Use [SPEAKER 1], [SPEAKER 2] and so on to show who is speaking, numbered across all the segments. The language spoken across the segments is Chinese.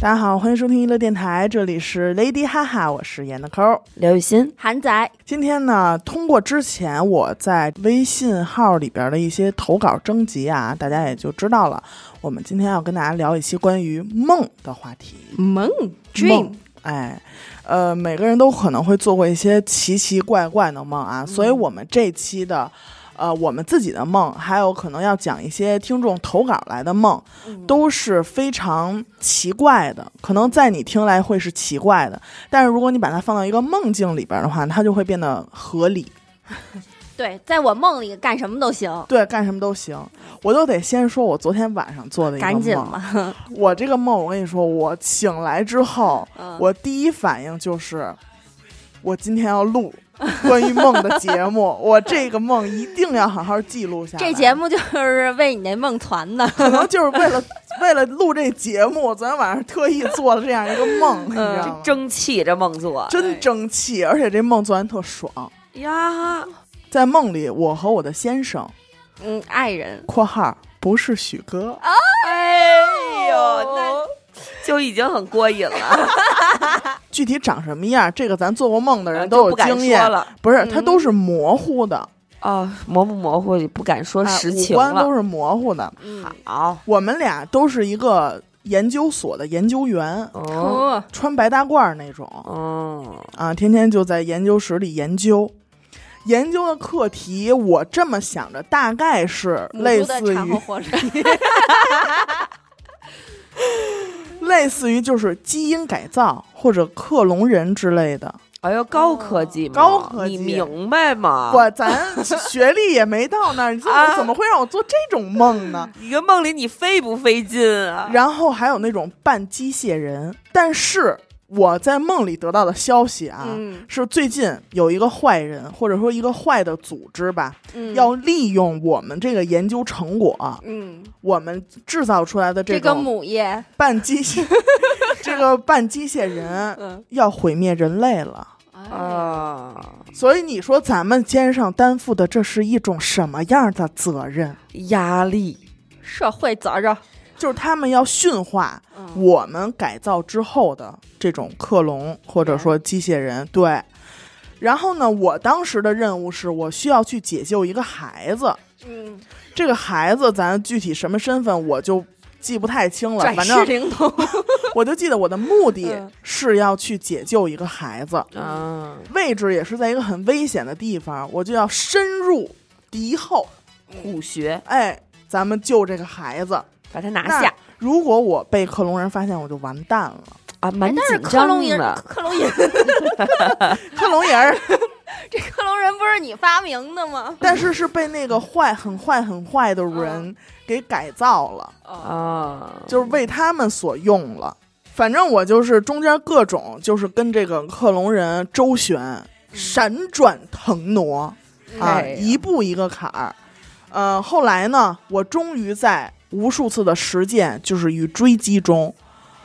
[SPEAKER 1] 大家好，欢迎收听娱乐电台，这里是 Lady 哈哈，我是闫的抠儿。
[SPEAKER 2] 刘雨欣，
[SPEAKER 3] 韩仔，
[SPEAKER 1] 今天呢，通过之前我在微信号里边的一些投稿征集啊，大家也就知道了。我们今天要跟大家聊一期关于梦的话题。
[SPEAKER 3] 梦
[SPEAKER 1] 梦哎，呃，每个人都可能会做过一些奇奇怪怪的梦
[SPEAKER 3] 嗯
[SPEAKER 1] 啊，所以我们这期的，呃，我们自己的梦，还有可能要讲一些听众投稿来的梦，
[SPEAKER 3] 嗯
[SPEAKER 1] 都是非常奇怪的，可能在你听来会是奇怪的，但是如果你把它放到一个梦境里边的话，它就会变得合理。
[SPEAKER 3] 对，在我梦里干什么都行，
[SPEAKER 1] 对，干什么都行，我就得先说我昨天晚上做的一个梦。
[SPEAKER 3] 赶紧 吧。
[SPEAKER 1] 我这个梦，我跟你说，我醒来之后，
[SPEAKER 3] 嗯
[SPEAKER 1] 我第一反应就是，我今天要录 关于梦的节目，我这个梦一定要好好记录下来。
[SPEAKER 3] 这节目就是为你那梦攒的。
[SPEAKER 1] 可能就是为了 为了录这节目，我昨天晚上特意做了这样一个梦，你知道 吗？
[SPEAKER 2] 争气嗯这梦做
[SPEAKER 1] 真争气，而且这梦做完特爽。
[SPEAKER 2] 呀，
[SPEAKER 1] 在梦里，我和我的先生
[SPEAKER 3] 嗯，爱人
[SPEAKER 1] （括号不是许哥
[SPEAKER 2] 哎
[SPEAKER 3] 哦
[SPEAKER 2] 呦，那就已经很过瘾了，），
[SPEAKER 1] 具体长什么样，这个咱做过梦的人
[SPEAKER 2] 啊就
[SPEAKER 1] 都有
[SPEAKER 2] 不敢
[SPEAKER 1] 经
[SPEAKER 2] 说
[SPEAKER 1] 验。
[SPEAKER 2] 了嗯
[SPEAKER 1] 不是，它都是模糊的，
[SPEAKER 2] 哦，模不模糊也不敢说
[SPEAKER 1] 哎
[SPEAKER 2] 实
[SPEAKER 1] 五
[SPEAKER 2] 情
[SPEAKER 1] 官
[SPEAKER 2] 了。
[SPEAKER 1] 都是模糊的。
[SPEAKER 3] 嗯，
[SPEAKER 2] 好，
[SPEAKER 1] 我们俩都是一个研究所的研究员，
[SPEAKER 2] 嗯
[SPEAKER 3] 哦，
[SPEAKER 1] 穿白大褂儿那种
[SPEAKER 2] 嗯，
[SPEAKER 1] 啊，天天就在研究室里研究。研究的课题，我这么想着，大概是
[SPEAKER 3] 母
[SPEAKER 1] 类
[SPEAKER 3] 猪的
[SPEAKER 1] 似
[SPEAKER 3] 产 后
[SPEAKER 1] 于
[SPEAKER 3] 活着，
[SPEAKER 1] 类似于就是基因改造或者克隆人之类的。
[SPEAKER 2] 哎呦，高科技嘛，
[SPEAKER 1] 高科技
[SPEAKER 2] 你明白吗？
[SPEAKER 1] 我咱学历也没到那儿，你怎么
[SPEAKER 2] 啊
[SPEAKER 1] 怎么会让我做这种梦呢？
[SPEAKER 2] 一个梦里你费不费劲啊？
[SPEAKER 1] 然后还有那种半机械人，但是我在梦里得到的消息啊，
[SPEAKER 3] 嗯
[SPEAKER 1] 是最近有一个坏人，或者说一个坏的组织吧，
[SPEAKER 3] 嗯
[SPEAKER 1] 要利用我们这个研究成果，
[SPEAKER 3] 嗯，
[SPEAKER 1] 我们制造出来的
[SPEAKER 3] 这个
[SPEAKER 1] 种
[SPEAKER 3] 母业，
[SPEAKER 1] 半机 械，这个半机械人
[SPEAKER 3] 嗯，
[SPEAKER 1] 要毁灭人类了。
[SPEAKER 3] 啊，
[SPEAKER 2] 啊
[SPEAKER 1] 所以你说咱们肩上担负的这是一种什么样的责任？
[SPEAKER 2] 压力，
[SPEAKER 3] 社会责任，
[SPEAKER 1] 就是他们要驯化
[SPEAKER 3] 嗯
[SPEAKER 1] 我们改造之后的这种克隆或者说机械人，对。然后呢，我当时的任务是我需要去解救一个孩子，
[SPEAKER 3] 嗯，
[SPEAKER 1] 这个孩子咱具体什么身份我就记不太清了，
[SPEAKER 3] 转
[SPEAKER 1] 反
[SPEAKER 3] 世
[SPEAKER 1] 正
[SPEAKER 3] 灵童，
[SPEAKER 1] 我就记得我的目的
[SPEAKER 3] 嗯
[SPEAKER 1] 是要去解救一个孩子，
[SPEAKER 2] 嗯，
[SPEAKER 1] 位置也是在一个很危险的地方，我就要深入敌后，
[SPEAKER 2] 虎穴
[SPEAKER 1] 哎，咱们救这个孩子。
[SPEAKER 2] 把它拿
[SPEAKER 1] 那
[SPEAKER 2] 下
[SPEAKER 1] 如果我被克隆人发现，我就完蛋了。
[SPEAKER 2] 啊，蛮
[SPEAKER 3] 但是
[SPEAKER 2] 紧
[SPEAKER 3] 克
[SPEAKER 2] 张
[SPEAKER 3] 隆人
[SPEAKER 2] 的，。啊
[SPEAKER 3] 克隆人，
[SPEAKER 1] 克隆人儿，
[SPEAKER 3] 这克隆人不是你发明的吗？
[SPEAKER 1] 但是是被那个坏、很坏、很坏的人给改造了。
[SPEAKER 3] 哦，
[SPEAKER 2] 啊，
[SPEAKER 1] 就是为他们所用了。反正我就是中间各种就是跟这个克隆人周旋，闪转腾挪啊，
[SPEAKER 2] 嗯哎呀
[SPEAKER 1] 一步一个坎儿。呃，后来呢，我终于在无数次的实践就是与追击中，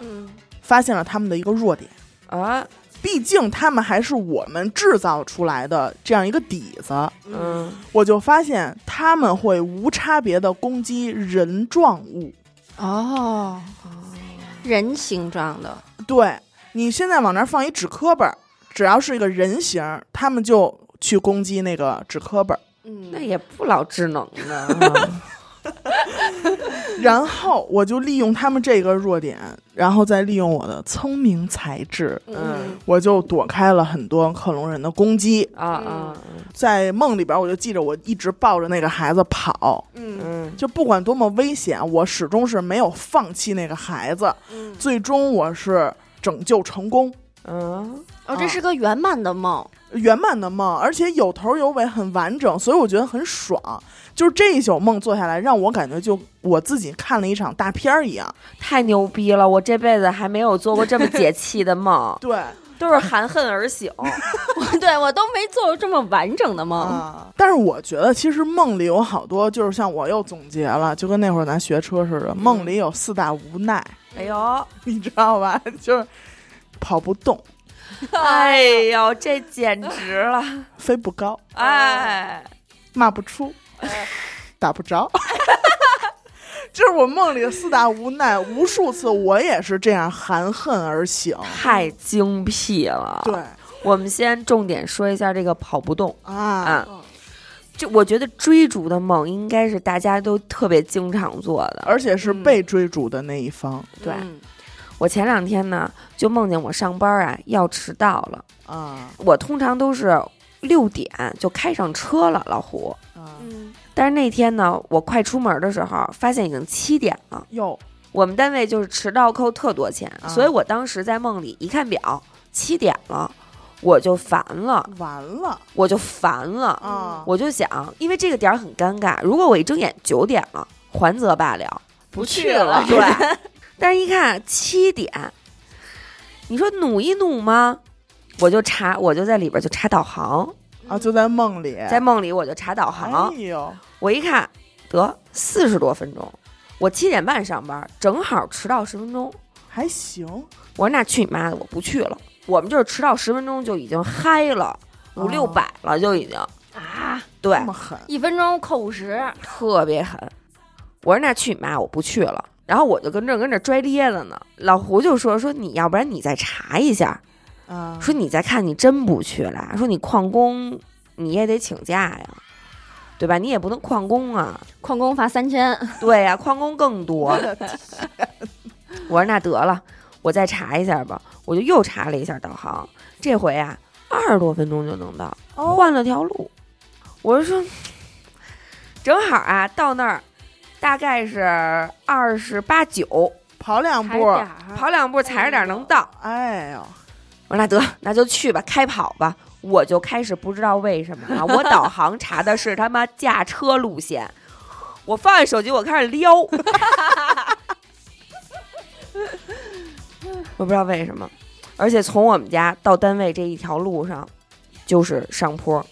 [SPEAKER 3] 嗯，
[SPEAKER 1] 发现了他们的一个弱点。
[SPEAKER 2] 啊，
[SPEAKER 1] 毕竟他们还是我们制造出来的这样一个底子，
[SPEAKER 3] 嗯，
[SPEAKER 2] 嗯，
[SPEAKER 1] 我就发现他们会无差别的攻击人状物。
[SPEAKER 3] 哦，人形状的，
[SPEAKER 1] 对你现在往那儿放一纸科本儿，只要是一个人形儿，他们就去攻击那个纸科本儿。
[SPEAKER 3] 嗯，
[SPEAKER 2] 那也不老智能呢。啊
[SPEAKER 1] 然后我就利用他们这个弱点，然后再利用我的聪明才智，
[SPEAKER 2] 嗯
[SPEAKER 1] 我就躲开了很多克隆人的攻击。
[SPEAKER 2] 啊啊，
[SPEAKER 1] 在梦里边，我就记着我一直抱着那个孩子跑，
[SPEAKER 3] 嗯
[SPEAKER 2] 嗯，
[SPEAKER 1] 就不管多么危险，我始终是没有放弃那个孩子。
[SPEAKER 3] 嗯，
[SPEAKER 1] 最终我是拯救成功，
[SPEAKER 2] 嗯，
[SPEAKER 3] 哦，
[SPEAKER 1] 啊
[SPEAKER 3] 这是个圆满的梦，
[SPEAKER 1] 圆满的梦，而且有头有尾，很完整，所以我觉得很爽。就是这一宿梦做下来，让我感觉就我自己看了一场大片儿一样。，
[SPEAKER 2] 太牛逼了！我这辈子还没有做过这么解气的梦
[SPEAKER 1] 对
[SPEAKER 2] 都是含恨而 醒。
[SPEAKER 3] 我 对我都没做过这么完整的梦。
[SPEAKER 1] 啊，但是我觉得其实梦里有好多，就是像我又总结了，就跟那会儿咱学车似的，梦里有四大无奈，
[SPEAKER 2] 哎呦，
[SPEAKER 1] 你知道吧？ 就是跑不动，
[SPEAKER 2] 哎呦，这简直了！
[SPEAKER 1] 飞不高，
[SPEAKER 2] 哎，嗯
[SPEAKER 1] 骂不出，打不着。 就是我梦里的四大无奈，无数次我也是这样含恨而醒。
[SPEAKER 2] 太精辟了。
[SPEAKER 1] 对，
[SPEAKER 2] 我们先重点说一下这个跑不动
[SPEAKER 1] 啊，
[SPEAKER 2] 啊。就我觉得追逐的梦应该是大家都特别经常做的。
[SPEAKER 1] 而且是被追逐的那一方
[SPEAKER 2] 对
[SPEAKER 3] 嗯
[SPEAKER 2] 我前两天呢，就梦见我上班啊要迟到了。
[SPEAKER 1] 啊
[SPEAKER 2] 我通常都是六点就开上车了，老胡。
[SPEAKER 1] 啊！
[SPEAKER 3] 嗯
[SPEAKER 2] 但是那天呢，我快出门的时候，发现已经七点了。
[SPEAKER 1] 哟，
[SPEAKER 2] 我们单位就是迟到扣特多钱，
[SPEAKER 1] 啊
[SPEAKER 2] 所以我当时在梦里一看表，七点了，我就烦了，
[SPEAKER 1] 完了
[SPEAKER 2] 我就烦了，
[SPEAKER 1] 啊！
[SPEAKER 2] 我就想，因为这个点儿很尴尬，如果我一睁眼九点了，还则罢了，
[SPEAKER 3] 不
[SPEAKER 2] 去
[SPEAKER 3] 去了
[SPEAKER 2] 对，但是一看七点，你说努一努吗？我就查，我就在里边就查导航，
[SPEAKER 1] 啊，就在梦里，
[SPEAKER 2] 在梦里我就查导航
[SPEAKER 1] 哎，呦，
[SPEAKER 2] 我一看，得四十多分钟，我七点半上班，正好迟到十分钟。
[SPEAKER 1] 还行，
[SPEAKER 2] 我说那去你妈的，我不去了。我们就是迟到十分钟就已经嗨了，五
[SPEAKER 1] 哦
[SPEAKER 2] 六百了就已经，
[SPEAKER 3] 啊，
[SPEAKER 2] 对
[SPEAKER 1] 这，么狠
[SPEAKER 3] 一分钟扣五十，
[SPEAKER 2] 特别狠。我说那去你妈，我不去了。然后我就跟这跟这拽咧子呢，老胡就说说你要不然你再查一下，
[SPEAKER 1] 啊！
[SPEAKER 2] 说你再看你真不去了，说你旷工你也得请假呀，对吧？你也不能旷工啊，
[SPEAKER 3] 旷工罚三千。
[SPEAKER 2] 对呀、旷工更多。我说那得了，我再查一下吧。我就又查了一下导航，这回啊，二十多分钟就能到，
[SPEAKER 1] 哦
[SPEAKER 2] 换了条路。我就说，正好啊，到那儿大概是二十八九，
[SPEAKER 1] 跑两
[SPEAKER 3] 踩
[SPEAKER 1] 步，
[SPEAKER 3] 点儿
[SPEAKER 2] 跑两步踩着点儿能到。
[SPEAKER 1] 哎呦，
[SPEAKER 2] 我说那得，那就去吧，开跑吧。我就开始不知道为什么啊，我导航查的是他妈驾车路线，我放下手机，我开始撩，我不知道为什么，而且从我们家到单位这一条路上就是上坡，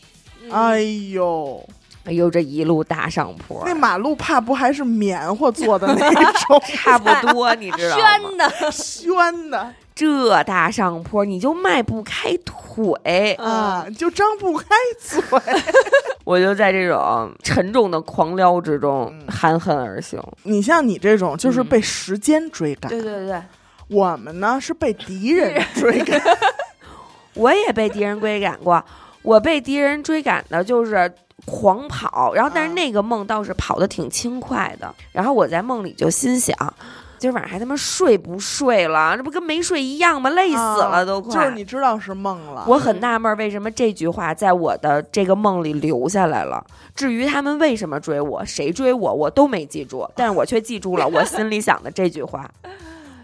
[SPEAKER 3] 嗯
[SPEAKER 2] 嗯
[SPEAKER 1] 哎呦，
[SPEAKER 2] 哎呦，这一路大上坡
[SPEAKER 1] 那，马路怕不还是棉花做的那一 种
[SPEAKER 2] 差不多你知道吗？
[SPEAKER 3] 啊宣的，
[SPEAKER 1] 宣的
[SPEAKER 2] 这大上坡你就迈不开腿，
[SPEAKER 1] 啊，就张不开嘴。
[SPEAKER 2] 我就在这种沉重的狂撩之中
[SPEAKER 1] 嗯
[SPEAKER 2] 含恨而行。
[SPEAKER 1] 你像你这种就是
[SPEAKER 2] 嗯
[SPEAKER 1] 被时间追赶，
[SPEAKER 2] 对对，
[SPEAKER 3] 嗯
[SPEAKER 1] 我们呢是被敌人追 赶。
[SPEAKER 2] 我也被敌人追赶过，我被敌人追赶的就是狂跑，然后但是
[SPEAKER 1] 啊
[SPEAKER 2] 那个梦倒是跑得挺轻快的，然后我在梦里就心想。今儿晚上还他妈睡不睡了？这不跟没睡一样吗？累死了都
[SPEAKER 1] 啊
[SPEAKER 2] 快！
[SPEAKER 1] 就是你知道是梦了，
[SPEAKER 2] 我很纳闷儿，为什么这句话在我的这个梦里留下来了？至于他们为什么追我，谁追我，我都没记住，但是我却记住了我心里想的这句话。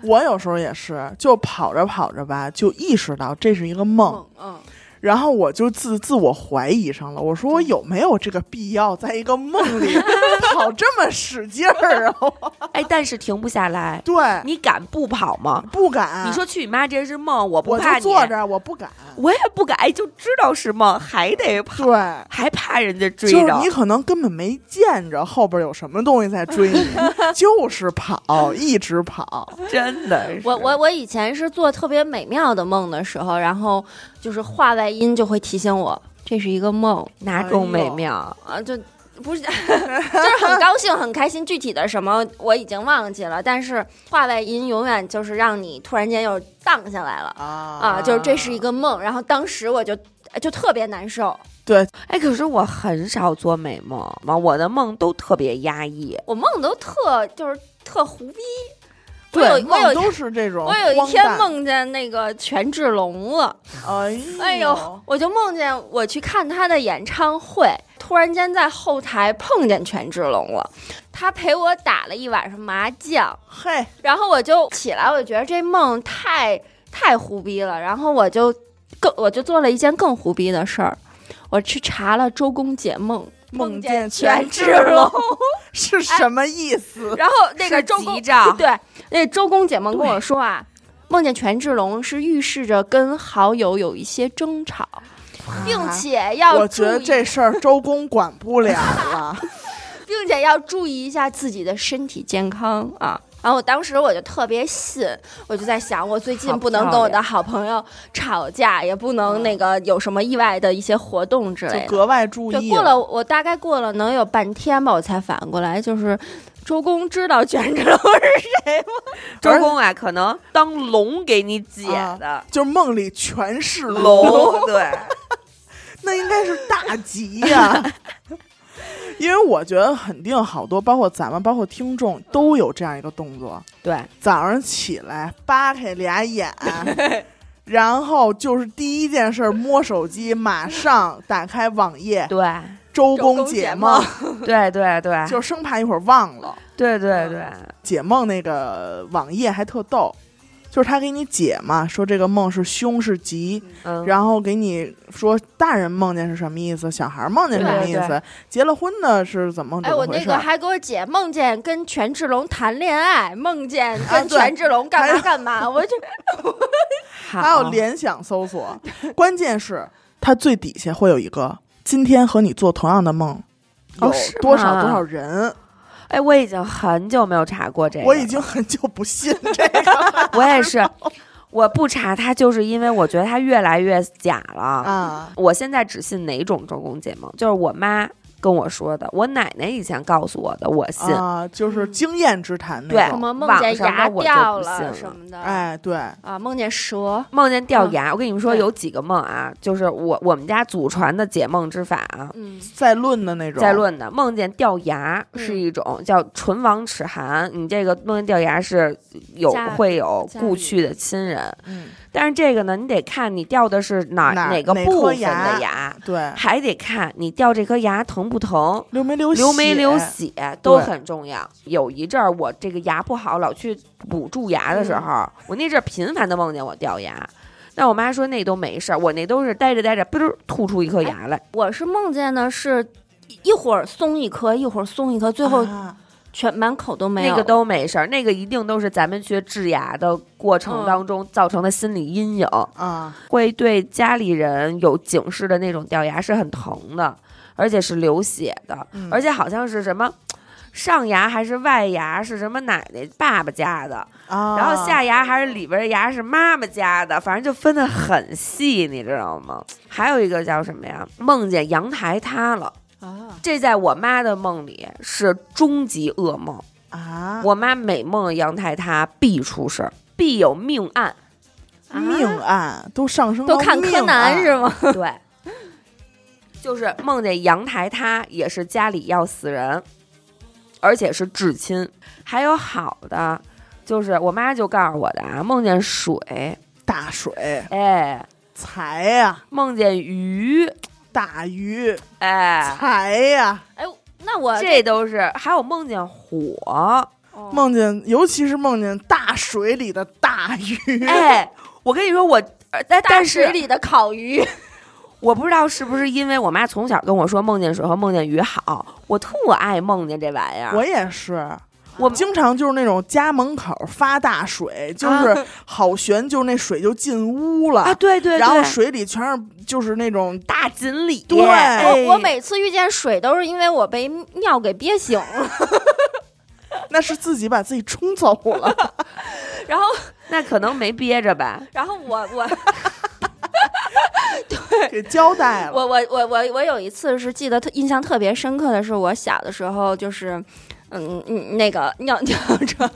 [SPEAKER 1] 我有时候也是，就跑着跑着吧，就意识到这是一个梦，
[SPEAKER 3] 嗯，
[SPEAKER 1] 然后我就自自我怀疑上了。我说我有没有这个必要在一个梦 里跑这么使劲儿啊？
[SPEAKER 2] 哎，但是停不下来，
[SPEAKER 1] 对，
[SPEAKER 2] 你敢不跑吗？
[SPEAKER 1] 不敢。
[SPEAKER 2] 你说去你妈，这是梦，我不
[SPEAKER 1] 啊我
[SPEAKER 2] 怕
[SPEAKER 1] 就
[SPEAKER 2] 你。
[SPEAKER 1] 坐这儿，我不敢。
[SPEAKER 2] 我也不敢，哎就知道是梦，还得跑，
[SPEAKER 1] 对。
[SPEAKER 2] 还怕人家追
[SPEAKER 1] 就是
[SPEAKER 2] 着
[SPEAKER 1] 你。可能根本没见着后边有什么东西在追 你，就是跑，一直跑。
[SPEAKER 2] 真的是，
[SPEAKER 3] 我我我以前是做特别美妙的梦的时候，然后就是话外音就会提醒我这是一个梦
[SPEAKER 2] 哪种美妙？
[SPEAKER 3] 啊，就不是 就是很高兴很开心，具体的什么我已经忘记了，但是话外音永远就是让你突然间又荡下来了
[SPEAKER 1] 啊
[SPEAKER 3] 啊，就是这是一个梦，然后当时我就哎就特别难受，
[SPEAKER 1] 对，
[SPEAKER 2] 哎，可是我很少做美梦嘛，我的梦都特别压抑。
[SPEAKER 3] 我梦都特就是特胡逼，我
[SPEAKER 1] 对
[SPEAKER 3] 有我
[SPEAKER 1] 梦
[SPEAKER 3] 有
[SPEAKER 1] 都是这种
[SPEAKER 3] 我
[SPEAKER 1] 荒诞。
[SPEAKER 3] 有一天梦见那个权志龙了。
[SPEAKER 1] 哎，
[SPEAKER 3] 哎呦，，我就梦见我去看他的演唱会，突然间在后台碰见权志龙了，他陪我打了一晚上麻将，
[SPEAKER 1] 嘿，
[SPEAKER 3] 然后我就起来，我觉得这梦太太胡逼了，然后我就更我就做了一件更胡逼的事儿，我去查了《周公解梦》。
[SPEAKER 1] 梦见
[SPEAKER 3] 见
[SPEAKER 1] 权
[SPEAKER 3] 志
[SPEAKER 1] 志龙是什么意思？
[SPEAKER 3] 哎然后那个
[SPEAKER 2] 是
[SPEAKER 3] 周
[SPEAKER 2] 吉
[SPEAKER 3] 公
[SPEAKER 1] 啊
[SPEAKER 2] 兆
[SPEAKER 3] 对，那周公解梦跟我说啊，梦见权志龙是预示着跟好友有一些争吵，并
[SPEAKER 1] 啊
[SPEAKER 3] 且要
[SPEAKER 1] 我
[SPEAKER 3] 注
[SPEAKER 1] 觉得
[SPEAKER 3] 意。
[SPEAKER 1] 这事儿周公管不了 了。
[SPEAKER 3] 并且要注意一下自己的身体健康啊。然后我当时我就特别信，我就在想，我最近
[SPEAKER 2] 好
[SPEAKER 3] 不能
[SPEAKER 2] 漂
[SPEAKER 3] 跟我
[SPEAKER 2] 亮
[SPEAKER 3] 的好朋友吵架，也不能那个有什么意外的一些活动之
[SPEAKER 1] 就
[SPEAKER 3] 类的。
[SPEAKER 1] 格外注
[SPEAKER 3] 对，
[SPEAKER 1] 意。
[SPEAKER 3] 过了我大概过了能有半天吧，我才反应过来，就是周公知道权志龙是谁吗？
[SPEAKER 2] 周公啊，可能当龙给你解的。
[SPEAKER 1] 就是梦里全是啊龙，
[SPEAKER 2] 龙对，
[SPEAKER 1] 那应该是大吉呀、 因为我觉得肯定好多，包括咱们，包括听众都有这样一个动作：
[SPEAKER 2] 对，
[SPEAKER 1] 早上起来扒开俩 眼，然后就是第一件事儿摸手机，马上打开网页，
[SPEAKER 2] 对，
[SPEAKER 1] 周
[SPEAKER 3] 周
[SPEAKER 1] 公
[SPEAKER 3] 公
[SPEAKER 1] 解
[SPEAKER 3] 解梦
[SPEAKER 1] 梦，
[SPEAKER 2] 对，对，对，
[SPEAKER 1] 就嗯生怕一会儿忘了。
[SPEAKER 2] 对，对，对，
[SPEAKER 1] 解梦那个网页还特逗，就是他给你解嘛，说这个梦是凶是吉，
[SPEAKER 2] 嗯，
[SPEAKER 1] 然后给你说大人梦见是什么意思，小孩梦见什么意
[SPEAKER 2] 对
[SPEAKER 1] 思，结了婚的是怎么怎
[SPEAKER 3] 哎，
[SPEAKER 1] 么
[SPEAKER 3] 我
[SPEAKER 1] 回
[SPEAKER 3] 那
[SPEAKER 1] 事
[SPEAKER 3] 个
[SPEAKER 1] 儿。
[SPEAKER 3] 还给我姐梦见跟权志龙谈恋爱，梦见
[SPEAKER 1] 啊
[SPEAKER 3] 跟
[SPEAKER 1] 对哦
[SPEAKER 3] 权志龙干
[SPEAKER 1] 还
[SPEAKER 3] 嘛
[SPEAKER 1] 有
[SPEAKER 3] 干嘛，我就
[SPEAKER 2] 好，
[SPEAKER 1] 还有联想搜索，关键是它最底下会有一个今天和你做同样的梦。
[SPEAKER 2] 哦
[SPEAKER 1] 有
[SPEAKER 2] 是
[SPEAKER 1] 多少
[SPEAKER 2] 吗
[SPEAKER 1] 多少人？
[SPEAKER 2] 哎，我已经很久没有查过这个了，
[SPEAKER 1] 我已经很久不信这个
[SPEAKER 2] 我也是，我不查它，就是因为我觉得它越来越假了。
[SPEAKER 1] 啊！
[SPEAKER 2] 我现在只信哪种周公解梦，就是我妈跟我说的，我奶奶以前告诉我的，我信。
[SPEAKER 1] 啊，就是经验之谈那
[SPEAKER 2] 对
[SPEAKER 3] 什
[SPEAKER 1] 种。
[SPEAKER 3] 么梦
[SPEAKER 2] 网
[SPEAKER 3] 见
[SPEAKER 2] 上
[SPEAKER 3] 牙
[SPEAKER 2] 的我就
[SPEAKER 3] 掉
[SPEAKER 2] 不信了
[SPEAKER 3] 什么的，
[SPEAKER 1] 哎，对，
[SPEAKER 3] 啊，梦见蛇，
[SPEAKER 2] 梦见掉牙，我跟你们说，
[SPEAKER 3] 对
[SPEAKER 2] 有几个梦啊，就是我我们家祖传的解梦之法啊，
[SPEAKER 3] 嗯，
[SPEAKER 1] 再论的那种。
[SPEAKER 2] 在论的梦见掉牙
[SPEAKER 3] 嗯
[SPEAKER 2] 是一种叫唇亡齿寒，你这个梦见掉牙是有
[SPEAKER 3] 家
[SPEAKER 2] 会有
[SPEAKER 3] 家
[SPEAKER 2] 故
[SPEAKER 3] 里
[SPEAKER 2] 去的亲人，
[SPEAKER 1] 嗯，
[SPEAKER 2] 但是这个呢，你得看你掉的是哪
[SPEAKER 1] 哪
[SPEAKER 2] 个
[SPEAKER 1] 哪
[SPEAKER 2] 部
[SPEAKER 1] 颗
[SPEAKER 2] 分
[SPEAKER 1] 牙
[SPEAKER 2] 的牙，
[SPEAKER 1] 对，
[SPEAKER 2] 还得看你掉这颗牙疼不疼，
[SPEAKER 1] 流没流
[SPEAKER 2] 流没流血都
[SPEAKER 1] 对
[SPEAKER 2] 很重要。有一阵儿我这个牙不好，老去补蛀牙的时
[SPEAKER 3] 嗯
[SPEAKER 2] 候，我那阵儿频繁的梦见我掉牙。但我妈说那都没事儿，我那都是呆着呆着，嘣儿吐出一颗牙来。
[SPEAKER 3] 我是梦见的是一一会儿松一颗，一会儿松一颗，最后
[SPEAKER 1] 啊
[SPEAKER 3] 全满口都没有，
[SPEAKER 2] 那个都没事儿，那个一定都是咱们学治牙的过
[SPEAKER 3] 嗯
[SPEAKER 2] 程当中造成的心理阴影，
[SPEAKER 1] 啊，
[SPEAKER 2] 会对家里人有警示的那种掉牙是很疼的，而且是流血的，
[SPEAKER 1] 嗯
[SPEAKER 2] 而且好像是什么上牙还是外牙是什么奶奶爸爸家的，
[SPEAKER 1] 啊，
[SPEAKER 2] 然后下牙还是里边的牙是妈妈家的，反正就分得很细，你知道吗？还有一个叫什么呀？梦见阳台塌了，
[SPEAKER 1] 哦
[SPEAKER 3] 啊，
[SPEAKER 2] 这在我妈的梦里是终极噩梦。
[SPEAKER 1] 啊，
[SPEAKER 2] 我妈每梦阳台塌必出事儿，必有命案。
[SPEAKER 1] 命案都上升
[SPEAKER 3] 啊都
[SPEAKER 1] 到
[SPEAKER 3] 看柯
[SPEAKER 1] 命
[SPEAKER 3] 南
[SPEAKER 1] 案
[SPEAKER 3] 是吗？
[SPEAKER 2] 对，就是梦见阳台塌，也是家里要死人，而且是至亲。还有好的，就是我妈就告诉我的啊，梦见水，
[SPEAKER 1] 大水
[SPEAKER 2] 哎。
[SPEAKER 1] 财呀，
[SPEAKER 2] 梦见鱼，
[SPEAKER 1] 大鱼
[SPEAKER 2] 哎，
[SPEAKER 1] 财呀，
[SPEAKER 3] 哎，那我
[SPEAKER 2] 呃这都是还有梦见火，
[SPEAKER 3] 哦
[SPEAKER 1] 梦见尤其是梦见大水里的大鱼，
[SPEAKER 2] 哎，我跟你说我，呃但
[SPEAKER 3] 大
[SPEAKER 2] 但
[SPEAKER 3] 水
[SPEAKER 2] 是
[SPEAKER 3] 里的烤鱼，
[SPEAKER 2] 我不知道是不是因为我妈从小跟我说梦见水和梦见鱼好，我特爱梦见这玩意儿。啊
[SPEAKER 1] 我也是。
[SPEAKER 2] 我
[SPEAKER 1] 经常就是那种家门口发大水，
[SPEAKER 3] 啊
[SPEAKER 1] 就是好悬，就是那水就进屋了，
[SPEAKER 2] 啊，对对对，
[SPEAKER 1] 然后水里全是就是那种
[SPEAKER 2] 大锦鲤，
[SPEAKER 1] 对
[SPEAKER 2] 哎
[SPEAKER 3] 我我每次遇见水都是因为我被尿给憋醒了，
[SPEAKER 1] 那是自己把自己冲走 了。
[SPEAKER 3] 然后
[SPEAKER 2] 那可能没憋着吧，
[SPEAKER 3] 然后我我。
[SPEAKER 1] 给交代了。
[SPEAKER 3] 我我我我我有一次是记得特印象特别深刻的是，我小的时候就是，嗯嗯，那个尿 尿床，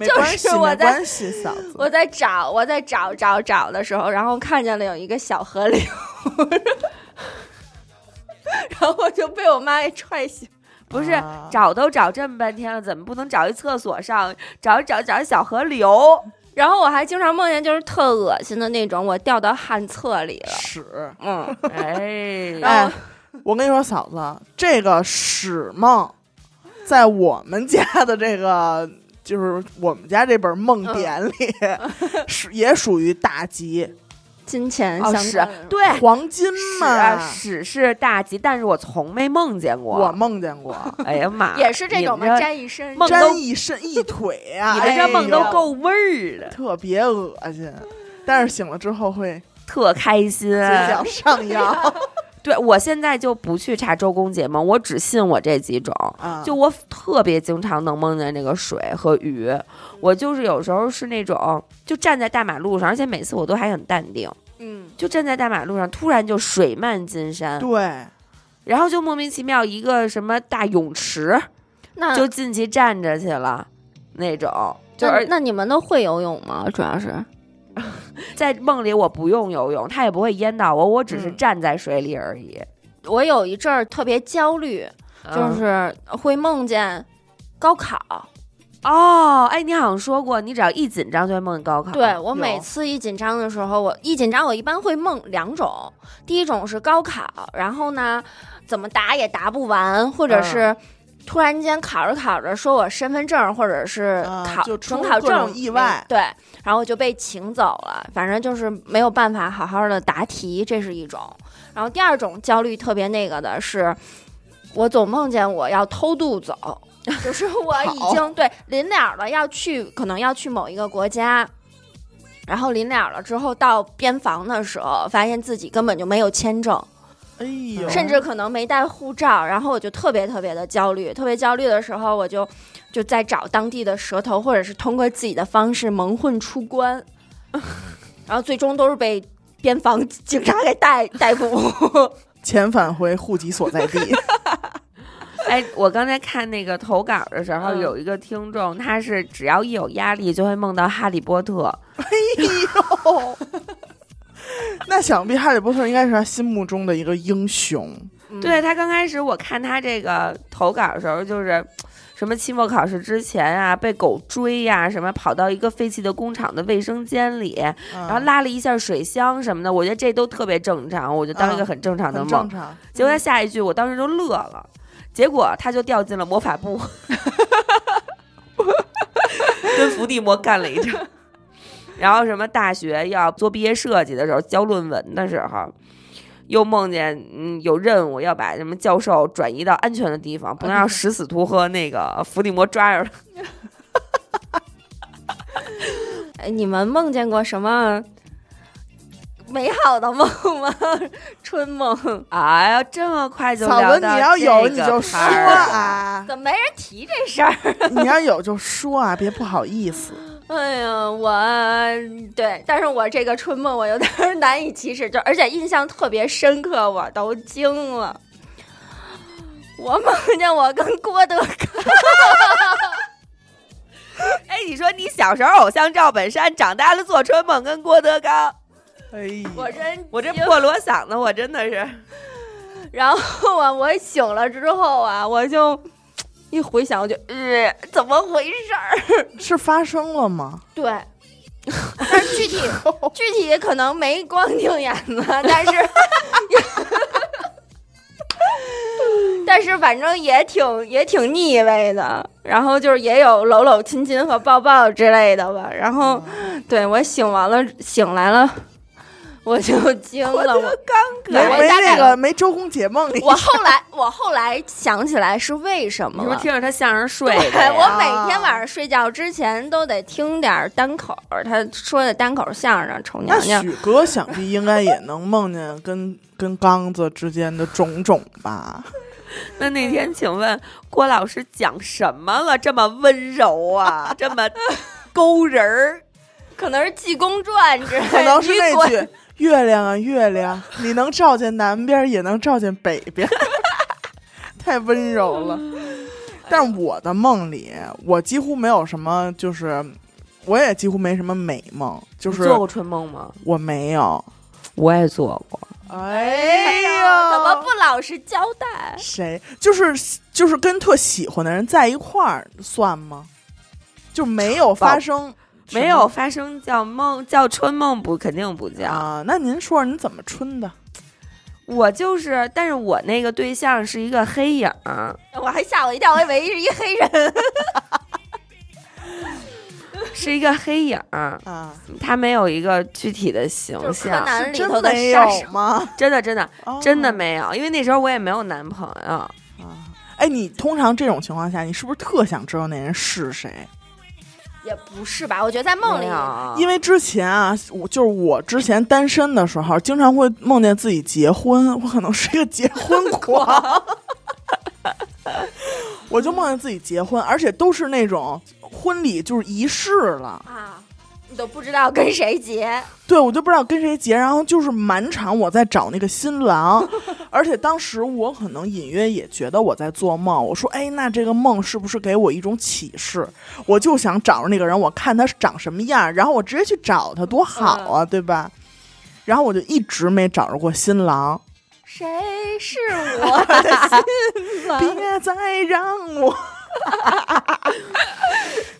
[SPEAKER 1] 没关系，
[SPEAKER 3] 就是我
[SPEAKER 1] 没
[SPEAKER 3] 在
[SPEAKER 1] 关系，嫂子。
[SPEAKER 3] 我在找我在找找找的时候，然后看见了有一个小河流，然后我就被我妈给踹醒。
[SPEAKER 2] 不是、
[SPEAKER 1] 啊
[SPEAKER 2] 找都找这么半天了，怎么不能找一厕所上找一找找一小河流？
[SPEAKER 3] 然后我还经常梦见就是特恶心的那种，我掉到旱厕里了。
[SPEAKER 1] 屎，
[SPEAKER 3] 嗯，
[SPEAKER 2] 哎，
[SPEAKER 3] 然
[SPEAKER 1] 哎
[SPEAKER 3] 后，
[SPEAKER 1] 我跟你说，嫂子，这个屎梦，在我们家的这个就是我们家这本梦
[SPEAKER 2] 嗯
[SPEAKER 1] 典里，是、也属于大吉，
[SPEAKER 3] 金钱
[SPEAKER 2] 哦
[SPEAKER 3] 相
[SPEAKER 2] 是
[SPEAKER 3] 关的，
[SPEAKER 2] 对，
[SPEAKER 1] 黄金
[SPEAKER 2] 屎
[SPEAKER 1] 嘛
[SPEAKER 2] 啊，，屎是大吉，但是我从没梦见过。
[SPEAKER 1] 我梦见过，
[SPEAKER 2] 哎呀妈，
[SPEAKER 3] 也是这种
[SPEAKER 2] 你
[SPEAKER 3] 吗？
[SPEAKER 2] 们
[SPEAKER 3] 沾一身
[SPEAKER 2] 梦
[SPEAKER 1] 沾
[SPEAKER 2] 都
[SPEAKER 1] 一身一腿啊，
[SPEAKER 2] 这你们
[SPEAKER 1] 哎呦
[SPEAKER 2] 这梦都够味儿的，
[SPEAKER 1] 特别恶心。但是醒了之后会
[SPEAKER 2] 特开心。
[SPEAKER 1] 嘴角 上扬
[SPEAKER 2] 对我现在就不去查周公解梦，我只信我这几种。
[SPEAKER 1] 啊，
[SPEAKER 2] 就我特别经常能梦见那个水和鱼，我就是有时候是那种就站在大马路上，而且每次我都还很淡定，
[SPEAKER 3] 嗯，
[SPEAKER 2] 就站在大马路上，突然就水漫金山，
[SPEAKER 1] 对，
[SPEAKER 2] 然后就莫名其妙一个什么大泳池，
[SPEAKER 3] 那
[SPEAKER 2] 就进去站着去了那种。就
[SPEAKER 3] 那
[SPEAKER 2] 是
[SPEAKER 3] 那你们都会游泳吗？主要是
[SPEAKER 2] 在梦里我不用游泳，它也不会淹到我，我只是
[SPEAKER 1] 嗯
[SPEAKER 2] 站在水里而已。
[SPEAKER 3] 我有一阵儿特别焦虑，就
[SPEAKER 2] 嗯
[SPEAKER 3] 是会梦见高考。
[SPEAKER 2] 哦，哎，你好像说过，你只要一紧张就会梦见高考。
[SPEAKER 3] 对
[SPEAKER 1] 啊
[SPEAKER 3] 我
[SPEAKER 2] 有
[SPEAKER 3] 每次一紧张的时候，我一紧张，我一般会梦两种，第一种是高考，然后呢，怎么答也答不完，或者
[SPEAKER 2] 嗯
[SPEAKER 3] 是突然间考着考着说我身份证或者是
[SPEAKER 2] 呃
[SPEAKER 1] 啊
[SPEAKER 3] 考
[SPEAKER 1] 就出
[SPEAKER 3] 准考
[SPEAKER 1] 各种
[SPEAKER 3] 证
[SPEAKER 1] 意
[SPEAKER 3] 没
[SPEAKER 1] 外
[SPEAKER 3] 对，然后就被请走了，反正就是没有办法好好的答题，这是一种。然后第二种焦虑特别那个的是，我总梦见我要偷渡走，就是我已经对临了了要去，可能要去某一个国家。然后临了了之后，到边防的时候，发现自己根本就没有签证，
[SPEAKER 2] 嗯
[SPEAKER 1] 哎呦，
[SPEAKER 3] 甚至可能没带护照。然后我就特别特别的焦虑，特别焦虑的时候，我就就在找当地的蛇头，或者是通过自己的方式蒙混出关。嗯 然后最终都是被边防警察给逮逮捕。
[SPEAKER 1] 遣返回户籍所在地。
[SPEAKER 2] 哎，我刚才看那个投稿的时候，
[SPEAKER 3] 嗯
[SPEAKER 2] 有一个听众，他是只要一有压力就会梦到哈利波特。
[SPEAKER 1] 哎呦， 那想必哈利波特应该是他心目中的一个英雄。
[SPEAKER 3] 嗯
[SPEAKER 2] 对他刚开始我看他这个投稿的时候，就是什么期末考试之前啊，被狗追呀、什么跑到一个废弃的工厂的卫生间里，
[SPEAKER 1] 然
[SPEAKER 2] 然后拉了一下水箱什么的，我觉得这都特别正常，我就当一个
[SPEAKER 1] 嗯
[SPEAKER 2] 很正常的
[SPEAKER 1] 很
[SPEAKER 2] 梦
[SPEAKER 1] 正。常，
[SPEAKER 2] 结果他下一句，我当时就乐了。结果他就掉进了魔法部， 跟伏地魔干了一仗。然后什么大学要做毕业设计的时候，交论文的时候，又梦见嗯有任务要把什么教授转移到安全的地方，不能让食死徒和那个伏地魔抓着他。
[SPEAKER 3] 哎你们梦见过什么美好的梦吗？ 春梦？
[SPEAKER 2] 哎呀，这么快就
[SPEAKER 1] 嫂
[SPEAKER 2] 聊
[SPEAKER 1] 子，
[SPEAKER 2] 到
[SPEAKER 1] 你要有
[SPEAKER 2] 这
[SPEAKER 1] 你
[SPEAKER 2] 个
[SPEAKER 1] 就
[SPEAKER 2] 摊
[SPEAKER 1] 说
[SPEAKER 2] 儿了，
[SPEAKER 1] 啊，
[SPEAKER 3] 怎么没人提这事儿？
[SPEAKER 1] 你要有就说啊，别不好意思。
[SPEAKER 3] 哎呀，我对，但是我这个春梦我有点儿难以启齿，就而且印象特别深刻，我都惊了。我梦见我跟郭德纲，
[SPEAKER 2] 哎，你说你小时候偶像赵本山，长大了做春梦跟郭德纲，
[SPEAKER 1] 哎呦，
[SPEAKER 3] 我真
[SPEAKER 2] 我这
[SPEAKER 3] 惊
[SPEAKER 2] 破锣嗓子，我真的是。
[SPEAKER 3] 然后啊，我醒了之后啊，我就一回想，我就呃，怎么回事儿？
[SPEAKER 1] 是发生了 吗？
[SPEAKER 3] 对，但是具体具体可能没光腚眼 子，但是但是反正也挺也挺腻味的，然后就是也有搂搂亲亲和抱抱之类的吧。然后对我醒完了醒来了，我就惊了，我
[SPEAKER 1] 没
[SPEAKER 3] 对我
[SPEAKER 1] 没
[SPEAKER 3] 大
[SPEAKER 1] 那
[SPEAKER 3] 概
[SPEAKER 1] 个没周公解梦里
[SPEAKER 3] 我后来我后来想起来是啊为什
[SPEAKER 2] 你
[SPEAKER 3] 么
[SPEAKER 2] 是不
[SPEAKER 3] 了
[SPEAKER 2] 是。听着他相声睡的
[SPEAKER 3] 对
[SPEAKER 2] 呀？
[SPEAKER 3] 我每天晚上睡觉之前都得听点儿单口儿，他说的单口儿相声《丑娘
[SPEAKER 1] 那
[SPEAKER 3] 娘》。
[SPEAKER 1] 许哥想必应该也能梦见跟跟刚子之间的种种吧？
[SPEAKER 2] 那那天，请问郭老师讲什么了？这么温柔啊，这么勾人 儿。
[SPEAKER 3] 可能是《济公传》之类的，
[SPEAKER 1] 可能是
[SPEAKER 3] 女
[SPEAKER 1] 那
[SPEAKER 3] 鬼
[SPEAKER 1] 句“月亮啊月亮，你能照见南边，也能照见北边”， 太温柔了。但我的梦里，我几乎没有什么，就是我也几乎没什么美梦，就是
[SPEAKER 2] 你做过春梦吗？
[SPEAKER 1] 我没有。
[SPEAKER 2] 我也做过。
[SPEAKER 1] 哎
[SPEAKER 3] 怎么
[SPEAKER 1] 呀
[SPEAKER 3] 不，老实交代？
[SPEAKER 1] 谁就是就是跟特喜欢的人在一块儿算吗？就没有发生什么，
[SPEAKER 2] 没有发生叫梦叫春梦不肯定不叫、
[SPEAKER 1] 啊？那您说说您怎么春的？
[SPEAKER 2] 我就是，但是我那个对象是一个黑影儿，
[SPEAKER 3] 我还吓我一跳，我以为是一黑人。
[SPEAKER 2] 是一个黑影儿，
[SPEAKER 1] 啊，
[SPEAKER 2] 他没没有一个具体的形
[SPEAKER 3] 就是柯
[SPEAKER 2] 象，
[SPEAKER 3] 南里
[SPEAKER 1] 真
[SPEAKER 3] 头的
[SPEAKER 1] 没
[SPEAKER 3] 杀
[SPEAKER 1] 有
[SPEAKER 3] 手
[SPEAKER 1] 吗？
[SPEAKER 2] 真的真的
[SPEAKER 1] 哦
[SPEAKER 2] 真的没有，因为那时候我也没有男朋友。
[SPEAKER 1] 啊，哎，你通常这种情况下，你是不是特想知道那人是谁？
[SPEAKER 3] 也不是吧？我觉得在梦里
[SPEAKER 2] 没，有
[SPEAKER 1] 因为之前啊，我就是我之前单身的时候，经常会梦见自己结婚，我可能是一个结婚狂， 我就梦见自己结婚，而且都是那种婚礼就是仪式了，
[SPEAKER 3] 啊，你都不知道跟谁结。
[SPEAKER 1] 对我就不知道跟谁结，然后就是满场我在找那个新郎，而且当时我可能隐约也觉得我在做梦，我说，哎，那这个梦是不是给我一种启示？我就想找着那个人，我看他长什么样，然后我直接去找他，多好
[SPEAKER 3] 嗯
[SPEAKER 1] 啊，对吧？然后我就一直没找着过新郎，
[SPEAKER 3] 谁是我的新郎？
[SPEAKER 1] 别再让我。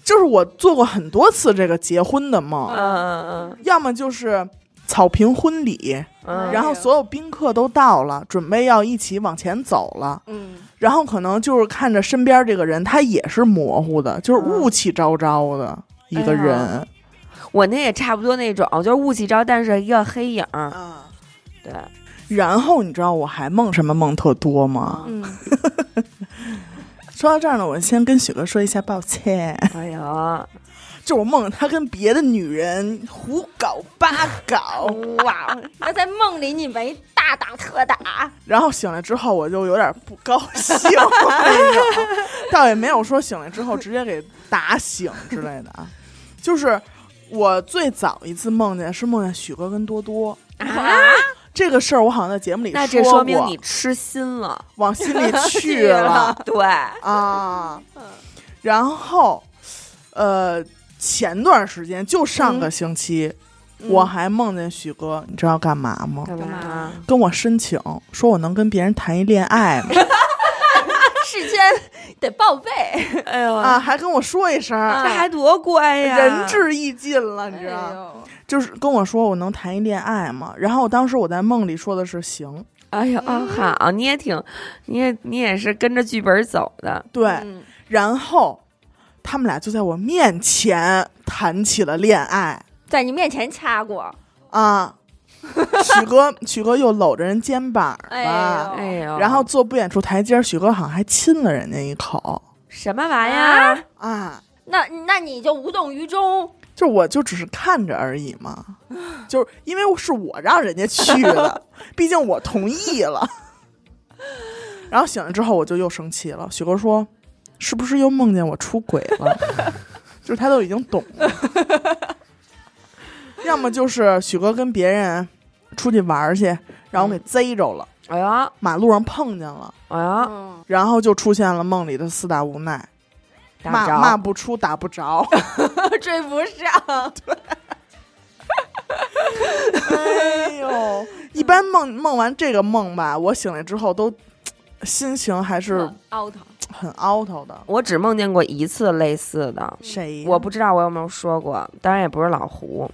[SPEAKER 1] 就是我做过很多次这个结婚的梦，
[SPEAKER 2] 嗯嗯
[SPEAKER 1] 要么就是草坪婚礼，
[SPEAKER 2] 嗯，
[SPEAKER 1] 然后所有宾客都到了，准备要一起往前走了，
[SPEAKER 3] 嗯，
[SPEAKER 1] 然后可能就是看着身边这个人，他也是模糊的，就是雾气昭昭的一个人。
[SPEAKER 2] 我那也差不多那种，就是雾气招，但是一个黑影儿。
[SPEAKER 1] 啊，
[SPEAKER 2] 对，
[SPEAKER 1] 然后你知道我还梦什么梦特多吗？
[SPEAKER 3] 嗯，
[SPEAKER 1] 说到这儿呢，我先跟许哥说一下抱歉，
[SPEAKER 2] 哎呀，
[SPEAKER 1] 就我梦他跟别的女人胡搞八搞。
[SPEAKER 3] 哇！那在梦里你没大打特打，
[SPEAKER 1] 然后醒来之后，我就有点不高兴 那种，倒也没有说醒来之后直接给打醒之类的啊。就是我最早一次梦见是梦见许哥跟多多
[SPEAKER 2] 啊，
[SPEAKER 1] 这个事儿，我好像在节目里
[SPEAKER 2] 那这
[SPEAKER 1] 说
[SPEAKER 2] 说明
[SPEAKER 1] 过
[SPEAKER 2] 你吃心了，
[SPEAKER 1] 往心里去
[SPEAKER 2] 了
[SPEAKER 1] 了，
[SPEAKER 2] 对，
[SPEAKER 1] 啊。然后，呃，前段时间就上个星期，我还梦见许哥，你知道干嘛吗？
[SPEAKER 2] 嗯干嘛？
[SPEAKER 1] 跟我申请说我能跟别人谈一恋爱吗？
[SPEAKER 3] 嗯事先得报备。
[SPEAKER 2] 哎呦，
[SPEAKER 1] 啊，还跟我说一声儿。
[SPEAKER 2] 这还多乖啊哎呀，
[SPEAKER 1] 仁至义尽了，你知道、吗？
[SPEAKER 3] 哎呦，
[SPEAKER 1] 就是跟我说我能谈一恋爱吗？然后我当时我在梦里说的是行，
[SPEAKER 2] 哎呦，啊好，你也挺，你也你也是跟着剧本走的，
[SPEAKER 1] 对，
[SPEAKER 3] 嗯
[SPEAKER 1] 然后他们俩就在我面前谈起了恋爱
[SPEAKER 3] 在你面前掐过，
[SPEAKER 1] 啊。许哥，许哥又搂着人肩膀吧，
[SPEAKER 3] 哎呦
[SPEAKER 2] 哎呦，
[SPEAKER 1] 哦然后坐不远处台阶儿，许哥好像还亲了人家一口
[SPEAKER 2] 什么玩意儿？
[SPEAKER 1] 啊。
[SPEAKER 3] 那那你就无动于衷。
[SPEAKER 1] 就我就只是看着而已 嘛，就是因为是我让人家去的，毕竟我同意了。然后醒了之后，我就又生气了。许哥说：“是不是又梦见我出轨了？” 就是他都已经懂了。要么就是许哥跟别人出去玩儿去，然后给贼着了，
[SPEAKER 2] 哎呦，
[SPEAKER 1] 马路上碰见了，
[SPEAKER 2] 哎呦，
[SPEAKER 3] 嗯，
[SPEAKER 1] 然后就出现了梦里的四大无奈，
[SPEAKER 2] 打
[SPEAKER 1] 骂
[SPEAKER 2] 着
[SPEAKER 1] 骂不出，打不着。
[SPEAKER 3] 追不上。
[SPEAKER 1] 哎呦， 一般梦梦完这个梦吧，我醒来之后都心情还是
[SPEAKER 2] 嗯
[SPEAKER 3] out。
[SPEAKER 1] 很 out 的。
[SPEAKER 2] 我只梦见过一次类似的，
[SPEAKER 1] 谁呀
[SPEAKER 2] 嗯我不知道我有没有说过，当然也不是老胡，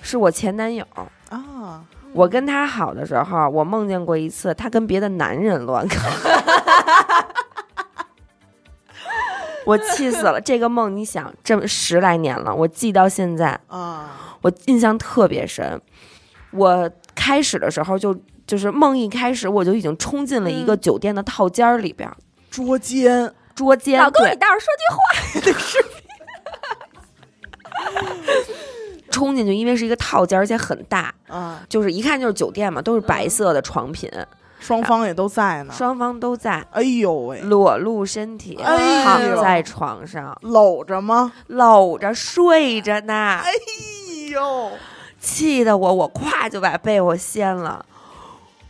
[SPEAKER 2] 是我前男友。
[SPEAKER 3] 嗯
[SPEAKER 1] 啊？
[SPEAKER 2] 我跟他好的时候，我梦见过一次他跟别的男人乱搞， 我气死了。这个梦，你想，这么十来年了，我记到现在，
[SPEAKER 1] 啊
[SPEAKER 2] 我印象特别深。我开始的时候就就是梦一开始我就已经冲进了一个
[SPEAKER 3] 嗯
[SPEAKER 2] 酒店的套间儿里边儿，
[SPEAKER 1] 捉奸，
[SPEAKER 2] 捉奸，
[SPEAKER 3] 老公，
[SPEAKER 2] 对
[SPEAKER 3] 你倒是说句话。
[SPEAKER 2] 冲进去，因为是一个套间儿，而且很大，
[SPEAKER 1] 啊，
[SPEAKER 2] 就是一看就是酒店嘛，都是白色的床品，
[SPEAKER 1] 双方也都在呢。
[SPEAKER 2] 双嗯方都在
[SPEAKER 1] 哎呦喂，
[SPEAKER 2] 裸露身体，
[SPEAKER 1] 哎
[SPEAKER 2] 躺
[SPEAKER 1] 呦
[SPEAKER 2] 在床上
[SPEAKER 1] 搂着吗？
[SPEAKER 2] 搂着睡着呢，
[SPEAKER 1] 哎呦，
[SPEAKER 2] 气得我我咵就把被窝掀了。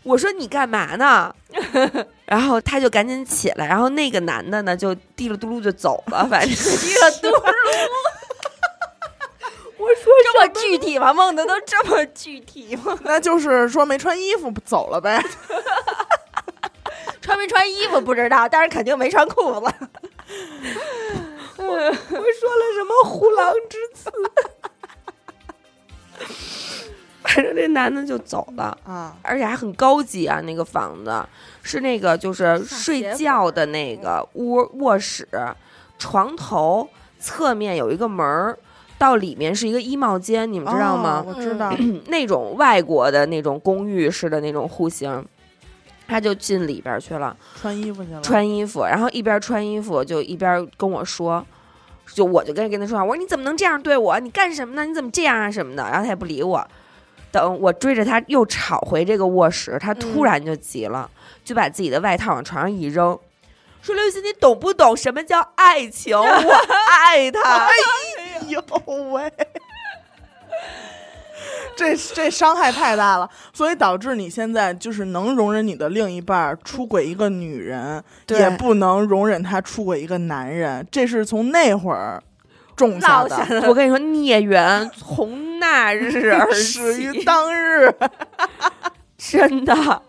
[SPEAKER 2] 我说你干嘛呢？ 然后他就赶紧起来，然后那个男的呢就滴了嘟噜就走了，反 正滴了 嘟噜。我说
[SPEAKER 3] 这么具体吗？梦的都这么具体吗？
[SPEAKER 1] 那就是说没穿衣服走了 呗。
[SPEAKER 3] 穿没穿衣服不知道，但是肯定没穿裤子。
[SPEAKER 2] 我说了什么虎狼之词？ 反正这男的就走了。
[SPEAKER 1] 啊，
[SPEAKER 2] 而且还很高级啊！那个房子是那个就是睡觉的那
[SPEAKER 1] 嗯
[SPEAKER 2] 个屋卧室，床头侧面有一个门儿，到里面是一个衣帽间，你们知道吗嗯
[SPEAKER 1] 哦？我知道。
[SPEAKER 2] 那种外国的那种公寓式的那种户型，他就进里边去了，
[SPEAKER 1] 穿衣服去了。
[SPEAKER 2] 穿衣服，然后一边穿衣服就一边跟我说。就我就跟跟他说话，我说你怎么能这样对我？你干什么呢？你怎么这样啊什么的？然后他也不理我。等我追着他又吵回这个卧室，他
[SPEAKER 1] 嗯
[SPEAKER 2] 突然就急了，就把自己的外套往床上一扔，说：“刘雨欣，你懂不懂什么叫爱情？我爱他。
[SPEAKER 1] 哎呦喂，这这伤害太大了，所以导致你现在就是能容忍你的另一半儿出轨一个女人，
[SPEAKER 2] 对
[SPEAKER 1] 也不能容忍他出轨一个男人，这是从那会儿种下
[SPEAKER 3] 落下
[SPEAKER 1] 的，
[SPEAKER 2] 我跟你说，孽缘从那日 而
[SPEAKER 1] 始于
[SPEAKER 2] 起，
[SPEAKER 1] 当日。
[SPEAKER 2] 真的。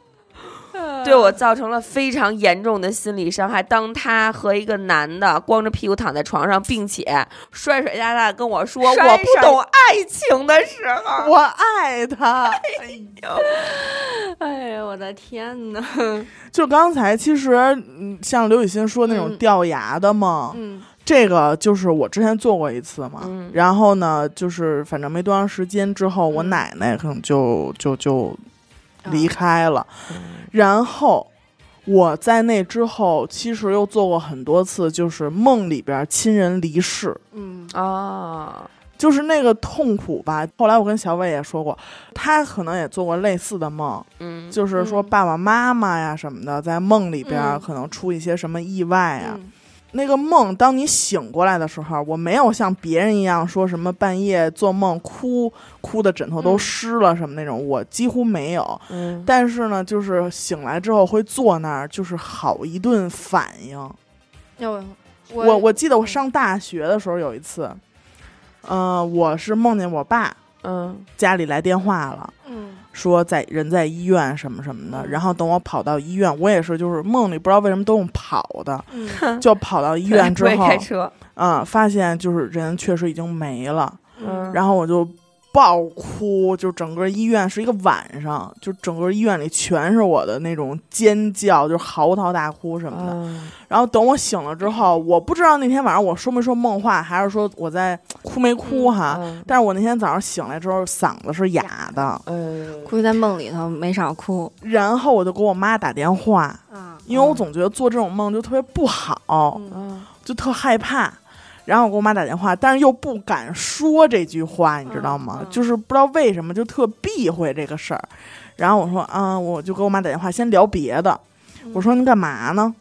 [SPEAKER 2] 对我造成了非常严重的心理伤害。当他和一个男的光着屁股躺在床上，并且摔摔打打地跟我说
[SPEAKER 3] 摔
[SPEAKER 2] 我不
[SPEAKER 3] 摔
[SPEAKER 2] 懂爱情的时候，
[SPEAKER 1] 我爱他。
[SPEAKER 3] 哎呀，我的天哪！
[SPEAKER 1] 就刚才其实，嗯，像刘雨欣说那种
[SPEAKER 3] 嗯
[SPEAKER 1] 掉牙的梦，
[SPEAKER 3] 嗯
[SPEAKER 1] 这个就是我之前做过一次嘛。
[SPEAKER 2] 嗯
[SPEAKER 1] 然后呢，就是反正没多长时间之后，我
[SPEAKER 2] 嗯
[SPEAKER 1] 奶奶可能就就就
[SPEAKER 3] 啊
[SPEAKER 1] 离开了。
[SPEAKER 2] 嗯
[SPEAKER 1] 然后我在那之后，其实又做过很多次，就是梦里边亲人离世。
[SPEAKER 3] 嗯
[SPEAKER 2] 哦，
[SPEAKER 1] 就是那个痛苦吧。后来我跟小伟也说过，他可能也做过类似的梦，
[SPEAKER 2] 嗯，
[SPEAKER 1] 就是说
[SPEAKER 3] 嗯
[SPEAKER 1] 爸爸妈妈呀什么的，在梦里边儿
[SPEAKER 3] 嗯
[SPEAKER 1] 可能出一些什么意外啊呀。
[SPEAKER 3] 嗯
[SPEAKER 1] 那个梦，当你醒过来的时候，我没有像别人一样说什么半夜做梦哭，哭的枕头都
[SPEAKER 3] 嗯
[SPEAKER 1] 湿了什么那种，我几乎没有。
[SPEAKER 2] 嗯
[SPEAKER 1] 但是呢，就是醒来之后会坐那儿，就是好一顿反应。
[SPEAKER 3] 要我
[SPEAKER 1] 我我记得我上大学的时候有一次，呃，我是梦见我爸，
[SPEAKER 2] 嗯
[SPEAKER 1] 家里来电话了，
[SPEAKER 3] 嗯
[SPEAKER 1] 说在人在医院什么什么的。
[SPEAKER 3] 嗯
[SPEAKER 1] 然后等我跑到医院，我也是就是梦里不知道为什么都用跑的，
[SPEAKER 3] 嗯
[SPEAKER 1] 就跑到医院之
[SPEAKER 2] 不
[SPEAKER 1] 后
[SPEAKER 2] 会，开车，
[SPEAKER 1] 嗯，发现就是人确实已经没了，
[SPEAKER 2] 嗯，
[SPEAKER 1] 然后我就。爆哭！就整个医院是一个晚上，就整个医院里全是我的那种尖叫，就是嚎啕大哭什么的。
[SPEAKER 2] 嗯
[SPEAKER 1] 然后等我醒了之后，我不知道那天晚上我说没说梦话，还是说我在哭没哭哈。
[SPEAKER 2] 嗯
[SPEAKER 1] 但是我那天早上醒来之后，嗓子是哑的，
[SPEAKER 2] 哎
[SPEAKER 3] 估计在梦里头没少哭
[SPEAKER 1] 然后我就给我妈打电话，
[SPEAKER 3] 啊。
[SPEAKER 1] 因为我总觉得做这种梦就特别不好，
[SPEAKER 3] 嗯
[SPEAKER 2] 嗯
[SPEAKER 1] 就特害怕。然后我给我妈打电话，但是又不敢说这句话，你知道吗？
[SPEAKER 3] 嗯嗯
[SPEAKER 1] 就是不知道为什么就特避讳这个事儿。然后我说，嗯，我就给我妈打电话，先聊别的。
[SPEAKER 3] 嗯
[SPEAKER 1] 我说你干嘛呢？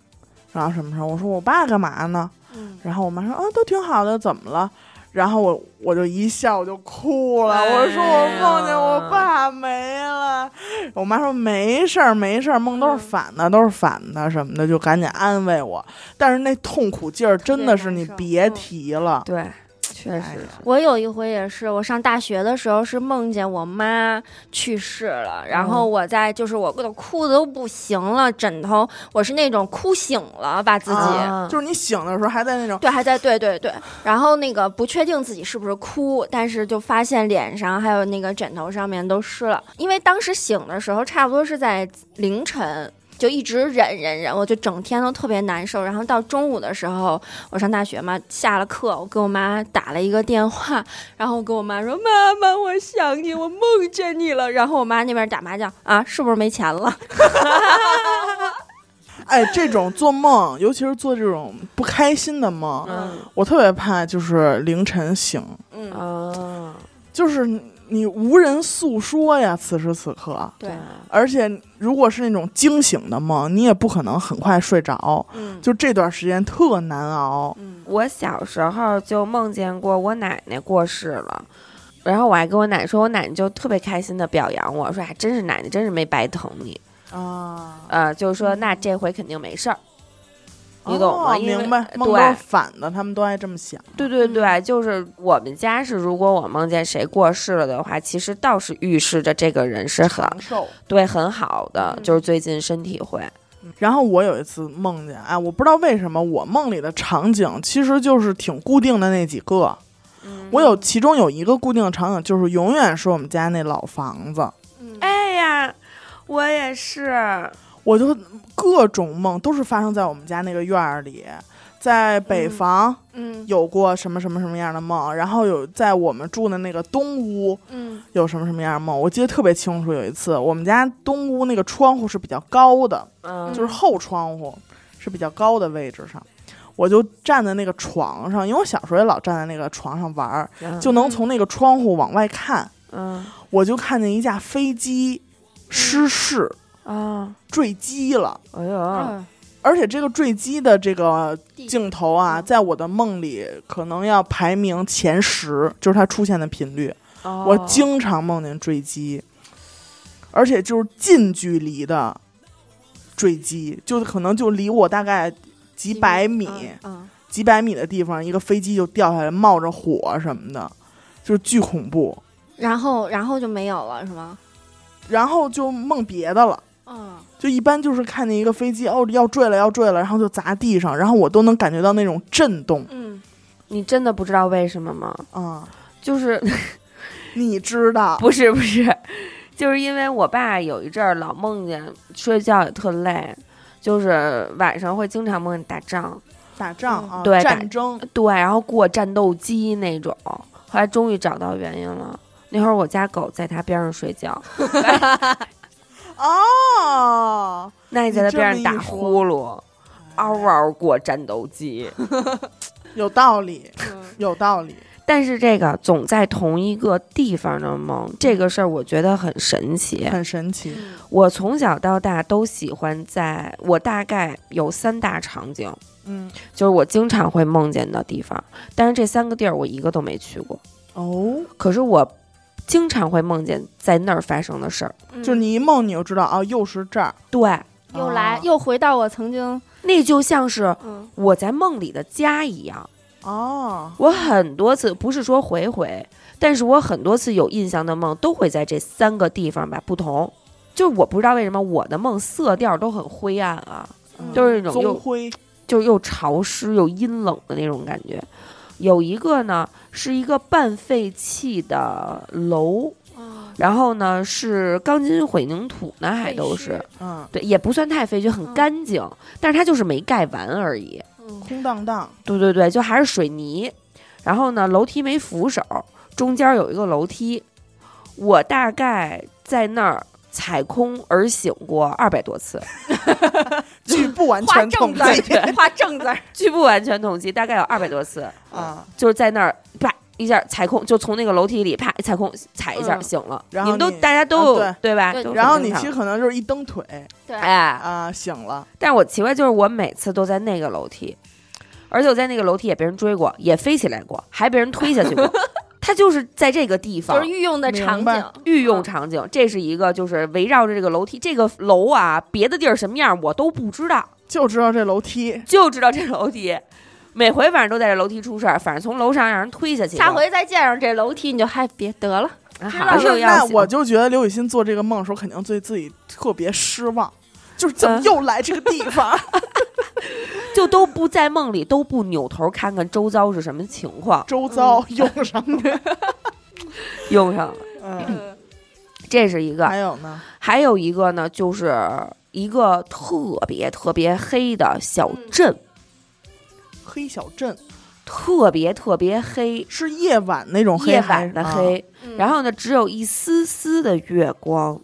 [SPEAKER 1] 然后什么时候？我说我爸干嘛呢？
[SPEAKER 3] 嗯，
[SPEAKER 1] 然后我妈说，啊，都挺好的，怎么了？然后我我就一笑我就哭了，我说我梦见我爸没了，我妈说没事儿没事儿，梦都是反的，都是反的什么的，就赶紧安慰我。但是那痛苦劲儿真的是你别提了，
[SPEAKER 2] 对，确
[SPEAKER 1] 哎
[SPEAKER 2] 实
[SPEAKER 1] 呀
[SPEAKER 3] 我有一回也是，我上大学的时候是梦见我妈去世了，然后我在就是我都哭的都不行了，枕头我是那种哭醒了把自己。
[SPEAKER 2] 啊
[SPEAKER 1] 就是你醒的时候还在那种
[SPEAKER 3] 对，还在对对对，然后那个不确定自己是不是哭，但是就发现脸上还有那个枕头上面都湿了，因为当时醒的时候差不多是在凌晨，就一直忍忍忍，我就整天都特别难受。然后到中午的时候，我上大学嘛，下了课，我给我妈打了一个电话，然后我跟我妈说：“妈妈，我想你，我梦见你了。”然后我妈那边打麻将啊，是不是没钱了？
[SPEAKER 1] 哎这种做梦， 尤其是做这种不开心的梦，
[SPEAKER 2] 嗯
[SPEAKER 1] 我特别怕就是凌晨醒，
[SPEAKER 3] 嗯，
[SPEAKER 2] 啊，
[SPEAKER 1] 就是你无人诉说呀，此时此刻。
[SPEAKER 3] 对，啊
[SPEAKER 1] 而且如果是那种惊醒的梦，你也不可能很快睡着，
[SPEAKER 3] 嗯，
[SPEAKER 1] 就这段时间特难熬。
[SPEAKER 3] 嗯
[SPEAKER 2] 我小时候就梦见过我奶奶过世了，然后我还跟我奶奶说，我奶奶就特别开心的表扬我说，还哎真是奶奶真是没白疼你，
[SPEAKER 1] 啊，
[SPEAKER 2] 呃，就说那这回肯定没事儿，你懂吗？
[SPEAKER 1] 哦、
[SPEAKER 2] 因为
[SPEAKER 1] 明白，嗯梦都是反的，他们都爱这么想。
[SPEAKER 2] 对对对，就是我们家是，如果我梦见谁过世了的话，其实倒是预示着这个人是很
[SPEAKER 1] 受。
[SPEAKER 2] 对很好的，
[SPEAKER 3] 嗯
[SPEAKER 2] 就是最近身体会，
[SPEAKER 1] 然后我有一次梦见，哎，我不知道为什么我梦里的场景其实就是挺固定的那几个。嗯我有其中有一个固定的场景，就是永远是我们家那老房子，
[SPEAKER 3] 嗯，
[SPEAKER 2] 哎呀，我也是，
[SPEAKER 1] 我就各种梦都是发生在我们家那个院儿里，在北
[SPEAKER 3] 嗯
[SPEAKER 1] 房。
[SPEAKER 3] 嗯
[SPEAKER 1] 有过什么什么什么样的梦，然后有在我们住的那个东屋
[SPEAKER 3] 嗯
[SPEAKER 1] 有什么什么样的梦，我记得特别清楚。有一次，我们家东屋那个窗户是比较高的，
[SPEAKER 2] 嗯，
[SPEAKER 1] 就是后窗户是比较高的位置上，我就站在那个床上，因为我小时候也老站在那个床上玩儿，
[SPEAKER 2] 嗯
[SPEAKER 1] 就能从那个窗户往外看，
[SPEAKER 2] 嗯
[SPEAKER 1] 我就看见一架飞机失事
[SPEAKER 2] 啊，
[SPEAKER 1] 坠机了。
[SPEAKER 2] 哎呦，
[SPEAKER 3] 嗯
[SPEAKER 1] 而且这个坠机的这个
[SPEAKER 3] 地
[SPEAKER 1] 镜头啊，
[SPEAKER 3] 嗯
[SPEAKER 1] 在我的梦里可能要排名前十，就是它出现的频率。
[SPEAKER 2] 啊哦
[SPEAKER 1] 我经常梦见坠机，而且就是近距离的坠机，就可能就离我大概几百米、
[SPEAKER 3] 嗯，
[SPEAKER 1] 几百米的地方，一个飞机就掉下来，冒着火什么的，就是巨恐怖。
[SPEAKER 3] 然后然后就没有了是吗？
[SPEAKER 1] 然后就梦别的了。
[SPEAKER 3] 嗯，
[SPEAKER 1] 就一般就是看见一个飞机哦要坠了要坠了，然后就砸地上，然后我都能感觉到那种震动
[SPEAKER 3] 嗯，
[SPEAKER 2] 你真的不知道为什么吗？
[SPEAKER 1] 啊、
[SPEAKER 2] 就是
[SPEAKER 1] 你知道
[SPEAKER 2] 不是不是，就是因为我爸有一阵儿老梦见睡觉也特累，就是晚上会经常梦见打仗，
[SPEAKER 1] 打仗啊，
[SPEAKER 2] 嗯对打
[SPEAKER 1] 战争
[SPEAKER 2] 对，然后过战斗机那种。后来终于找到原因了，那会儿我家狗在他边上睡觉，
[SPEAKER 1] 哦，
[SPEAKER 2] 那也在他边
[SPEAKER 1] 你这
[SPEAKER 2] 上打
[SPEAKER 1] 么一说哎
[SPEAKER 2] 呼噜，嗷嗷过战斗机。
[SPEAKER 1] 有道理，有道理，
[SPEAKER 2] 但是这个总在同一个地方的梦，这个事儿我觉得很神奇。
[SPEAKER 1] 很神奇。
[SPEAKER 3] 嗯
[SPEAKER 2] 我从小到大都喜欢在，我大概有三大场景，
[SPEAKER 1] 嗯，
[SPEAKER 2] 就是我经常会梦见的地方，但是这三个地儿我一个都没去过。
[SPEAKER 1] 哦，
[SPEAKER 2] 可是我经常会梦见在那儿发生的事儿。
[SPEAKER 3] 嗯
[SPEAKER 1] 就是你一梦你就知道哦，又是这儿，
[SPEAKER 2] 对，
[SPEAKER 3] 又来
[SPEAKER 1] 哦
[SPEAKER 3] 又回到我曾经，
[SPEAKER 2] 那就像是
[SPEAKER 3] 嗯
[SPEAKER 2] 我在梦里的家一样。
[SPEAKER 1] 哦，
[SPEAKER 2] 我很多次不是说回回，但是我很多次有印象的梦都会在这三个地方吧不同。就是我不知道为什么我的梦色调都很灰暗啊，
[SPEAKER 1] 嗯
[SPEAKER 2] 就是那种又
[SPEAKER 1] 棕灰，
[SPEAKER 2] 就是又潮湿又阴冷的那种感觉。有一个呢是一个半废弃的楼，
[SPEAKER 3] 嗯
[SPEAKER 2] 然后呢是钢筋混凝土呢，还
[SPEAKER 3] 废
[SPEAKER 2] 都
[SPEAKER 3] 墟
[SPEAKER 2] 是
[SPEAKER 1] 嗯，
[SPEAKER 2] 对，也不算太废墟，很
[SPEAKER 3] 嗯
[SPEAKER 2] 干净，但是它就是没盖完而已。
[SPEAKER 3] 嗯
[SPEAKER 1] 空荡 荡，
[SPEAKER 2] 对对对，就还是水泥。然后呢，楼梯没扶手，中间有一个楼梯。我大概在那儿踩空而醒过二百多次，
[SPEAKER 1] 据不完全统计
[SPEAKER 3] 儿，画正字儿，
[SPEAKER 2] 据不完全统计，大概有二百多 次，
[SPEAKER 1] 啊，
[SPEAKER 2] 就是在那儿啪一下踩空，就从那个楼梯里啪踩空踩一下、
[SPEAKER 3] 嗯
[SPEAKER 2] 醒了。
[SPEAKER 1] 然后
[SPEAKER 2] 你们都
[SPEAKER 1] 你
[SPEAKER 2] 大家都有、
[SPEAKER 1] 啊
[SPEAKER 2] 对吧？
[SPEAKER 3] 对
[SPEAKER 2] 都很
[SPEAKER 1] 然后
[SPEAKER 2] 正
[SPEAKER 1] 你
[SPEAKER 2] 常
[SPEAKER 1] 其实可能就是一蹬腿
[SPEAKER 3] 对，
[SPEAKER 2] 哎，
[SPEAKER 1] 啊，醒了，
[SPEAKER 2] 但是我奇怪就是我每次都在那个楼梯，而且我在那个楼梯也被人追过，也飞起来过，还被人推下去 过。它就是在这个地
[SPEAKER 3] 就
[SPEAKER 2] 方
[SPEAKER 3] 是御用的场
[SPEAKER 1] 明白
[SPEAKER 3] 景，
[SPEAKER 2] 御用场景，这是一个就是围绕着这个楼梯这个楼啊，别的地儿什么样我都不知道，
[SPEAKER 1] 就知道这楼梯，
[SPEAKER 2] 就知道这楼梯。每回反正都在这楼梯出事儿，反正从楼上让人推下去过。
[SPEAKER 3] 下回再见上这楼梯你就嗨，别得了，
[SPEAKER 2] 啊
[SPEAKER 3] 知道
[SPEAKER 2] 还
[SPEAKER 1] 不
[SPEAKER 2] 是
[SPEAKER 1] 是，
[SPEAKER 2] 要
[SPEAKER 1] 那
[SPEAKER 2] 醒
[SPEAKER 1] 我就觉得刘雨欣做这个梦的时候，肯定对自己特别失望，就是怎么
[SPEAKER 2] 嗯
[SPEAKER 1] 又来这个地 方？
[SPEAKER 2] 就都不在梦里，都不扭头看看周遭是什么情况，
[SPEAKER 1] 周遭
[SPEAKER 2] 嗯
[SPEAKER 1] 用上了，
[SPEAKER 2] 用上了。
[SPEAKER 1] 嗯，
[SPEAKER 2] 这是一个，
[SPEAKER 1] 还有呢，
[SPEAKER 2] 还有一个呢，就是一个特别特别黑的小
[SPEAKER 1] 嗯
[SPEAKER 2] 镇，
[SPEAKER 1] 黑小镇
[SPEAKER 2] 特别特别黑，
[SPEAKER 1] 是夜晚那种黑，
[SPEAKER 2] 夜晚的
[SPEAKER 1] 还是。啊
[SPEAKER 2] 黑。
[SPEAKER 3] 嗯
[SPEAKER 2] 然后呢，只有一丝丝的月光。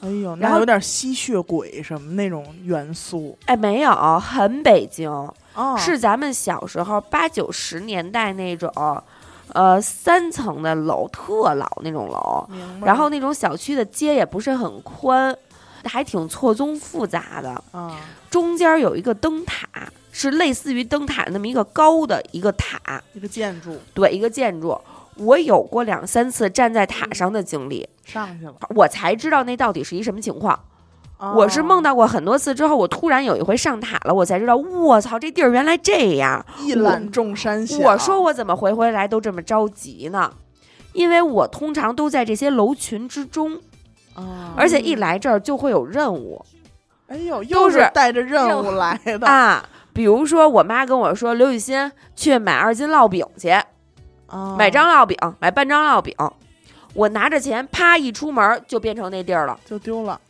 [SPEAKER 1] 哎呦，
[SPEAKER 2] 然
[SPEAKER 1] 那
[SPEAKER 2] 后
[SPEAKER 1] 有点吸血鬼什么那种元素
[SPEAKER 2] 哎，没有，很北京，
[SPEAKER 1] 啊，
[SPEAKER 2] 哦是咱们小时候八九十年代那种，呃，三层的楼，特老那种楼。
[SPEAKER 1] 明白
[SPEAKER 2] 然后那种小区的街也不是很宽，还挺错综复杂的。
[SPEAKER 1] 啊，
[SPEAKER 2] 中间有一个灯塔，是类似于灯塔那么一个高的一个塔，
[SPEAKER 1] 一个建筑
[SPEAKER 2] 对，一个建筑。我有过两三次站在塔上的经历，
[SPEAKER 1] 上去了，
[SPEAKER 2] 我才知道那到底是一什么情况。
[SPEAKER 1] 啊
[SPEAKER 2] 我是梦到过很多次之后，我突然有一回上塔了，我才知道，我操，这地儿原来这样。
[SPEAKER 1] 啊一览众山小。
[SPEAKER 2] 我说我怎么回回来都这么着急呢？因为我通常都在这些楼群之中，
[SPEAKER 1] 啊，
[SPEAKER 2] 而且一来这儿就会有任务
[SPEAKER 1] 哎呦，又
[SPEAKER 2] 都是
[SPEAKER 1] 是带着任务来的
[SPEAKER 2] 啊。比如说，我妈跟我说，刘雨欣去买二斤烙饼去，
[SPEAKER 1] 啊，
[SPEAKER 2] 买张烙饼，买半张烙饼。我拿着钱，啪一出门就变成那地儿了。
[SPEAKER 1] 就丢了，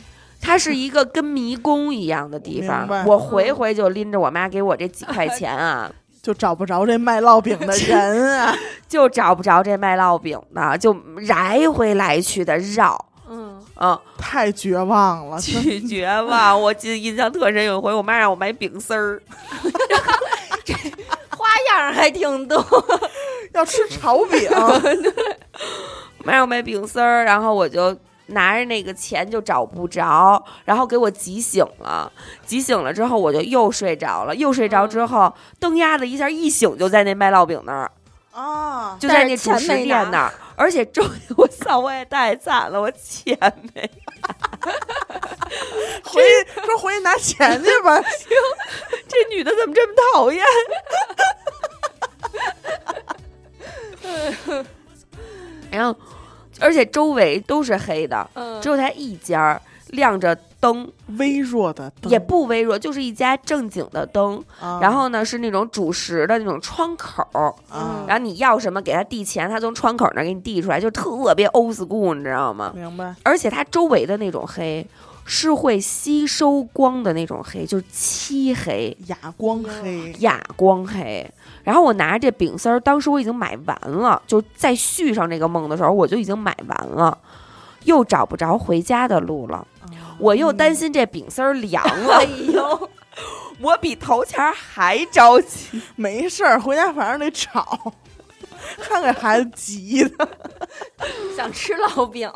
[SPEAKER 2] 它是一个跟迷宫一样的地方
[SPEAKER 1] 明白，
[SPEAKER 2] 我回回就拎着我妈给我这几块 钱啊，
[SPEAKER 1] 就找不着这卖烙饼的人 啊。
[SPEAKER 2] 就找不着这卖烙饼的，就来回来去的绕，
[SPEAKER 3] 嗯，
[SPEAKER 1] 啊
[SPEAKER 2] 嗯，
[SPEAKER 1] 太绝望了，这
[SPEAKER 2] 巨绝望。我记得印象特深，有一回我妈让我买饼丝儿，
[SPEAKER 3] 花样儿还挺多，
[SPEAKER 1] 要吃炒 饼，
[SPEAKER 2] 妈让我买饼丝儿，然后我就拿着那个钱就找不着，然后给我急醒了，急醒了之后我就又睡着了，又睡着
[SPEAKER 3] 嗯
[SPEAKER 2] 之后蹬丫子一下一醒就在那卖烙饼那儿，
[SPEAKER 1] 啊，
[SPEAKER 2] 就在
[SPEAKER 3] 但
[SPEAKER 2] 那
[SPEAKER 3] 是
[SPEAKER 2] 主
[SPEAKER 3] 钱
[SPEAKER 2] 食
[SPEAKER 3] 没
[SPEAKER 2] 店那儿，而且周，我操，我也太惨了，我钱没了，
[SPEAKER 1] 回去说回去拿钱去 吧。
[SPEAKER 2] 这女的怎么这么讨厌？ 然后，而且周围都是黑的，
[SPEAKER 3] 嗯
[SPEAKER 2] 只有他一家儿亮着灯，
[SPEAKER 1] 微弱的灯，
[SPEAKER 2] 也不微弱，就是一家正经的灯。
[SPEAKER 1] 啊
[SPEAKER 2] 然后呢，是那种主食的那种窗口儿，
[SPEAKER 1] 啊，
[SPEAKER 2] 然后你要什么给他递钱，他从窗口那儿给你递出来，就特别 old school，你知道吗？
[SPEAKER 1] 明白。
[SPEAKER 2] 而且它周围的那种黑是会吸收光的那种黑，就是漆黑、
[SPEAKER 1] 哑光黑，
[SPEAKER 2] 哑光黑。然后我拿这饼丝儿，当时我已经买完了，就在续上这个梦的时候，我就已经买完了，又找不着回家的路了。我又担心这饼丝儿凉了，
[SPEAKER 3] 哎呦，
[SPEAKER 2] 我比头前儿还着急。
[SPEAKER 1] 没事儿，回家反正得吵， 看给孩子急的。
[SPEAKER 3] 想吃烙饼，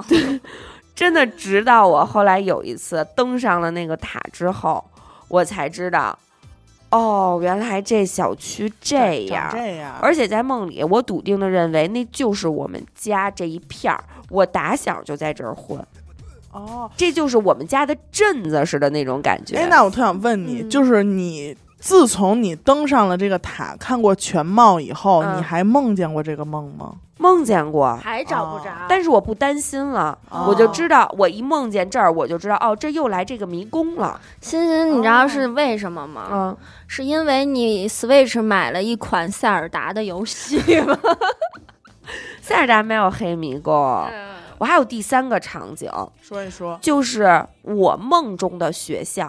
[SPEAKER 2] 真的，直到我后来有一次登上了那个塔之后，我才知道，哦，原来这小区这样。
[SPEAKER 1] 长这样，
[SPEAKER 2] 而且在梦里，我笃定的认为那就是我们家这一片儿。我打小就在这儿混，
[SPEAKER 1] 哦，
[SPEAKER 2] 这就是我们家的镇子似的那种感觉。
[SPEAKER 1] 哎，那我特想问你，
[SPEAKER 3] 嗯
[SPEAKER 1] 就是你自从你登上了这个塔，看过全貌以后，
[SPEAKER 2] 嗯
[SPEAKER 1] 你还梦见过这个梦吗？
[SPEAKER 2] 梦见过，
[SPEAKER 3] 还找不着。
[SPEAKER 2] 但是我不担心了，
[SPEAKER 1] 哦
[SPEAKER 2] 我就知道，我一梦见这儿，我就知道，哦，这又来这个迷宫了。
[SPEAKER 3] 欣欣，你知道是为什么吗？
[SPEAKER 1] 哦
[SPEAKER 2] 嗯，
[SPEAKER 3] 是因为你 Switch 买了一款塞尔达的游戏吗？
[SPEAKER 2] 塞尔达没有黑迷宫。
[SPEAKER 3] 嗯
[SPEAKER 2] 我还有第三个场景，
[SPEAKER 1] 说一说。
[SPEAKER 2] 就是我梦中的学校，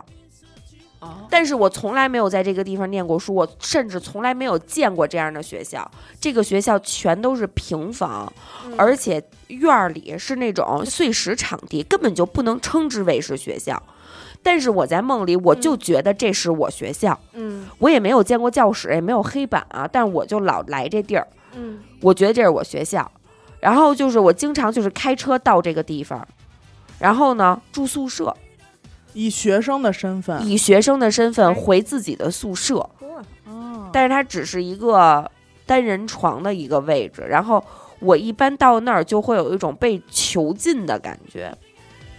[SPEAKER 1] 哦，
[SPEAKER 2] 但是我从来没有在这个地方念过书，我甚至从来没有见过这样的学校。这个学校全都是平房，
[SPEAKER 3] 嗯
[SPEAKER 2] 而且院儿里是那种碎石场地，根本就不能称之为是学校。但是我在梦里，我就觉得这是我学校，
[SPEAKER 3] 嗯
[SPEAKER 2] 我也没有见过教室，也没有黑板啊，但我就老来这地儿，
[SPEAKER 3] 嗯，
[SPEAKER 2] 我觉得这是我学校。然后就是我经常就是开车到这个地方，然后呢住宿舍，
[SPEAKER 1] 以学生的身份，
[SPEAKER 2] 以学生的身份回自己的宿舍，
[SPEAKER 1] 哦
[SPEAKER 2] 但是它只是一个单人床的一个位置。然后我一般到那儿就会有一种被囚禁的感觉，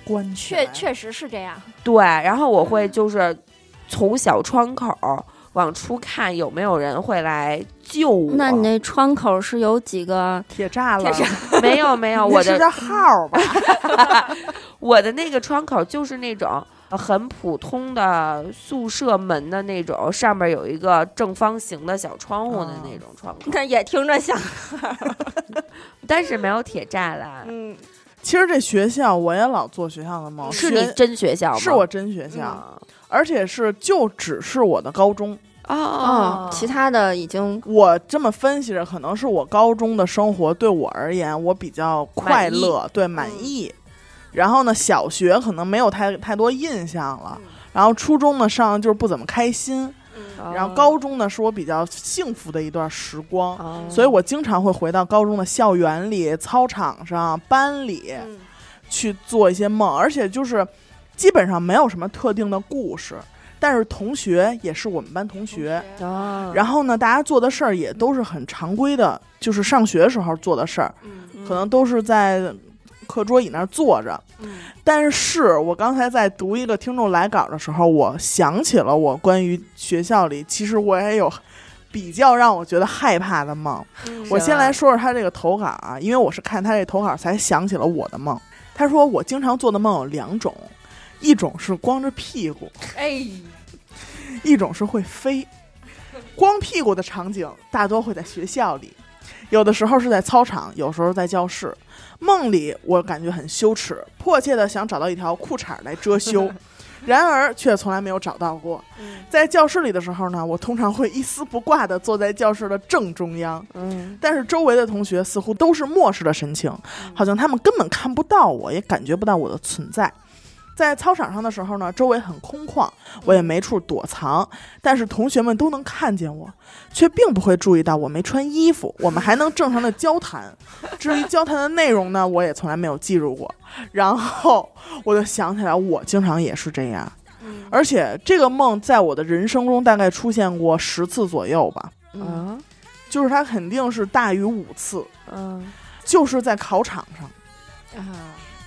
[SPEAKER 1] 关起
[SPEAKER 3] 确
[SPEAKER 1] 来
[SPEAKER 3] 确实是这样。
[SPEAKER 2] 对。然后我会就是从小窗口往出看有没有人会来救我。
[SPEAKER 3] 那你 那窗口是有几个？
[SPEAKER 1] 铁栅栏，
[SPEAKER 3] 铁
[SPEAKER 2] 没有没
[SPEAKER 1] 那
[SPEAKER 2] 有，我
[SPEAKER 1] 是
[SPEAKER 2] 的嗯
[SPEAKER 1] 叫号吧？
[SPEAKER 2] 我的那个窗口就是那种。呃很普通的宿舍门的那种，上面有一个正方形的小窗户的那种窗口，
[SPEAKER 1] 嗯
[SPEAKER 3] 那也听着像，
[SPEAKER 2] 但是没有铁栅栏。
[SPEAKER 3] 嗯，
[SPEAKER 1] 其实这学校我也老做学校的梦，
[SPEAKER 2] 是
[SPEAKER 1] 学
[SPEAKER 2] 你真学校吗？
[SPEAKER 1] 是我真学校，而且是就只是我的高中。
[SPEAKER 2] 哦
[SPEAKER 3] 哦，，其他的已经
[SPEAKER 1] 我这么分析着，可能是我高中的生活对我而言，我比较快乐，对满嗯意。然后呢，小学可能没有太太多印象了。然后初中呢，上就是不怎么开心。
[SPEAKER 2] 嗯
[SPEAKER 3] 呃
[SPEAKER 1] 然后高中呢，是我比较幸福的一段时光。
[SPEAKER 2] 哦，
[SPEAKER 1] 所以我经常会回到高中的校园里、操场上、班里去做一些梦，而且就是基本上没有什么特定的故事，但是同学也是我们班同学，
[SPEAKER 2] 哦，
[SPEAKER 1] 然后呢，大家做的事儿也都是很常规的，就是上学时候做的事儿，
[SPEAKER 2] 嗯
[SPEAKER 1] 可能都是在课桌椅那儿坐着。
[SPEAKER 2] 嗯
[SPEAKER 1] 但是我刚才在读一个听众来稿的时候，我想起了我关于学校里，其实我也有比较让我觉得害怕的梦。我
[SPEAKER 2] 是
[SPEAKER 1] 先
[SPEAKER 2] 吧
[SPEAKER 1] 来说说他这个投稿啊，因为我是看他这投稿才想起了我的梦。他说我经常做的梦有两种，一种是光着屁股，
[SPEAKER 3] 哎，
[SPEAKER 1] 一种是会飞。光屁股的场景大多会在学校里，有的时候是在操场，有时候在教室。梦里我感觉很羞耻，迫切的想找到一条裤衩来遮羞，然而却从来没有找到过。在教室里的时候呢，我通常会一丝不挂的坐在教室的正中央，
[SPEAKER 2] 嗯，
[SPEAKER 1] 但是周围的同学似乎都是漠视的神情，好像他们根本看不到我，也感觉不到我的存在。在操场上的时候呢，周围很空旷，我也没处躲藏，但是同学们都能看见我，却并不会注意到我没穿衣服。我们还能正常的交谈，至于交谈的内容呢，我也从来没有记录过。然后我就想起来，我经常也是这样，而且这个梦在我的人生中大概出现过十次左右吧，
[SPEAKER 3] 嗯
[SPEAKER 2] 啊，
[SPEAKER 1] 就是它肯定是大于五次。
[SPEAKER 2] 嗯，
[SPEAKER 1] 就是在考场上，
[SPEAKER 2] 啊，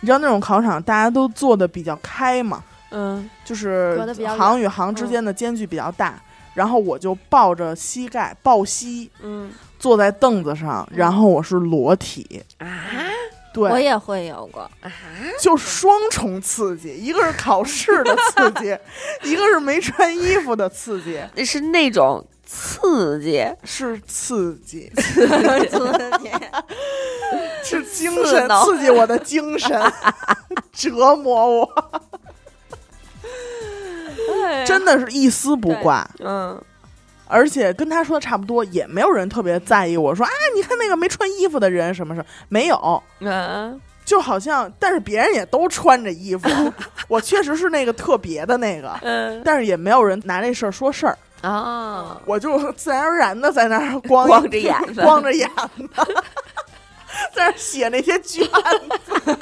[SPEAKER 1] 你知道那种考场大家都坐的比较开嘛，
[SPEAKER 2] 嗯
[SPEAKER 1] 就是
[SPEAKER 3] 隔得比较远嗯
[SPEAKER 1] 行与行之间的间距比较大。然后我就抱着膝盖抱膝
[SPEAKER 2] 嗯
[SPEAKER 1] 坐在凳子上，然后我是裸体，
[SPEAKER 2] 啊
[SPEAKER 3] 嗯我
[SPEAKER 1] 对，
[SPEAKER 3] 也会有过，
[SPEAKER 2] 啊，
[SPEAKER 1] 就是双重刺激，一个是考试的刺激， 一个是没穿衣服的刺激，
[SPEAKER 2] 那是那种刺激，
[SPEAKER 1] 是刺激，
[SPEAKER 3] 对
[SPEAKER 1] 是精
[SPEAKER 2] 刺
[SPEAKER 1] 神
[SPEAKER 2] 挠
[SPEAKER 1] 刺激我的精神， 折磨我，
[SPEAKER 3] 哎
[SPEAKER 1] 真的是一丝不挂。
[SPEAKER 2] 嗯
[SPEAKER 1] 而且跟他说的差不多，也没有人特别在意我说啊，你看那个没穿衣服的人什么什么，没有，
[SPEAKER 2] 嗯
[SPEAKER 1] 就好像，但是别人也都穿着衣服， 我确实是那个特别的那个，
[SPEAKER 2] 嗯
[SPEAKER 1] 但是也没有人拿这事儿说事儿，
[SPEAKER 3] 哦
[SPEAKER 2] 啊，
[SPEAKER 1] 我就自然而然的在那儿光
[SPEAKER 2] 光着眼子
[SPEAKER 1] 光着眼子，在那儿写那些卷子，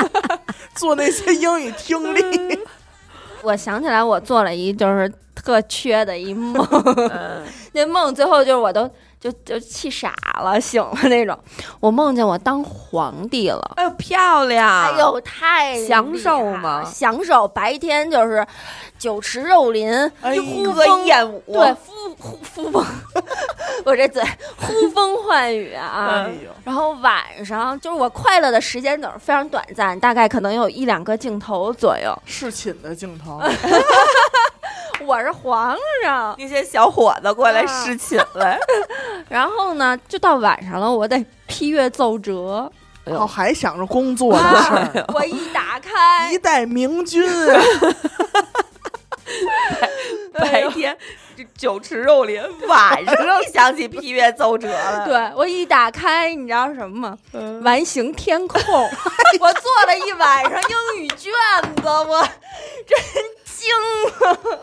[SPEAKER 1] 做那些英语听 力，
[SPEAKER 3] 我想起来，我做了一就是特缺的一梦，
[SPEAKER 2] 嗯
[SPEAKER 3] 那梦最后就是我都就就气傻了，醒了那种。我梦见我当皇帝了。
[SPEAKER 2] 哎呦漂亮，
[SPEAKER 3] 哎呦，太
[SPEAKER 2] 享
[SPEAKER 3] 厉
[SPEAKER 2] 受
[SPEAKER 3] 害了
[SPEAKER 2] 吗
[SPEAKER 3] 享受白天就是酒池肉林，
[SPEAKER 1] 哎呦
[SPEAKER 3] 呼
[SPEAKER 2] 歌
[SPEAKER 3] 风
[SPEAKER 2] 艳舞，
[SPEAKER 3] 对，呼呼呼风， 我这嘴呼风唤雨 啊。
[SPEAKER 1] 哎呦，
[SPEAKER 3] 然后晚上就是我快乐的时间总是非常短暂，大概可能有一两个镜头左右。
[SPEAKER 1] 侍寝的镜头，
[SPEAKER 2] 哎
[SPEAKER 3] 我是皇上，
[SPEAKER 2] 那些小伙子过来侍寝
[SPEAKER 3] 哎
[SPEAKER 2] 来，
[SPEAKER 3] 然后呢，就到晚上了，我得批阅 奏折。
[SPEAKER 2] 哎
[SPEAKER 1] 哦，
[SPEAKER 2] 呦
[SPEAKER 1] 还想着工作的事儿。
[SPEAKER 3] 我一打
[SPEAKER 2] 哎
[SPEAKER 3] 开
[SPEAKER 1] 一，代明君啊！
[SPEAKER 2] 白天这酒池肉林，晚上又想起批阅奏折 了。
[SPEAKER 3] 对我一打开，你知道什么吗？
[SPEAKER 2] 嗯
[SPEAKER 3] 完形 天空，我做了一晚上英语卷子，我真惊了。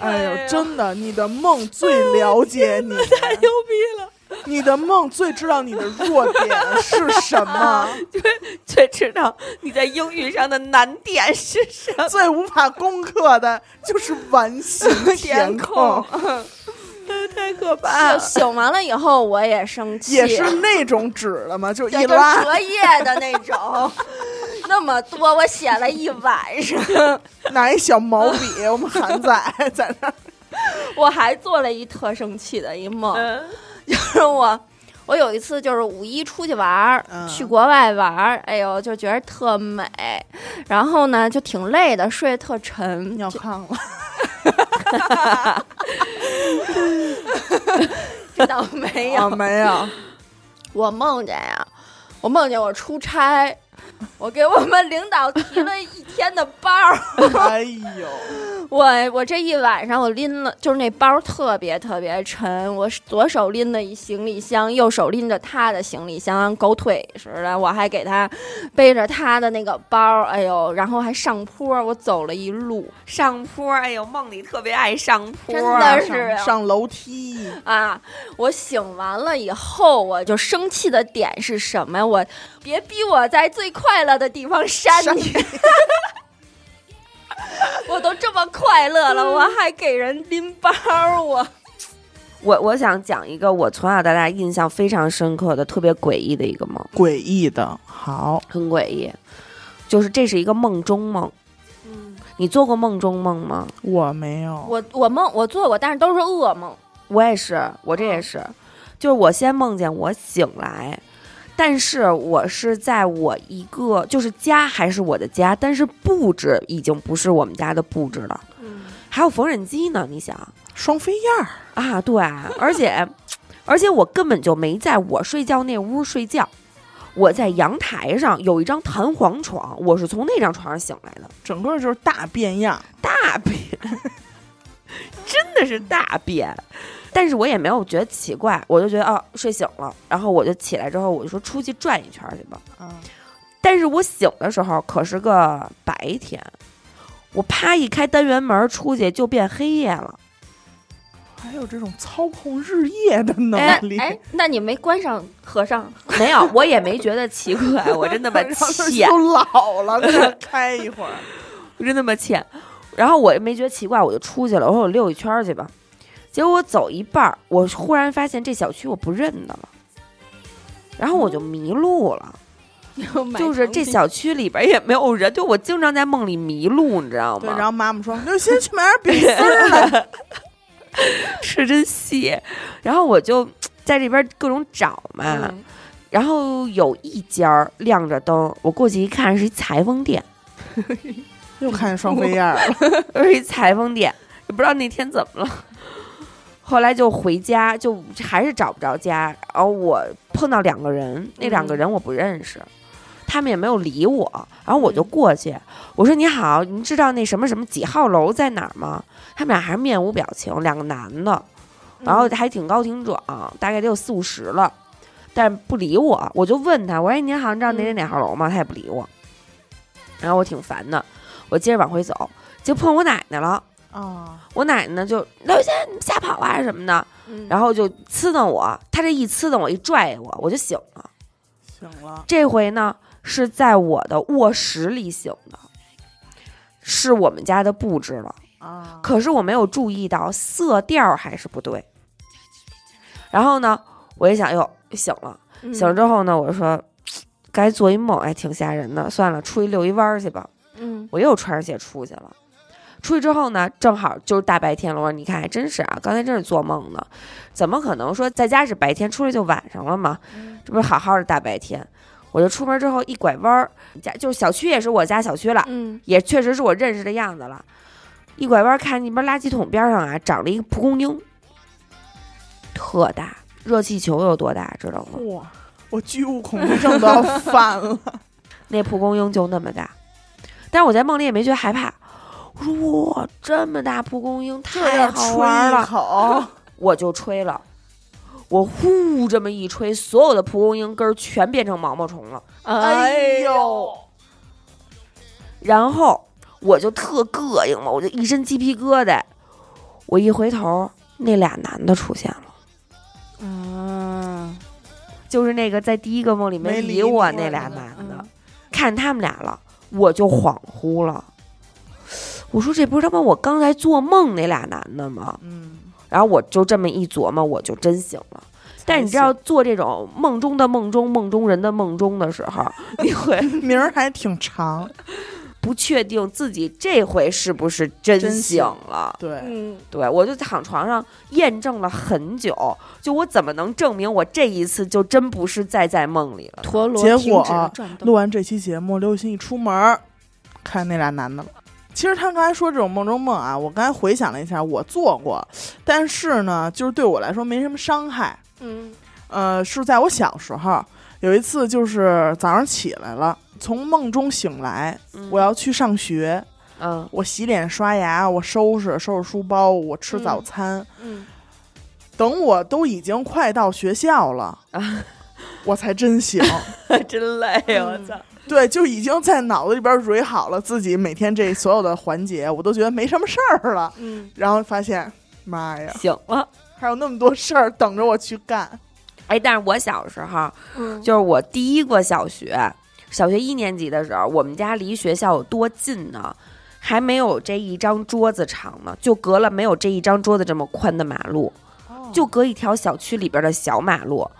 [SPEAKER 1] 哎
[SPEAKER 2] 哎
[SPEAKER 1] 呦，
[SPEAKER 2] 呦
[SPEAKER 1] 真的，你的梦最了解你，
[SPEAKER 2] 太牛逼了！
[SPEAKER 1] 你的梦最知道你的弱点是什么，
[SPEAKER 2] 最知道你在英语上的难点是什么？
[SPEAKER 1] 最无法攻克的就是完形填空，
[SPEAKER 2] 太可怕
[SPEAKER 3] 就！醒完了以后，我也生气，
[SPEAKER 1] 啊也是那种纸了吗？就
[SPEAKER 3] 对
[SPEAKER 1] 一
[SPEAKER 3] 就是
[SPEAKER 1] 拉，
[SPEAKER 3] 折页的那 种，那么多，我写了一晚上，
[SPEAKER 1] 拿一小毛笔，我们韩仔在那儿
[SPEAKER 3] 我还做了一特生气的一梦，
[SPEAKER 2] 嗯
[SPEAKER 3] 就是我，我有一次就是五一出去玩儿，
[SPEAKER 1] 嗯
[SPEAKER 3] 去国外玩儿，哎呦，就觉得特美。然后呢，就挺累的，睡得特沉，
[SPEAKER 1] 尿炕了，
[SPEAKER 3] 这倒没有。
[SPEAKER 1] 啊没有，
[SPEAKER 3] 我梦见呀、我梦见我出差，我给我们领导提了一天的包儿，
[SPEAKER 1] 哎呦，
[SPEAKER 3] 我我这一晚上我拎了，就是那包儿特别特别沉，我是左手拎着一行李箱，右手拎着他的行李箱，狗腿似的，我还给他背着他的那个包儿，哎呦，然后还上坡，我走了一路，
[SPEAKER 2] 上坡，哎呦，梦里特别爱上坡，
[SPEAKER 3] 真的是
[SPEAKER 1] 上
[SPEAKER 3] 呀
[SPEAKER 1] 上楼梯，
[SPEAKER 3] 啊！我醒完了以后，我就生气的点是什么呀？我别逼我在最快乐的地方扇
[SPEAKER 1] 扇
[SPEAKER 3] 你！ 我都这么快乐了，我还给人拎包儿，我
[SPEAKER 2] 我我想讲一个我从小到大印象非常深刻的、特别诡异的一个梦，
[SPEAKER 1] 诡异的，好，
[SPEAKER 2] 很诡异，就是这是一个梦中梦。你做过梦中梦吗？
[SPEAKER 1] 我没有，
[SPEAKER 3] 我我梦我做过，但是都是噩梦。
[SPEAKER 2] 我也是，我这也是，就是我先梦见我醒来，但是我是在我一个就是家还是我的家，但是布置已经不是我们家的布置了，
[SPEAKER 3] 嗯，
[SPEAKER 2] 还有缝纫机呢，你想
[SPEAKER 1] 双飞燕儿，
[SPEAKER 2] 啊，对，而且而且我根本就没在我睡觉那屋睡觉。我在阳台上有一张弹簧床，我是从那张床上醒来的。
[SPEAKER 1] 整个就是大变样，
[SPEAKER 2] 大便，真的是大便。但是我也没有觉得奇怪，我就觉得哦，睡醒了，然后我就起来之后，我就说出去转一圈去吧。
[SPEAKER 1] 啊，
[SPEAKER 2] 但是我醒的时候可是个白天，我啪一开单元门出去就变黑夜了。
[SPEAKER 1] 还有这种操控日夜的能
[SPEAKER 3] 那
[SPEAKER 1] 力，
[SPEAKER 3] 哎，那你没关上合上？
[SPEAKER 2] 没有，我也没觉得奇怪，我真那 么浅，
[SPEAKER 1] 都老了，在 那开一会儿。
[SPEAKER 2] 我真那么浅。然后我也没觉得奇怪，我就出去了，我说我溜一圈去吧。结果我走一半儿，我忽然发现这小区我不认得了。然后我就迷路了，就
[SPEAKER 3] 就是是这
[SPEAKER 2] 这
[SPEAKER 3] 小
[SPEAKER 2] 小区里边也没有人，就我经常在梦里迷路，你知道
[SPEAKER 1] 对，
[SPEAKER 2] 吗？
[SPEAKER 1] 然后妈妈说：“你就先去买点比丝儿来。
[SPEAKER 2] 吃真细。然后我就在这边各种找嘛，
[SPEAKER 3] 嗯
[SPEAKER 2] 然后有一家儿亮着灯，我过去一看是一裁缝店，”
[SPEAKER 1] 又看见双飞燕儿了，
[SPEAKER 2] 是一裁缝店，也不知道那天怎么了。后来就回家，就还是找不着家。然后我碰到两个人，那两个人我不认识，他们也没有理我。然后我就过去，我说：“你好，您知道那什么什么几号楼在哪儿吗？”他们俩还是面无表情，两个男的，
[SPEAKER 3] 嗯
[SPEAKER 2] 然后还挺高挺壮，大概得有四五十了，但不理我。我就问他，我说：“哎，您好，你知道哪哪哪号楼吗？”他也不理我。然后我挺烦的，我接着往回走，就碰我奶奶了。
[SPEAKER 1] 啊，
[SPEAKER 2] 我奶奶呢就刘雨欣，你瞎跑啊什么的，
[SPEAKER 3] 嗯
[SPEAKER 2] 然后就呲瞪我。她这一呲瞪我，一拽我，我就醒了。
[SPEAKER 1] 醒了，
[SPEAKER 2] 这回呢是在我的卧室里醒的，是我们家的布置了。
[SPEAKER 1] 啊，
[SPEAKER 2] 可是我没有注意到色调还是不对。然后呢，我一想，哟，醒了。
[SPEAKER 3] 嗯
[SPEAKER 2] 醒了之后呢，我就说，该做一梦，哎，挺吓人的。算了，出去溜一弯儿去吧。
[SPEAKER 3] 嗯
[SPEAKER 2] 我又穿上鞋出去了。出去之后呢，正好就是大白天了。我说你看，还真是啊，刚才真是做梦呢，怎么可能说在家是白天，出来就晚上了嘛？这不是好好的大白天？我就出门之后一拐弯儿，家就是小区也是我家小区了，
[SPEAKER 3] 嗯
[SPEAKER 2] 也确实是我认识的样子了。一拐弯看那边垃圾桶边上啊，长了一个蒲公英，特大，热气球有多大知道吗？
[SPEAKER 1] 哇，我巨物恐惧症都要犯 了。
[SPEAKER 2] 那蒲公英就那么大，但是我在梦里也没觉得害怕。我说哇，这么大蒲公英
[SPEAKER 1] 这
[SPEAKER 2] 太
[SPEAKER 1] 要
[SPEAKER 2] 好
[SPEAKER 1] 吹
[SPEAKER 2] 玩
[SPEAKER 1] 一
[SPEAKER 2] 了，
[SPEAKER 1] 口，
[SPEAKER 2] 我就吹了。我呼这么一吹，所有的蒲公英根儿全变成毛毛虫了。
[SPEAKER 1] 哎呦，
[SPEAKER 2] 然后我就特膈应嘛，我就一身鸡皮疙瘩。我一回头，那俩男的出现了，嗯
[SPEAKER 3] 啊，
[SPEAKER 2] 就是那个在第一个梦里
[SPEAKER 1] 没
[SPEAKER 2] 没
[SPEAKER 1] 理
[SPEAKER 2] 理我
[SPEAKER 1] 你嗯
[SPEAKER 2] 那俩
[SPEAKER 1] 的
[SPEAKER 2] 男的。看他们俩了，我就恍惚了。我说这不是他妈我刚才做梦那俩男的吗？
[SPEAKER 1] 嗯，
[SPEAKER 2] 然后我就这么一琢磨，我就真醒了。但是你知道，做这种梦中的梦中梦中人的梦中的时 候，你会
[SPEAKER 1] 名儿还挺长，
[SPEAKER 2] 不确定自己这回是不是真
[SPEAKER 1] 真
[SPEAKER 2] 醒
[SPEAKER 1] 醒
[SPEAKER 2] 了。
[SPEAKER 1] 对，
[SPEAKER 3] 嗯，
[SPEAKER 2] 对，我就躺床上验证了很久，就我怎么能证明我这一次就真不是再在梦里了呢？
[SPEAKER 3] 陀螺
[SPEAKER 1] 结
[SPEAKER 3] 停
[SPEAKER 1] 果
[SPEAKER 3] 止了转动
[SPEAKER 1] 录完这期节目，刘雨欣一出门儿，看那俩男的了。其实他刚才说这种梦中梦啊，我刚才回想了一下，我做过，但是呢，就是对我来说没什么伤害。
[SPEAKER 3] 嗯
[SPEAKER 1] 呃，是在我小时候有一次，就是早上起来了，从梦中醒来，
[SPEAKER 2] 嗯
[SPEAKER 1] 我要去上学，
[SPEAKER 2] 嗯
[SPEAKER 1] 我洗脸刷牙，我收拾收拾书包，我吃早餐。
[SPEAKER 3] 嗯
[SPEAKER 1] 等我都已经快到学校了，我才真醒。
[SPEAKER 2] 真累，
[SPEAKER 3] 我操！
[SPEAKER 1] 对，就已经在脑子里边蕊好了自己每天这所有的环节，我都觉得没什么事儿了。
[SPEAKER 3] 嗯，
[SPEAKER 1] 然后发现，妈呀，
[SPEAKER 2] 醒了。
[SPEAKER 1] 还有那么多事儿等着我去干。，
[SPEAKER 2] 哎，但是我小时候
[SPEAKER 3] 嗯
[SPEAKER 2] 就是我第一个小学，小学一年级的时候，我们家离学校有多近呢？还没有这一张桌子长呢，就隔了没有这一张桌子这么宽的马路，
[SPEAKER 3] 哦
[SPEAKER 2] 就隔一条小区里边的小马路。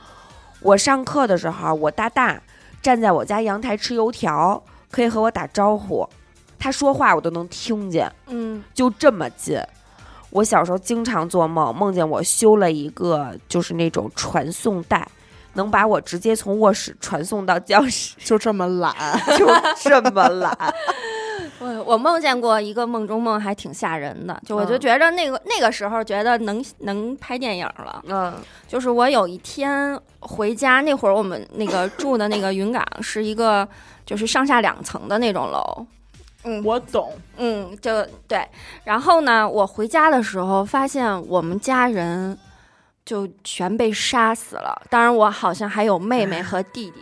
[SPEAKER 2] 我上课的时候，我大大站在我家阳台吃油条，可以和我打招呼，他说话我都能听见。
[SPEAKER 3] 嗯
[SPEAKER 2] 就这么近。我小时候经常做梦，梦见我修了一个就是那种传送带，能把我直接从卧室传送到教室
[SPEAKER 1] 就这么 懒，
[SPEAKER 2] 就这么懒。
[SPEAKER 3] 我我梦见过一个梦中梦，还挺吓人的。就我就
[SPEAKER 2] 嗯
[SPEAKER 3] 觉着那个、那个时候觉得能能拍电影了。
[SPEAKER 2] 嗯
[SPEAKER 3] 就是我有一天回家那会儿，我们那个住的那个云岗是一个就是上下两层的那种楼，
[SPEAKER 1] 我懂。
[SPEAKER 3] 嗯，就对。然后呢，我回家的时候发现我们家人就全被杀死了，当然我好像还有妹妹和弟弟，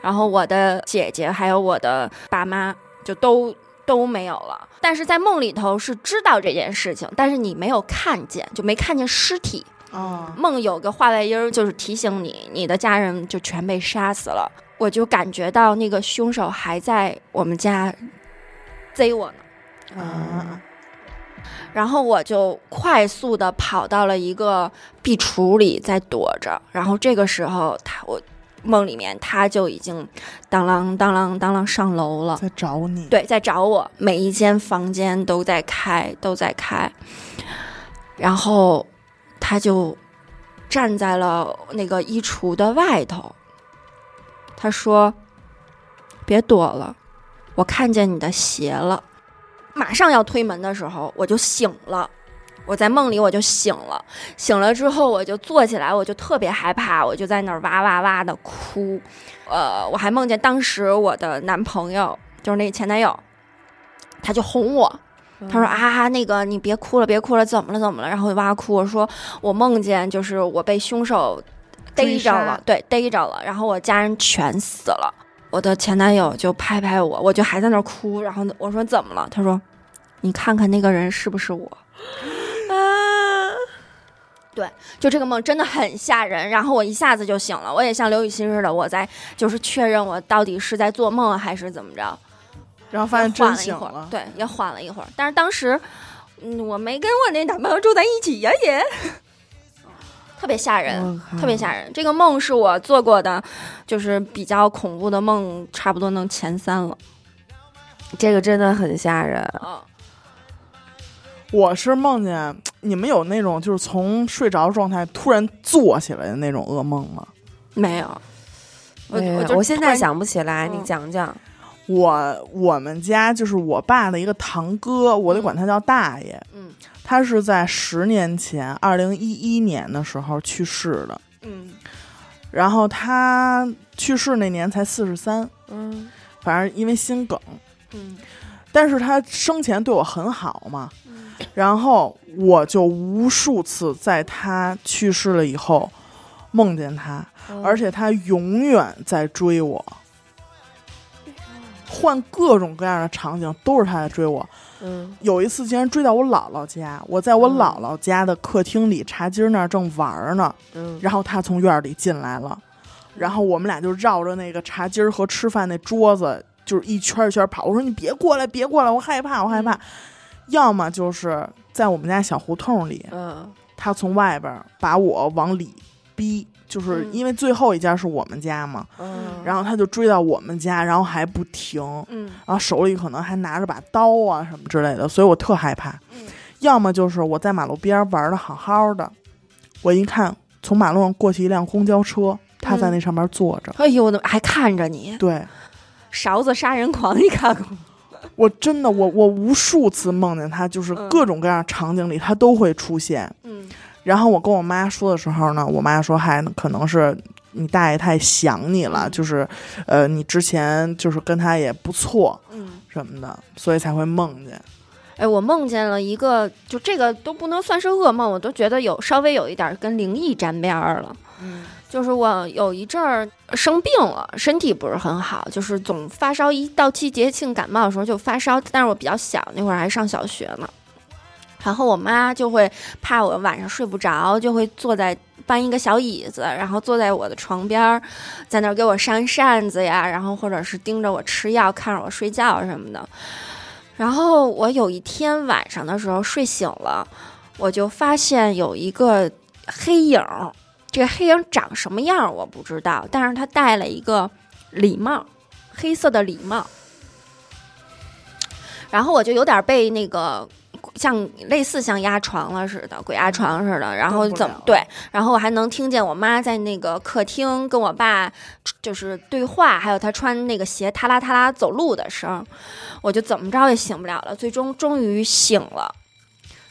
[SPEAKER 3] 然后我的姐姐还有我的爸妈就都。都没有了，但是在梦里头是知道这件事情，但是你没有看见，就没看见尸体。
[SPEAKER 1] 啊，
[SPEAKER 3] 梦有个话外音儿，就是提醒你，你的家人就全被杀死了。我就感觉到那个凶手还在我们家贼我呢，
[SPEAKER 1] 啊
[SPEAKER 3] 然后我就快速的跑到了一个壁橱里在躲着。然后这个时候，他我梦里面，他就已经当啷当啷当啷上楼了。
[SPEAKER 1] 在找你。
[SPEAKER 3] 对，在找我，每一间房间都在开，都在开。然后他就站在了那个衣橱的外头，他说：“别躲了，我看见你的鞋了。”马上要推门的时候，我就醒了。我在梦里我就醒了，醒了之后我就坐起来，我就特别害怕，我就在那儿哇哇哇的哭。呃，我还梦见当时我的男朋友，就是那前男友，他就哄我，
[SPEAKER 2] 嗯
[SPEAKER 3] 他说啊，那个你别哭了，别哭了，怎么了，怎么了？然后我就哇哇哭，我说我梦见就是我被凶手逮
[SPEAKER 2] 追
[SPEAKER 3] 着
[SPEAKER 2] 杀
[SPEAKER 3] 了，对，逮着了，然后我家人全死了。我的前男友就拍拍我，我就还在那儿哭，然后我说怎么了？他说你看看那个人是不是我？
[SPEAKER 2] 啊
[SPEAKER 3] 就这个梦真的很吓人，然后我一下子就醒了，我也像刘雨欣似的，我在就是确认我到底是在做梦啊还是怎么着。
[SPEAKER 1] 然后发现
[SPEAKER 3] 缓
[SPEAKER 1] 真
[SPEAKER 3] 了一
[SPEAKER 1] 醒
[SPEAKER 3] 会儿，对，也缓了一会儿。但是当时，嗯，我没跟我那男朋友住在一起呀，也特别吓人，
[SPEAKER 1] 我靠
[SPEAKER 3] 特别吓人。这个梦是我做过的，就是比较恐怖的梦，差不多能前三了。
[SPEAKER 2] 这个真的很吓人。
[SPEAKER 3] 嗯，
[SPEAKER 1] 我是梦见你们有那种就是从睡着状态突然坐起来的那种噩梦吗？
[SPEAKER 3] 没有，我
[SPEAKER 2] 哎呀
[SPEAKER 3] 就
[SPEAKER 2] 我现
[SPEAKER 3] 突
[SPEAKER 2] 在
[SPEAKER 3] 然
[SPEAKER 2] 想不起来，
[SPEAKER 3] 嗯
[SPEAKER 2] 你讲讲。
[SPEAKER 1] 我我们家就是我爸的一个堂哥，我得管他叫大爷。
[SPEAKER 3] 嗯
[SPEAKER 1] 他是在十年前，二零一一年的时候去世的。
[SPEAKER 3] 嗯
[SPEAKER 1] 然后他去世那年才四十三，
[SPEAKER 2] 嗯
[SPEAKER 1] 反正因为心梗。
[SPEAKER 3] 嗯
[SPEAKER 1] 但是他生前对我很好嘛，
[SPEAKER 3] 嗯
[SPEAKER 1] 然后我就无数次在他去世了以后梦见他，而且他永远在追我，换各种各样的场景都是他在追我。
[SPEAKER 2] 嗯，
[SPEAKER 1] 有一次竟然追到我姥姥家，我在我姥姥家的客厅里茶几那儿正玩儿呢，
[SPEAKER 2] 嗯
[SPEAKER 1] 然后他从院儿里进来了，然后我们俩就绕着那个茶几儿和吃饭那桌子，就是一圈儿一圈儿跑。我说你别过来，别过来，我害怕，我害怕。要么就是在我们家小胡同里，
[SPEAKER 2] 嗯
[SPEAKER 1] 他从外边儿把我往里逼，就是
[SPEAKER 3] 嗯
[SPEAKER 1] 因为最后一家是我们家嘛，
[SPEAKER 2] 嗯，
[SPEAKER 1] 然后他就追到我们家，然后还不停，
[SPEAKER 3] 嗯
[SPEAKER 1] 然后手里可能还拿着把刀啊什么之类的，所以我特害怕。
[SPEAKER 3] 嗯
[SPEAKER 1] 要么就是我在马路边儿玩的好好的，我一看从马路上过去一辆公交车，他
[SPEAKER 3] 嗯
[SPEAKER 1] 在那上面坐着。
[SPEAKER 3] 哎呦，我怎么还看着你？
[SPEAKER 1] 对
[SPEAKER 3] 勺子杀人狂，你看过吗？
[SPEAKER 1] 我真的我我无数次梦见他，就是
[SPEAKER 3] 嗯
[SPEAKER 1] 各种各样的场景里他都会出现。
[SPEAKER 3] 嗯
[SPEAKER 1] 然后我跟我妈说的时候呢，我妈说：“嗨，可能是你大爷太想你了，
[SPEAKER 3] 嗯
[SPEAKER 1] 就是呃，你之前就是跟他也不错
[SPEAKER 3] 嗯。
[SPEAKER 1] 什么的，所以才会梦见。
[SPEAKER 3] 哎，我梦见了一个，就这个都不能算是噩梦，我都觉得有稍微有一点儿跟灵异沾边儿了。
[SPEAKER 1] 嗯
[SPEAKER 3] 就是我有一阵儿生病了，身体不是很好，就是总发烧，一到季节性感冒的时候就发烧。但是我比较小，那会儿还上小学呢。然后我妈就会怕我晚上睡不着，就会坐在搬一个小椅子，然后坐在我的床边儿，在那儿给我扇扇子呀，然后或者是盯着我吃药，看着我睡觉什么的。然后我有一天晚上的时候睡醒了，我就发现有一个黑影儿，这个黑影长什么样儿我不知道，但是他戴了一个礼帽，黑色的礼帽。然后我就有点被那个像类似像压床了似的，鬼压床似的。然后
[SPEAKER 1] 动不
[SPEAKER 3] 怎么
[SPEAKER 1] 了
[SPEAKER 3] 对？然后我还能听见我妈在那个客厅跟我爸就是对话，还有他穿那个鞋踏啦踏啦走路的声儿。我就怎么着也醒不了了，最终终于醒了。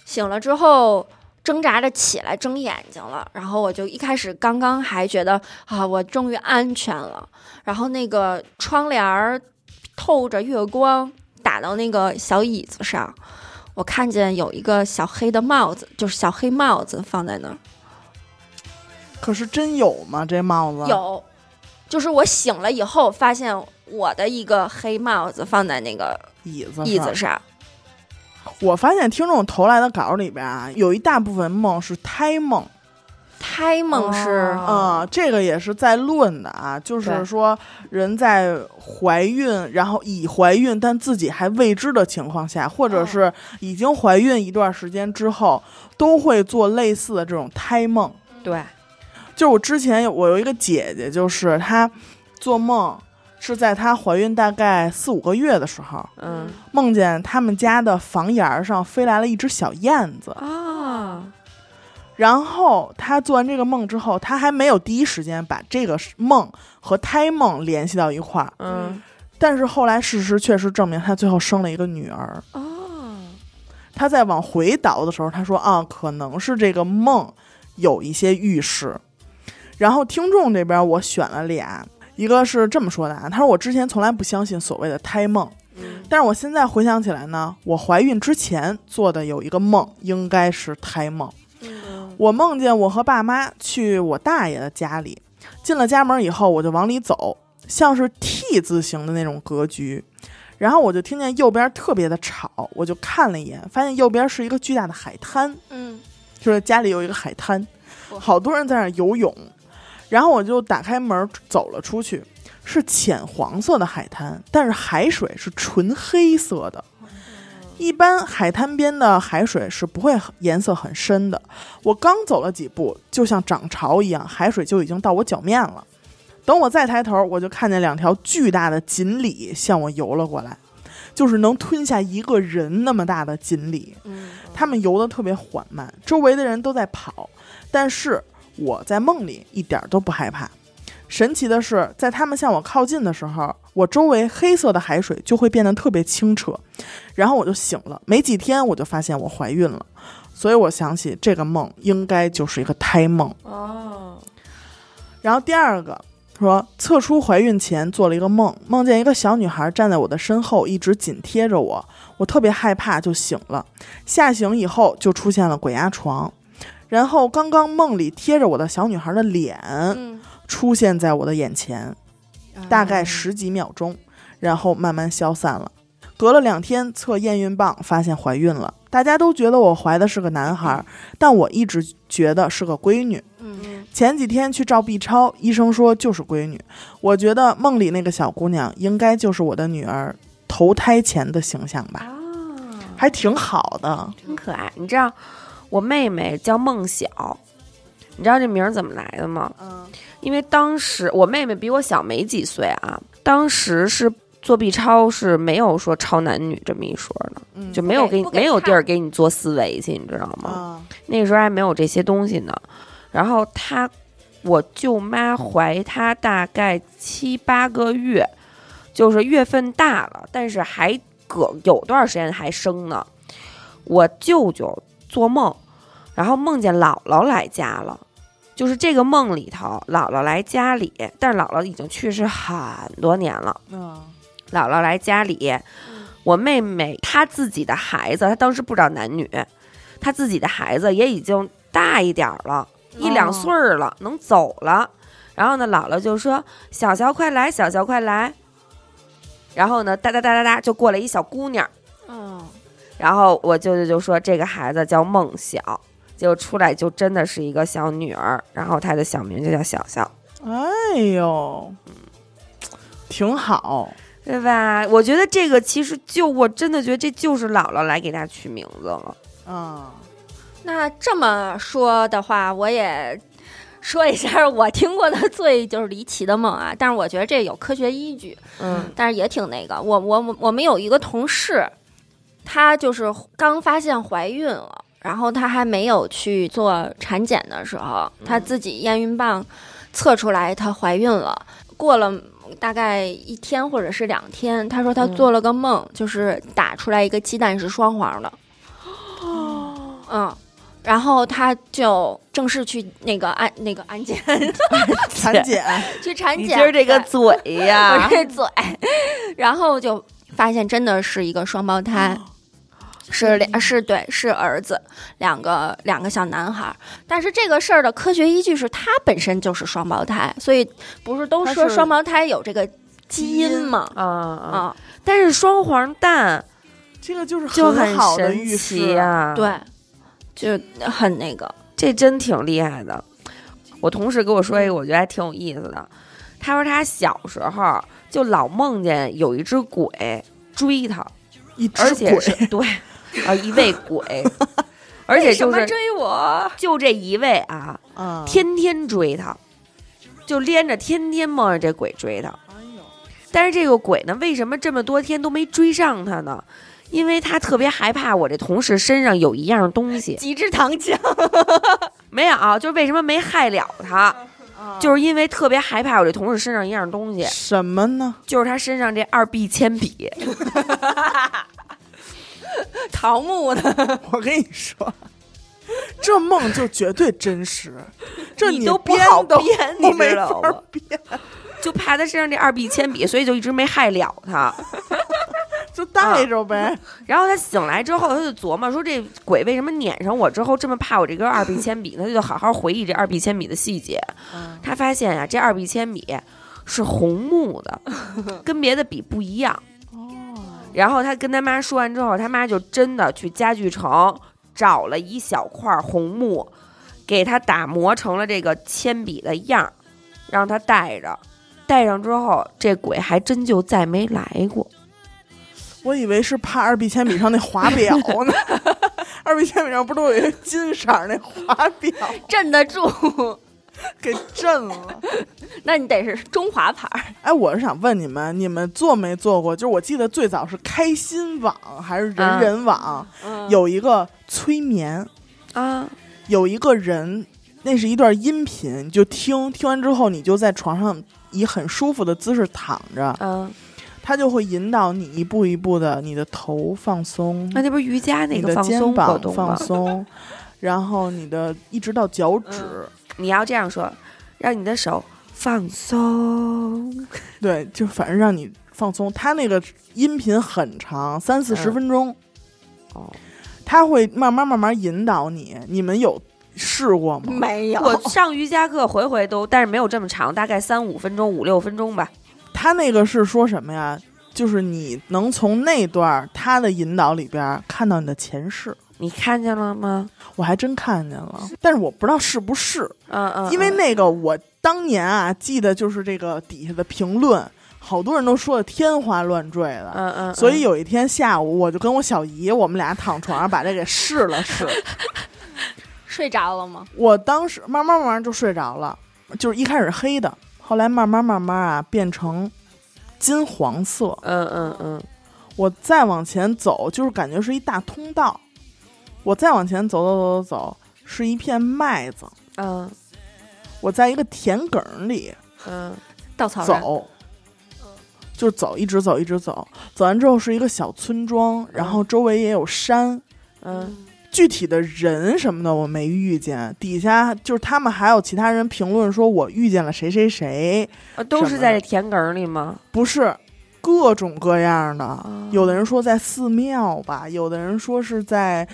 [SPEAKER 3] 醒了之后，挣扎着起来，睁眼睛了。然后我就一开始刚刚还觉得啊，我终于安全了。然后那个窗帘儿透着月光打到那个小椅子上，我看见有一个小黑的帽子，就是小黑帽子放在那儿。
[SPEAKER 1] 可是真有吗？这帽子
[SPEAKER 3] 有，就是我醒了以后发现我的一个黑帽子放在那个
[SPEAKER 1] 椅子
[SPEAKER 3] 椅
[SPEAKER 1] 上
[SPEAKER 3] 子上。
[SPEAKER 1] 我发现听众投来的稿里边啊，有一大部分梦是胎梦
[SPEAKER 3] 胎梦是
[SPEAKER 2] 哦
[SPEAKER 1] 啊、这个也是在论的啊，就是
[SPEAKER 2] 对
[SPEAKER 1] 说人在怀孕，然后已怀孕但自己还未知的情况下，或者
[SPEAKER 3] 哦
[SPEAKER 1] 是已经怀孕一段时间之后，都会做类似的这种胎梦。
[SPEAKER 2] 对，
[SPEAKER 1] 就是我之前有我有一个姐姐，就是她做梦是在她怀孕大概四五个月的时候，
[SPEAKER 2] 嗯
[SPEAKER 1] 梦见他们家的房檐儿上飞来了一只小燕子。
[SPEAKER 2] 啊，
[SPEAKER 1] 然后她做完这个梦之后，她还没有第一时间把这个梦和胎梦联系到一块儿，
[SPEAKER 2] 嗯
[SPEAKER 1] 但是后来事实确实证明，她最后生了一个女儿。
[SPEAKER 2] 哦，
[SPEAKER 1] 她在往回倒的时候，她说啊，可能是这个梦有一些预示。然后听众这边我选了俩，一个是这么说的啊，她说我之前从来不相信所谓的胎梦，
[SPEAKER 2] 嗯
[SPEAKER 1] 但是我现在回想起来呢，我怀孕之前做的有一个梦，应该是胎梦。
[SPEAKER 2] 嗯
[SPEAKER 1] 我梦见我和爸妈去我大爷的家里，进了家门以后，我就往里走，像是 T 字形的那种格局。然后我就听见右边特别的吵，我就看了一眼，发现右边是一个巨大的海滩，
[SPEAKER 3] 嗯，
[SPEAKER 1] 就是家里有一个海滩，好多人在那儿游泳。然后我就打开门走了出去，是浅黄色的海滩，但是海水是纯黑色的。一般海滩边的海水是不会很颜色很深的。我刚走了几步，就像涨潮一样，海水就已经到我脚面了。等我再抬头，我就看见两条巨大的锦鲤向我游了过来，就是能吞下一个人那么大的锦鲤。
[SPEAKER 3] 嗯
[SPEAKER 1] 他们游得特别缓慢，周围的人都在跑，但是我在梦里一点儿都不害怕。神奇的是，在他们向我靠近的时候，我周围黑色的海水就会变得特别清澈，然后我就醒了。没几天，我就发现我怀孕了，所以我想起这个梦应该就是一个胎梦。
[SPEAKER 2] 哦，
[SPEAKER 1] 然后第二个说，测出怀孕前做了一个梦，梦见一个小女孩站在我的身后，一直紧贴着我，我特别害怕，就醒了。吓醒以后就出现了鬼压床，然后刚刚梦里贴着我的小女孩的脸
[SPEAKER 3] 嗯，
[SPEAKER 1] 出现在我的眼前，呃大概十几秒钟，然后慢慢消散了。隔了两天测验孕棒，发现怀孕了。大家都觉得我怀的是个男孩，但我一直觉得是个闺女。
[SPEAKER 3] 嗯
[SPEAKER 1] 前几天去照 B 超，医生说就是闺女。我觉得梦里那个小姑娘应该就是我的女儿投胎前的形象吧，
[SPEAKER 2] 啊，
[SPEAKER 1] 还挺好的。
[SPEAKER 2] 真可爱。你知道我妹妹叫梦晓，你知道这名儿怎么来的吗？
[SPEAKER 1] 嗯
[SPEAKER 2] 因为当时我妹妹比我小没几岁啊，当时是做 B 超是没有说超男女这么一说的，
[SPEAKER 1] 嗯
[SPEAKER 2] 就没有给你
[SPEAKER 3] 不给哦
[SPEAKER 2] 没有
[SPEAKER 3] 看
[SPEAKER 2] 地儿给你做思维去，你知道吗？
[SPEAKER 1] 啊，
[SPEAKER 2] 那个时候还没有这些东西呢。然后她，我舅妈怀她大概七八个月，就是月份大了，但是还隔有段时间还生呢。我舅舅做梦，然后梦见姥姥来家了。就是这个梦里头，姥姥来家里，但是姥姥已经去世很多年了。
[SPEAKER 1] 嗯
[SPEAKER 2] 姥姥来家里，我妹妹她自己的孩子，她当时不知道男女，她自己的孩子也已经大一点儿了，一两岁儿了，能走了。然后呢，姥姥就说：“小乔快来，小乔快来。”然后呢，哒哒哒哒哒，就过来一小姑娘。
[SPEAKER 3] 哦，
[SPEAKER 2] 然后我舅舅就说这个孩子叫梦晓，结果出来就真的是一个小女儿，然后她的小名就叫小小。
[SPEAKER 1] 哎呦，挺好。
[SPEAKER 2] 对吧？我觉得这个其实就我真的觉得这就是姥姥来给他取名字了。
[SPEAKER 1] 啊，
[SPEAKER 3] 那这么说的话，我也说一下我听过的 最就是离奇的梦啊，但是我觉得这有科学依据，
[SPEAKER 2] 嗯
[SPEAKER 3] 但是也挺那个。我我我们有一个同事，她就是刚发现怀孕了，然后她还没有去做产检的时候，她自己验孕棒测出来她怀孕了，过了。大概一天或者是两天，她说她
[SPEAKER 2] 嗯
[SPEAKER 3] 做了个梦，就是打出来一个鸡蛋是双黄的，
[SPEAKER 2] 哦
[SPEAKER 3] 嗯，然后她就正式去那个安那个安检
[SPEAKER 1] 产检，
[SPEAKER 3] 去产
[SPEAKER 2] 你
[SPEAKER 3] 检，
[SPEAKER 2] 今儿这个
[SPEAKER 3] 对
[SPEAKER 2] 嘴呀
[SPEAKER 3] 我，这嘴，然后就发现真的是一个双胞
[SPEAKER 2] 哎
[SPEAKER 3] 胎，是两是对是儿子，两个两个小男孩儿。但是这个事儿的科学依据是他本身就是双胞胎，所以不是都
[SPEAKER 1] 他
[SPEAKER 3] 说
[SPEAKER 1] 是
[SPEAKER 3] 双胞胎有这个基因吗？
[SPEAKER 2] 啊啊！
[SPEAKER 3] 啊，
[SPEAKER 2] 但是双黄蛋
[SPEAKER 1] 这个就是
[SPEAKER 2] 就
[SPEAKER 1] 很好的
[SPEAKER 2] 神
[SPEAKER 1] 预
[SPEAKER 2] 奇啊
[SPEAKER 1] 示。啊
[SPEAKER 2] 呀、，
[SPEAKER 3] 对，就很那个，
[SPEAKER 2] 这真挺厉害的。我同事跟我说一个，我觉得还挺有意思的。他说他小时候就老梦见有一只鬼追他，
[SPEAKER 1] 一只
[SPEAKER 2] 而且
[SPEAKER 1] 鬼
[SPEAKER 2] 是对，啊，一位鬼，而且就
[SPEAKER 3] 为什么
[SPEAKER 2] 是
[SPEAKER 3] 追我，
[SPEAKER 2] 就这一位啊，
[SPEAKER 1] 啊，
[SPEAKER 2] 天天追他，就连着天天梦着这鬼追他。
[SPEAKER 1] 哎呦，
[SPEAKER 2] 但是这个鬼呢，为什么这么多天都没追上他呢？因为他特别害怕我这同事身上有一样东西，
[SPEAKER 3] 极致糖浆，
[SPEAKER 2] 没有、啊，就是为什么没害了他，就是因为特别害怕我这同事身上一样东西，
[SPEAKER 1] 什么呢？
[SPEAKER 2] 就是他身上这二 B 铅笔。
[SPEAKER 3] 桃木的，
[SPEAKER 1] 我跟你说，这梦就绝对真实，这
[SPEAKER 2] 你
[SPEAKER 1] 你
[SPEAKER 2] 都不
[SPEAKER 1] 编
[SPEAKER 2] 好
[SPEAKER 3] 哦
[SPEAKER 1] 都
[SPEAKER 2] 编
[SPEAKER 1] 都
[SPEAKER 2] 你
[SPEAKER 1] 没
[SPEAKER 2] 知道
[SPEAKER 1] 法
[SPEAKER 2] 吗
[SPEAKER 1] 编，
[SPEAKER 2] 就怕他身上这二 B 铅笔，所以就一直没害了他。
[SPEAKER 1] 就带着呗。
[SPEAKER 2] 然后他醒来之后，他就琢磨说：“这鬼为什么撵上我之后这么怕我这根二 B 铅笔？”他就好好回忆这二 B 铅笔的细节。他发现啊，这二 B 铅笔是红木的，跟别的笔不一样。然后他跟他妈说完之后，他妈就真的去家具城找了一小块红木，给他打磨成了这个铅笔的样儿，让他带着。带上之后，这鬼还真就再没来过。
[SPEAKER 1] 我以为是怕二 B 铅笔上那华表呢， 二 B 铅笔上不都有一个金色儿那华表
[SPEAKER 3] 镇得住。
[SPEAKER 1] 给震了？
[SPEAKER 3] 那你得是中华牌儿，
[SPEAKER 1] 哎，我是想问你们，你们做没做过？就是我记得最早是开心网还是人人网，
[SPEAKER 3] 嗯
[SPEAKER 1] 有一个催眠，
[SPEAKER 2] 啊，
[SPEAKER 1] 有一个人，那是一段音频，你就听，听完之后你就在床上以很舒服的姿势躺着，
[SPEAKER 2] 嗯，
[SPEAKER 1] 他就会引导你一步一步的，你的头放松，
[SPEAKER 2] 那那不是瑜伽那
[SPEAKER 1] 你
[SPEAKER 2] 个
[SPEAKER 1] 的
[SPEAKER 2] 放
[SPEAKER 1] 肩
[SPEAKER 2] 松
[SPEAKER 1] 膀
[SPEAKER 2] 活动吗
[SPEAKER 1] 放？松，然后你的一直到脚
[SPEAKER 2] 嗯
[SPEAKER 1] 趾，
[SPEAKER 2] 你要这样说，让你的手放松。
[SPEAKER 1] 对，就反正让你放松。他那个音频很长，三四十
[SPEAKER 2] 嗯
[SPEAKER 1] 分钟，
[SPEAKER 2] 哦，
[SPEAKER 1] 他会慢慢慢慢引导你。你们有试过
[SPEAKER 2] 嗯
[SPEAKER 1] 吗？
[SPEAKER 3] 没有
[SPEAKER 2] 我上瑜伽课回回都，但是没有这么长，大概三五分钟、五六分钟吧。
[SPEAKER 1] 他那个是说什么呀？就是你能从那段儿他的引导里边儿看到你的前世，
[SPEAKER 2] 你看见了吗？
[SPEAKER 1] 我还真看见了，但是我不知道是不是，
[SPEAKER 2] 嗯嗯，
[SPEAKER 1] 因为
[SPEAKER 2] 嗯
[SPEAKER 1] 那个我当年啊记得就是这个底下的评论，好多人都说的天花乱坠的，
[SPEAKER 2] 嗯嗯，
[SPEAKER 1] 所以
[SPEAKER 2] 有
[SPEAKER 1] 有一天下午，我就跟我小姨，我们俩躺床上把这给试了试。
[SPEAKER 3] 睡着了吗？
[SPEAKER 1] 我当时慢慢慢慢就睡着了，就是一开始黑的，后来慢慢慢慢啊变成金黄色。
[SPEAKER 2] 嗯嗯嗯
[SPEAKER 1] 我再往前走，就是感觉是一大通道。我再往前走走走走走，是一片麦子。
[SPEAKER 2] 嗯
[SPEAKER 1] 我在一个田埂里
[SPEAKER 2] 嗯
[SPEAKER 3] 稻草人，
[SPEAKER 1] 走，就走，一直走，一直走。走完之后是一个小村庄，然后周围也有山。
[SPEAKER 2] 嗯
[SPEAKER 1] 具体的人什么的我没遇见，底下就是他们还有其他人评论说我遇见了谁谁谁，
[SPEAKER 2] 啊，都
[SPEAKER 1] 什
[SPEAKER 2] 是
[SPEAKER 1] 么
[SPEAKER 2] 在这田埂里吗？
[SPEAKER 1] 不是各种各样的。
[SPEAKER 2] 啊
[SPEAKER 1] 有的人说在寺庙吧，有的人说是在，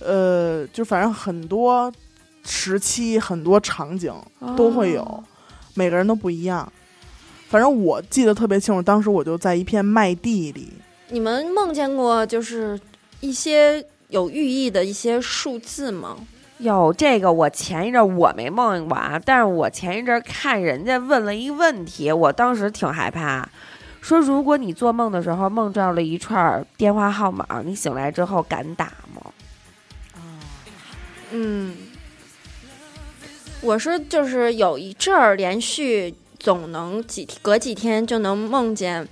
[SPEAKER 1] 呃，就反正很多时期、很多场景都会有，
[SPEAKER 2] 哦
[SPEAKER 1] 每个人都不一样。反正我记得特别清楚，当时我就在一片麦地里，
[SPEAKER 3] 你们梦见过就是一些有寓意的一些数字吗？
[SPEAKER 2] 有这个，我前一阵儿我没梦见过啊，但是我前一阵儿看人家问了一问题，我当时挺害怕，说如果你做梦的时候梦到了一串儿电话号码，你醒来之后敢打吗？
[SPEAKER 3] 嗯，我是就是有一阵儿连续总能几隔几天就能梦见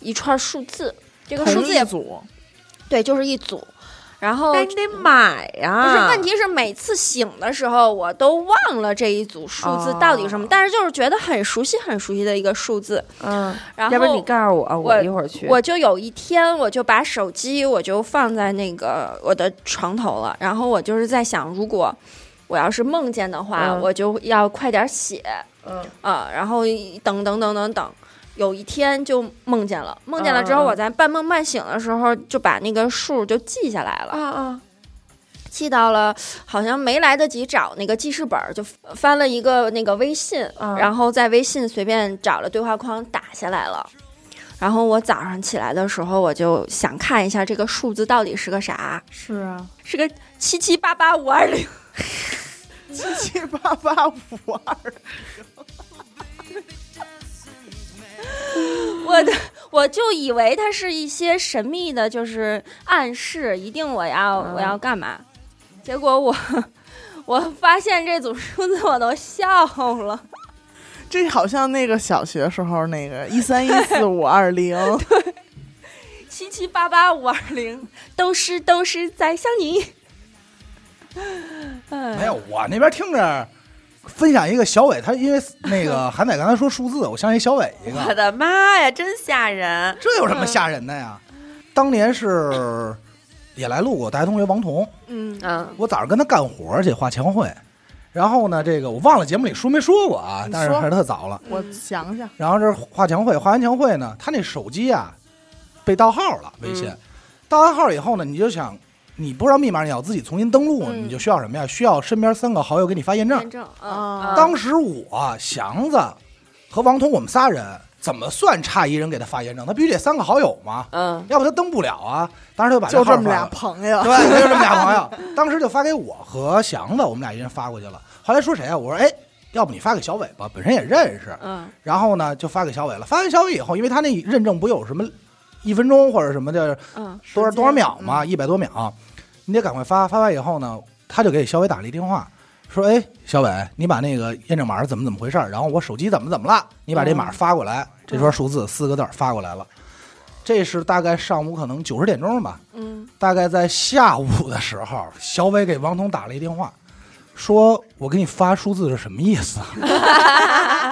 [SPEAKER 3] 一串数字，这个数
[SPEAKER 1] 同
[SPEAKER 3] 字
[SPEAKER 1] 一
[SPEAKER 3] 也
[SPEAKER 1] 组，
[SPEAKER 3] 对，就是一组。然后啊
[SPEAKER 2] 那你得买呀、
[SPEAKER 3] 不是问题是每次醒的时候我都忘了这一组数字到底是什么，
[SPEAKER 2] 哦
[SPEAKER 3] 但是就是觉得很熟悉很熟悉的一个数字。
[SPEAKER 2] 嗯，
[SPEAKER 3] 然
[SPEAKER 2] 要不然
[SPEAKER 3] 后
[SPEAKER 2] 你告诉我，
[SPEAKER 3] 我
[SPEAKER 2] 一会儿去。
[SPEAKER 3] 我就有一天，我就把手机我就放在那个我的床头了，然后我就是在想，如果我要是梦见的话，
[SPEAKER 2] 嗯
[SPEAKER 3] 我就要快点写
[SPEAKER 2] 嗯
[SPEAKER 3] 啊、然后等等等等等，有一天就梦见了，梦见了之后，
[SPEAKER 2] 嗯嗯嗯
[SPEAKER 3] 我在半梦半醒的时候就把那个数就记下来了，
[SPEAKER 2] 啊啊，
[SPEAKER 3] 记到了，好像没来得及找那个记事本儿，就翻了一个那个微信，
[SPEAKER 2] 嗯
[SPEAKER 3] 然后在微信随便找了对话框打下来了。然后我早上起来的时候，我就想看一下这个数字到底是个啥，
[SPEAKER 1] 是啊，
[SPEAKER 3] 是个七七八八五二零。
[SPEAKER 1] 七七八八五啊二，
[SPEAKER 3] 我的 我就以为它是一些神秘的，就是暗示，一定我要、
[SPEAKER 2] 嗯
[SPEAKER 3] 我要干嘛。结果我 我发现这组数字我都笑了。
[SPEAKER 1] 这好像那个小学时候那个一三一四五二零，
[SPEAKER 3] 七七八八五二零，都是都是在想你。
[SPEAKER 4] 没有，我那边听着分享一个小伟，他因为那个韩仔刚才说数字，我想起小伟一
[SPEAKER 2] 我
[SPEAKER 4] 个，
[SPEAKER 2] 的妈呀，真吓人！
[SPEAKER 4] 这有什么吓人的呀？当年是也来录过大学同学王彤，
[SPEAKER 1] 嗯，
[SPEAKER 2] 嗯，
[SPEAKER 4] 我早上跟他干活去画墙绘，然后呢，这个我忘了节目里说没说过啊，
[SPEAKER 1] 你
[SPEAKER 4] 但是
[SPEAKER 1] 说
[SPEAKER 4] 还是特早了。
[SPEAKER 1] 我想想，
[SPEAKER 4] 然后这画墙绘，画完墙绘呢，他那手机啊被盗号了，微信、
[SPEAKER 2] 嗯
[SPEAKER 4] 盗完号以后呢，你就想你不知道密码，你要自己重新登录，
[SPEAKER 3] 嗯
[SPEAKER 4] 你就需要什么呀？需要身边三个好友给你发验证
[SPEAKER 3] 验。证，嗯，
[SPEAKER 1] 啊，
[SPEAKER 4] 当时我祥子和王彤我们仨人怎么算差一人给他发验证？他必须得三个好友嘛，
[SPEAKER 2] 嗯，
[SPEAKER 4] 要不他登不了啊。当时他就把
[SPEAKER 1] 就
[SPEAKER 4] 号
[SPEAKER 1] 这么
[SPEAKER 4] 发
[SPEAKER 1] 俩
[SPEAKER 4] 了
[SPEAKER 1] 朋友，
[SPEAKER 4] 对，就这么俩朋友， 当时就发给我和祥子，我们俩一人发过去了。后来说谁啊？我说哎，要不你发给小伟吧，本身也认识。
[SPEAKER 3] 嗯，
[SPEAKER 4] 然后呢，就发给小伟了。发给小伟以后，因为他那认证不有什么一分钟或者什么的
[SPEAKER 3] 嗯，
[SPEAKER 4] 多少
[SPEAKER 1] 时间
[SPEAKER 4] 多少秒嘛，一百多秒，你得赶快发。发完以后呢，他就给小伟打了一电话，说：“哎，小伟，你把那个验证码是怎么怎么回事儿？然后我手机怎么怎么了？你把这码发过来，这串数字四个字儿发过来了。”这是大概上午可能九十点钟吧，
[SPEAKER 3] 嗯，
[SPEAKER 4] 大概在下午的时候，小伟给王彤打了一电话，说：“我给你发数字是什么意思？”啊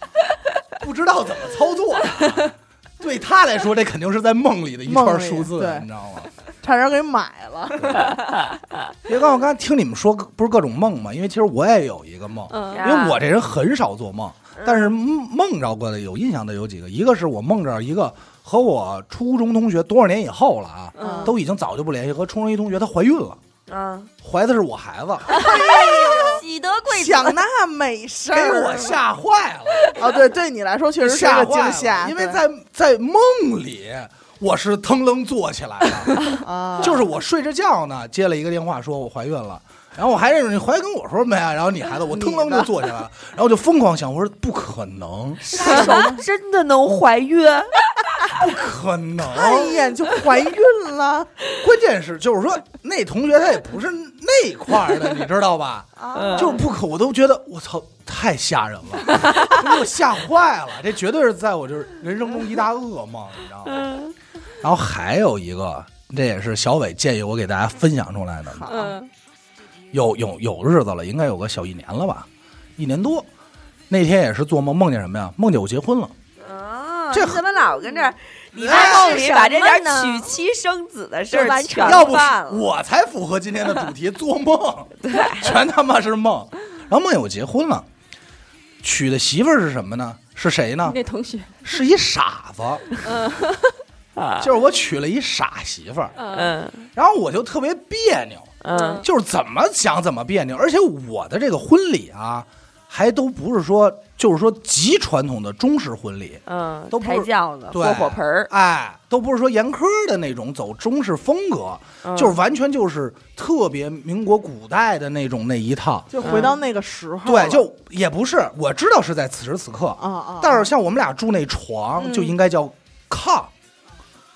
[SPEAKER 4] 不知道怎么操作、啊，对他来说，这肯定是在梦里的一
[SPEAKER 1] 梦
[SPEAKER 4] 串
[SPEAKER 1] 里
[SPEAKER 4] 数字，
[SPEAKER 1] 对
[SPEAKER 4] 你知道吗？
[SPEAKER 1] 差点给买了，
[SPEAKER 4] 别刚我刚才听你们说，不是各种梦吗？因为其实我也有一个梦，
[SPEAKER 3] 嗯
[SPEAKER 4] 因为我这人很少做梦，
[SPEAKER 1] 嗯
[SPEAKER 4] 但是梦梦着过的有印象的有几个，一个是我梦着一个和我初中同学多少年以后了啊，
[SPEAKER 3] 嗯
[SPEAKER 4] 都已经早就不联系，和初中一同学她怀孕了，
[SPEAKER 2] 嗯，
[SPEAKER 4] 怀的是我孩 子，
[SPEAKER 3] 哎喜得贵子，
[SPEAKER 1] 想那美事
[SPEAKER 4] 给
[SPEAKER 1] 儿，啊
[SPEAKER 4] 我吓坏了，
[SPEAKER 1] 哦，对，对你来说 确实是
[SPEAKER 4] 吓
[SPEAKER 1] 个
[SPEAKER 4] 坏
[SPEAKER 1] 惊
[SPEAKER 4] 了
[SPEAKER 1] 吓，
[SPEAKER 4] 因为
[SPEAKER 1] 对
[SPEAKER 4] 在在梦里我是腾楞坐起来了。
[SPEAKER 1] 啊，
[SPEAKER 4] 就是我睡着觉呢，接了一个电话，说我怀孕了。然后我还认识你怀跟我说没啊？然后你孩子，我腾楞就坐起来了，然后我就疯狂想，我说不可能，
[SPEAKER 1] 啊
[SPEAKER 2] 大嗯手真的能怀孕？
[SPEAKER 4] 不可能！
[SPEAKER 1] 看一眼哎就怀孕了，
[SPEAKER 4] 关键是就是说那同学他也不是那块儿的，你知道吧？
[SPEAKER 2] 嗯
[SPEAKER 4] 就是不可，我都觉得我操，太吓人了，给我吓坏了。这绝对是在我就是人生中一大噩梦，你知道吗？然后还有一个，这也是小伟建议我给大家分享出来的，
[SPEAKER 3] 嗯
[SPEAKER 4] 有有有日子了，应该有个小一年了吧，一年多。那天也是做梦，梦见什么呀？梦见我结婚了。
[SPEAKER 2] 啊，
[SPEAKER 4] 这
[SPEAKER 2] 你怎么老跟这儿？你在
[SPEAKER 4] 哎
[SPEAKER 2] 梦里把这
[SPEAKER 3] 什么
[SPEAKER 2] 点
[SPEAKER 3] 呢
[SPEAKER 2] 娶妻生子的事儿
[SPEAKER 3] 就完
[SPEAKER 2] 全
[SPEAKER 3] 成
[SPEAKER 4] 要不是
[SPEAKER 2] 办了。
[SPEAKER 4] 我才符合今天的主 题，做梦， 全他妈是梦。然后梦见我结婚了，娶的媳妇儿是什么呢？是谁呢？
[SPEAKER 3] 那同学，
[SPEAKER 4] 是一傻子，
[SPEAKER 2] 啊
[SPEAKER 4] 就是我娶了一傻媳妇儿。
[SPEAKER 3] 嗯
[SPEAKER 2] 嗯
[SPEAKER 4] 然后我就特别别扭，
[SPEAKER 2] 嗯
[SPEAKER 4] 就是怎么想怎么别扭，而且我的这个婚礼啊，还都不是说就是说极传统的中式婚礼，
[SPEAKER 2] 嗯，
[SPEAKER 4] 都不是
[SPEAKER 2] 抬轿子、
[SPEAKER 4] 对
[SPEAKER 2] 过火盆 儿，
[SPEAKER 4] 哎，都不是说严苛的那种走中式风格，
[SPEAKER 2] 嗯
[SPEAKER 4] 就是完全就是特别民国古代的那种那一套。
[SPEAKER 1] 就回到那个时候了，
[SPEAKER 4] 嗯对，就也不是，我知道是在此时此刻，
[SPEAKER 1] 啊啊，
[SPEAKER 4] 但是像我们俩住那床
[SPEAKER 1] 嗯
[SPEAKER 4] 就应该叫炕，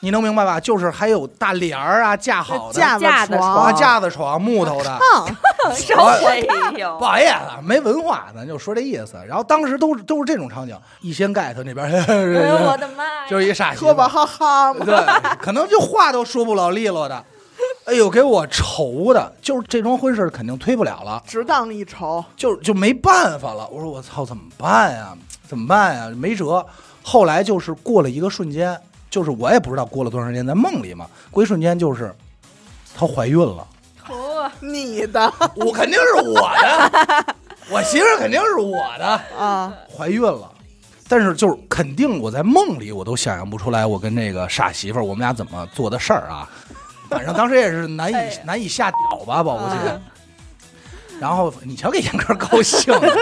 [SPEAKER 4] 你能明白吧？就是还有大帘儿啊，架好的
[SPEAKER 1] 架子
[SPEAKER 2] 架子
[SPEAKER 1] 床
[SPEAKER 4] 啊，架子床，木头的。
[SPEAKER 1] 炕，
[SPEAKER 2] 生
[SPEAKER 4] 活
[SPEAKER 2] 哎
[SPEAKER 4] 不
[SPEAKER 2] 呦，
[SPEAKER 4] 好意思，没文化，咱就说这意思。然后当时都是都是这种场景，一掀盖头那边， 嘿嘿
[SPEAKER 3] 哎呦我
[SPEAKER 4] 嘿
[SPEAKER 3] 的妈呀！
[SPEAKER 4] 就是一傻媳妇
[SPEAKER 1] 磕巴哈 哈嘛，
[SPEAKER 4] 对，可能就话都说不老利落的。哎呦，给我愁的，就是这桩婚事肯定推不了了，
[SPEAKER 1] 值当一筹，
[SPEAKER 4] 就就没办法了。我说我操，怎么办呀？怎么办呀？没辙。后来就是过了一个瞬间，就是我也不知道过了多长时间，在梦里嘛，过一瞬间就是她怀孕了，
[SPEAKER 3] 哦
[SPEAKER 1] 你的
[SPEAKER 4] 我肯定是我的， 我媳妇儿肯定是我的，
[SPEAKER 1] 啊，
[SPEAKER 4] 怀孕了。但是就是肯定我在梦里我都想象不出来我跟这个傻媳妇儿我们俩怎么做的事儿啊，反正当时也是难以、难以下脚吧，吧，我觉
[SPEAKER 3] 嗯
[SPEAKER 4] 得。然后你瞧给严哥高兴 的，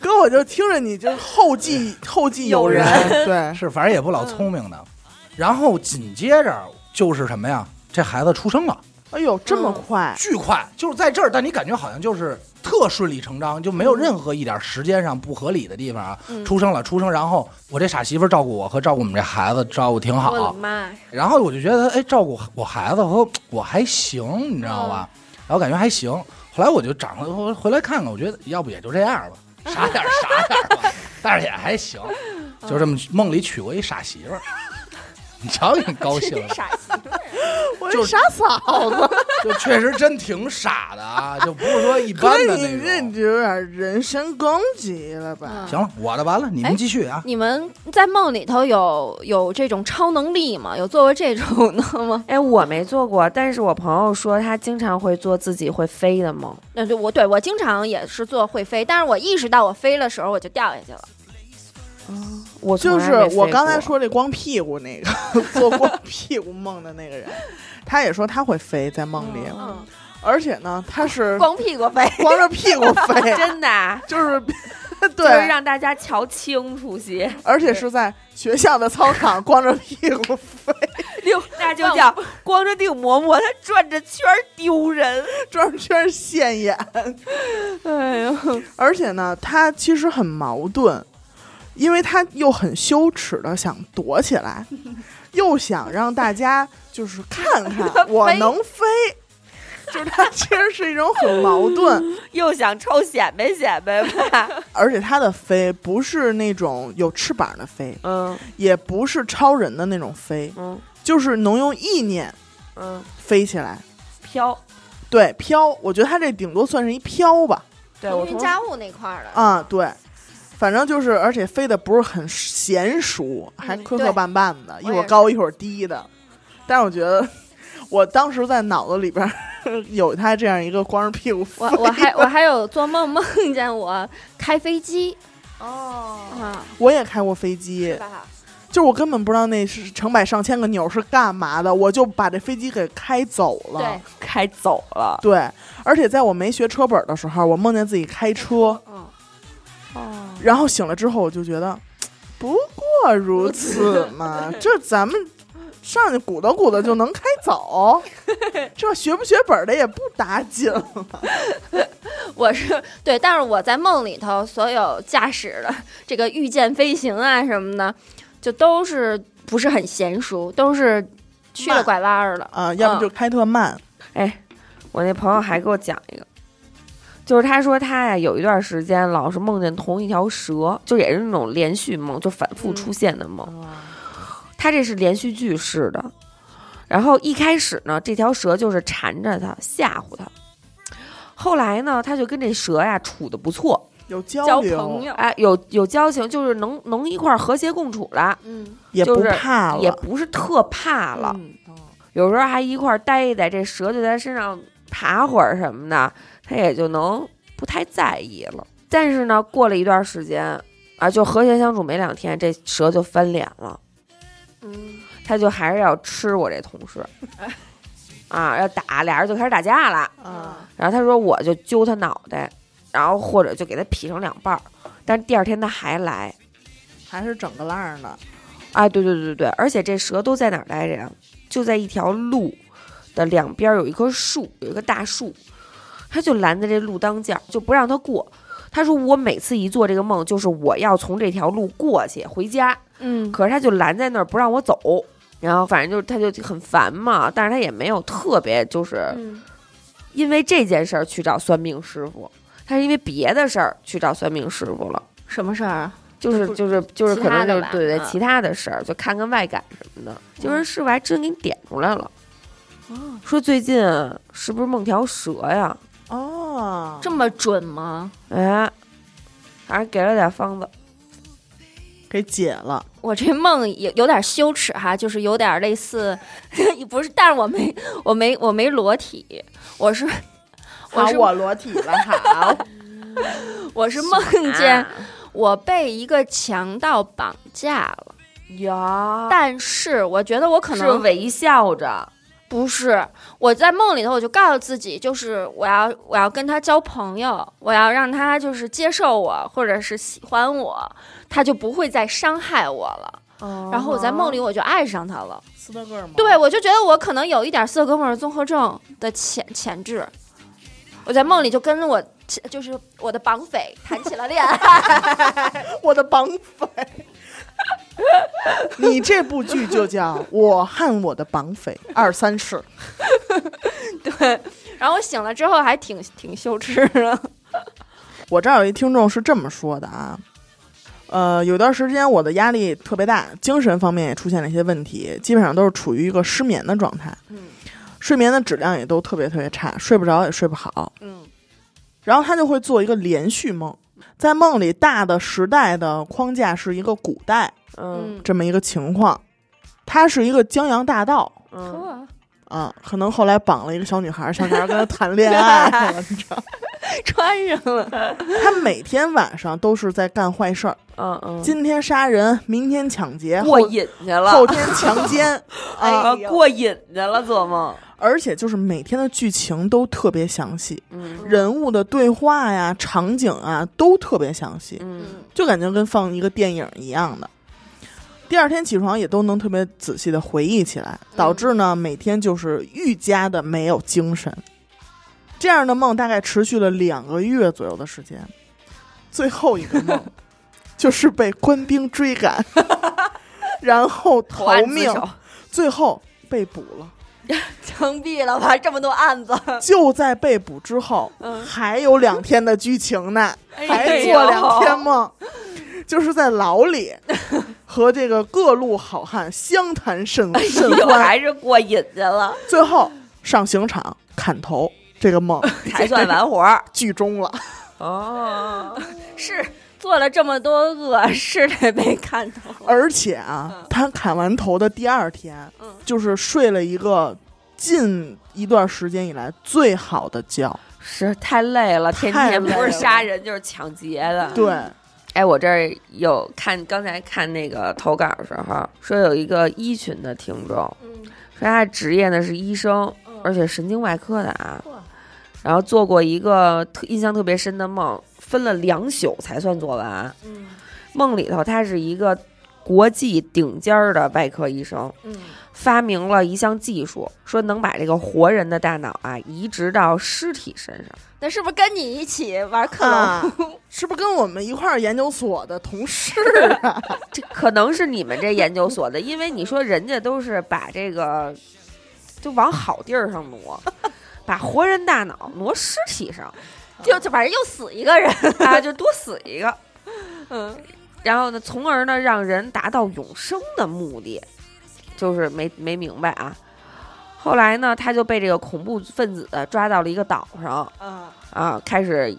[SPEAKER 1] 哥我就听着你就后继后继有人， 对，
[SPEAKER 4] 是反正也不老聪明的。然后紧接着就是什么呀？这孩子出生了，
[SPEAKER 1] 哎呦这
[SPEAKER 4] 嗯
[SPEAKER 1] 么快，
[SPEAKER 4] 巨快，就是在这儿，但你感觉好像就是特顺理成章，就没有任何一点时间上不合理的地方啊。
[SPEAKER 3] 嗯
[SPEAKER 4] 出生了，出生，然后我这傻媳妇儿照顾我和照顾我们这孩子照顾挺好，
[SPEAKER 3] 我的妈呀！
[SPEAKER 1] 嗯
[SPEAKER 4] 然后我就觉得，哎，照顾我孩子和我还行，你知道吧？然后感觉还行。后来我就长了，我回来看看，我觉得要不也就这样吧，
[SPEAKER 1] 嗯
[SPEAKER 4] 傻点儿傻点儿 吧，但是也还行，就这么梦里娶过一傻媳 妇儿。你瞧给你高兴啊的，
[SPEAKER 3] 傻媳妇儿，
[SPEAKER 1] 我
[SPEAKER 4] 就是
[SPEAKER 1] 傻嫂子，
[SPEAKER 4] 就确实真挺傻的啊，就不是说一般
[SPEAKER 1] 可
[SPEAKER 4] 的
[SPEAKER 1] 是你
[SPEAKER 4] 那
[SPEAKER 1] 这
[SPEAKER 4] 种。
[SPEAKER 1] 你就有点啊人身攻击了吧？
[SPEAKER 3] 嗯
[SPEAKER 4] 行了，我的完了，你
[SPEAKER 3] 哎
[SPEAKER 4] 们继续啊。
[SPEAKER 3] 你们在梦里头有有这种超能力吗？有做过这种的吗？
[SPEAKER 2] 哎，我没做过，但是我朋友说他经常会做自己会飞的梦。
[SPEAKER 3] 那就我对我经常也是做会飞，但是我意识到我飞的时候我就掉下去了。
[SPEAKER 2] 我从
[SPEAKER 1] 就
[SPEAKER 2] 来
[SPEAKER 1] 是
[SPEAKER 2] 没飞
[SPEAKER 1] 我刚才
[SPEAKER 2] 过，
[SPEAKER 1] 说这光屁股那个做 光屁股梦的那个人，他也说他会飞在梦里，
[SPEAKER 3] 嗯，
[SPEAKER 1] 而且呢，他 是
[SPEAKER 3] 光屁股飞。
[SPEAKER 1] 光着屁股飞，
[SPEAKER 2] 真的啊、
[SPEAKER 1] 就是
[SPEAKER 2] 就是
[SPEAKER 1] 对，
[SPEAKER 2] 让大家瞧清楚些，
[SPEAKER 1] 而且是在学校的操场光着屁股飞，
[SPEAKER 2] 六那就叫 光着腚嬷嬷，他转着圈儿丢人。
[SPEAKER 1] 转圈现眼。
[SPEAKER 2] 哎呦，
[SPEAKER 1] 而且呢，他其实很矛盾，因为他又很羞耻的想躲起来，又想让大家就是看看我能飞，就是他其实是一种很矛盾，
[SPEAKER 2] 又想臭显摆显摆吧？
[SPEAKER 1] 而且他的飞不是那种有翅膀的飞，
[SPEAKER 2] 嗯
[SPEAKER 1] 也不是超人的那种飞，
[SPEAKER 2] 嗯
[SPEAKER 1] 就是能用意念
[SPEAKER 2] 嗯，
[SPEAKER 1] 飞起来。
[SPEAKER 2] 飘。
[SPEAKER 1] 对，飘，我觉得他这顶多算是一飘吧，
[SPEAKER 2] 对
[SPEAKER 3] 营
[SPEAKER 2] 我
[SPEAKER 3] 运
[SPEAKER 2] 从
[SPEAKER 3] 家务那块儿的，
[SPEAKER 1] 啊，对，反正就是，而且飞的不是很娴熟，还
[SPEAKER 3] 嗯
[SPEAKER 1] 磕磕
[SPEAKER 3] 对
[SPEAKER 1] 绊绊的，一
[SPEAKER 3] 我
[SPEAKER 1] 会儿
[SPEAKER 3] 也
[SPEAKER 1] 高一会儿低的。但是我觉得，我当时在脑子里边儿 有他这样一个光着屁股飞
[SPEAKER 3] 我我还我还有做梦梦见我开飞机
[SPEAKER 2] 哦，
[SPEAKER 3] 啊，
[SPEAKER 1] 我也开过飞机，
[SPEAKER 3] 吧？
[SPEAKER 1] 就是我根本不知道那是成百上千个钮儿是干嘛的，我就把这飞机给开走了
[SPEAKER 3] 对。，
[SPEAKER 2] 开走了。
[SPEAKER 1] 对，而且在我没学车本儿的时候，我梦见自己开车，
[SPEAKER 3] 嗯，
[SPEAKER 2] 哦，
[SPEAKER 1] 然后醒了之后，我就觉得不过如此嘛，这咱们上去鼓捣鼓捣就能开走，这学不学本儿的也不打紧了。
[SPEAKER 3] 我是对，但是我在梦里头所有驾驶的这个御剑飞行啊什么的，就都是不是很娴熟，都是去了
[SPEAKER 1] 慢
[SPEAKER 3] 拐弯儿了。嗯
[SPEAKER 1] 啊，要不就开特慢，
[SPEAKER 2] 哎，我那朋友还给我讲一个，就是他说他呀有一段时间老是梦见同一条蛇，就也是那种连续梦，就反
[SPEAKER 1] 嗯
[SPEAKER 2] 复出现的梦。他这是连续剧式的。然后一开始呢，这条蛇就是缠着他，吓唬他。后来呢，他就跟这蛇呀处的不错，
[SPEAKER 1] 有交
[SPEAKER 3] 交
[SPEAKER 1] 流
[SPEAKER 3] 朋友，
[SPEAKER 2] 哎，有有交情，就是能能一块儿和谐共处了，
[SPEAKER 3] 嗯，
[SPEAKER 1] 也
[SPEAKER 2] 就
[SPEAKER 1] 不
[SPEAKER 2] 是
[SPEAKER 1] 怕了，嗯
[SPEAKER 2] 也不是特怕了。有时候还一块儿待一待，这蛇就在身上爬会儿什么的，他也就能不太在意了。但是呢，过了一段时间啊，就和谐相处没两天，这蛇就翻脸了，
[SPEAKER 3] 嗯，
[SPEAKER 2] 他就还是要吃我这同事，啊，要打，俩人就开始打架了。
[SPEAKER 3] 嗯
[SPEAKER 1] 啊，
[SPEAKER 2] 然后他说我就揪他脑袋，然后或者就给他劈成两半儿，但是第二天他还来，
[SPEAKER 1] 还是整个浪儿的，
[SPEAKER 2] 啊，对对对对，而且这蛇都在哪儿待着呀？就在一条路的两边儿有一棵树，有一棵大树，他就拦在这路当间儿，就不让他过。他说我每次一做这个梦，就是我要从这条路过去回家，
[SPEAKER 3] 嗯，
[SPEAKER 2] 可是他就拦在那儿不让我走。然后反正就是他就很烦嘛，但是他也没有特别就是
[SPEAKER 3] 嗯
[SPEAKER 2] 因为这件事儿去找算命师傅，他是因为别的事儿去找算命师傅了。
[SPEAKER 3] 什么事儿啊？
[SPEAKER 2] 就是
[SPEAKER 3] 不
[SPEAKER 2] 就是就是
[SPEAKER 3] 其
[SPEAKER 2] 可
[SPEAKER 3] 他
[SPEAKER 2] 能
[SPEAKER 3] 的
[SPEAKER 2] 就是
[SPEAKER 3] 吧
[SPEAKER 2] 对对
[SPEAKER 3] 嗯
[SPEAKER 2] 其他的事儿，就看看外感什么的。就
[SPEAKER 3] 嗯
[SPEAKER 2] 是师傅还真给你点出来了，说最近是不是梦条蛇呀？
[SPEAKER 1] 哦，
[SPEAKER 3] 这么准吗？
[SPEAKER 2] 哎，还是给了点方子。
[SPEAKER 1] 给解了，
[SPEAKER 3] 我这梦有有点羞耻哈，就是有点类似， 不是，但是我没我没我没裸体，我是我
[SPEAKER 1] 好
[SPEAKER 3] 是
[SPEAKER 1] 我裸体了，好，
[SPEAKER 3] 我是梦见
[SPEAKER 2] 啊
[SPEAKER 3] 我被一个强盗绑架了，
[SPEAKER 2] 呀，
[SPEAKER 3] 但是我觉得我可
[SPEAKER 2] 哦是
[SPEAKER 3] 能
[SPEAKER 2] 微笑着，
[SPEAKER 3] 不是，我在梦里头我就告诉自己，就是我要我要跟他交朋友，我要让他就是接受我，或者是喜欢我，他就不会再伤害我了。然
[SPEAKER 2] 然
[SPEAKER 3] 后我在梦里我就爱上他
[SPEAKER 2] 哦
[SPEAKER 3] 了，
[SPEAKER 1] 斯德哥尔摩，
[SPEAKER 3] 对我就觉得我可能有一点色哥们儿综合症的潜潜质，我在梦里就跟我就是我的绑匪谈起了恋 爱，
[SPEAKER 1] 我的绑匪。你这部剧就叫《我和我的绑匪二三事》，
[SPEAKER 3] 然后我醒了之后还挺挺羞耻的。
[SPEAKER 1] 我这儿有一听众是这么说的啊，呃，有段时间我的压力特别大，精神方面也出现了一些问题，基本上都是处于一个失眠的状态，
[SPEAKER 3] 嗯
[SPEAKER 1] 睡眠的质量也都特别特别差，睡不着也睡不好。
[SPEAKER 3] 嗯
[SPEAKER 1] 然后他就会做一个连续梦，在梦里大的时代的框架是一个古代
[SPEAKER 2] 嗯
[SPEAKER 1] 这么一个情况，它是一个江洋大盗。
[SPEAKER 2] 嗯，
[SPEAKER 1] 啊，可能后来绑了一个小女孩，小女孩跟他谈恋爱 了，你知道吗？
[SPEAKER 3] 穿上了，
[SPEAKER 1] 他每天晚上都是在干坏事儿，
[SPEAKER 2] 嗯嗯，
[SPEAKER 1] 今天杀人，明天抢劫，
[SPEAKER 2] 过
[SPEAKER 1] 后
[SPEAKER 2] 瘾去了，
[SPEAKER 1] 后天强奸啊，
[SPEAKER 2] 啊过瘾去了，做梦，
[SPEAKER 1] 而且就是每天的剧情都特别详细，
[SPEAKER 2] 嗯
[SPEAKER 1] 人物的对话呀、场景啊都特别详细，
[SPEAKER 2] 嗯
[SPEAKER 3] 嗯
[SPEAKER 1] 就感觉跟放一个电影一样的。第二天起床也都能特别仔细的回忆起来，导致呢每天就是愈加的没有精神。这样的梦大概持续了两个月左右的时间，最后一个 梦就是被官兵追赶，然后
[SPEAKER 2] 投
[SPEAKER 1] 逃
[SPEAKER 2] 案自
[SPEAKER 1] 命，
[SPEAKER 2] 首
[SPEAKER 1] 最后被捕了。
[SPEAKER 3] 枪毙了吧？这么多案子，
[SPEAKER 2] 嗯
[SPEAKER 1] 就在被捕之后，
[SPEAKER 3] 嗯
[SPEAKER 1] 还有两天的剧情呢，还
[SPEAKER 2] 哎呦
[SPEAKER 1] 做两天梦，就是在牢里和这个各路好汉相谈甚甚
[SPEAKER 2] 又
[SPEAKER 1] 欢，
[SPEAKER 2] 哎还是过瘾去了，
[SPEAKER 1] 最后上刑场砍头，这个 梦
[SPEAKER 2] 才算完嗯活儿。
[SPEAKER 1] 剧终了。
[SPEAKER 2] 哦，
[SPEAKER 3] 是做了这么多恶，是得被看到。
[SPEAKER 1] 而且
[SPEAKER 2] 嗯
[SPEAKER 1] 啊，他砍完头的第二天
[SPEAKER 3] 嗯，
[SPEAKER 1] 就是睡了一个近一段时间以来最好的觉。
[SPEAKER 2] 是太累了，天
[SPEAKER 1] 太
[SPEAKER 2] 天不
[SPEAKER 1] 累了
[SPEAKER 2] 是杀人就是抢劫的。
[SPEAKER 1] 对，
[SPEAKER 2] 哎，我这儿有看，刚才看那个投稿的时候，说有一个一群的听众，
[SPEAKER 3] 嗯
[SPEAKER 2] 说他的职业呢是医生，而且神经外科的啊，然后做过一个特印象特别深的梦，分了两宿才算做完。
[SPEAKER 3] 嗯
[SPEAKER 2] 梦里头他是一个国际顶尖儿的外科医生，
[SPEAKER 3] 嗯
[SPEAKER 2] 发明了一项技术，说能把这个活人的大脑啊移植到尸体身上。
[SPEAKER 3] 那是不是跟你一起玩克隆？
[SPEAKER 1] 啊， 是不是跟我们一块儿研究所的同事啊？
[SPEAKER 2] 这可能是你们这研究所的，因为你说人家都是把这个就往好地儿上挪，把活人大脑挪尸体上，
[SPEAKER 3] 就就反正又死一个人。
[SPEAKER 2] 啊，就多死一个，
[SPEAKER 3] 嗯
[SPEAKER 2] 然后呢，从而呢让人达到永生的目的，就是没没明白啊。后来呢，他就被这个恐怖分子啊抓到了一个岛上
[SPEAKER 3] 啊
[SPEAKER 2] 啊，开始，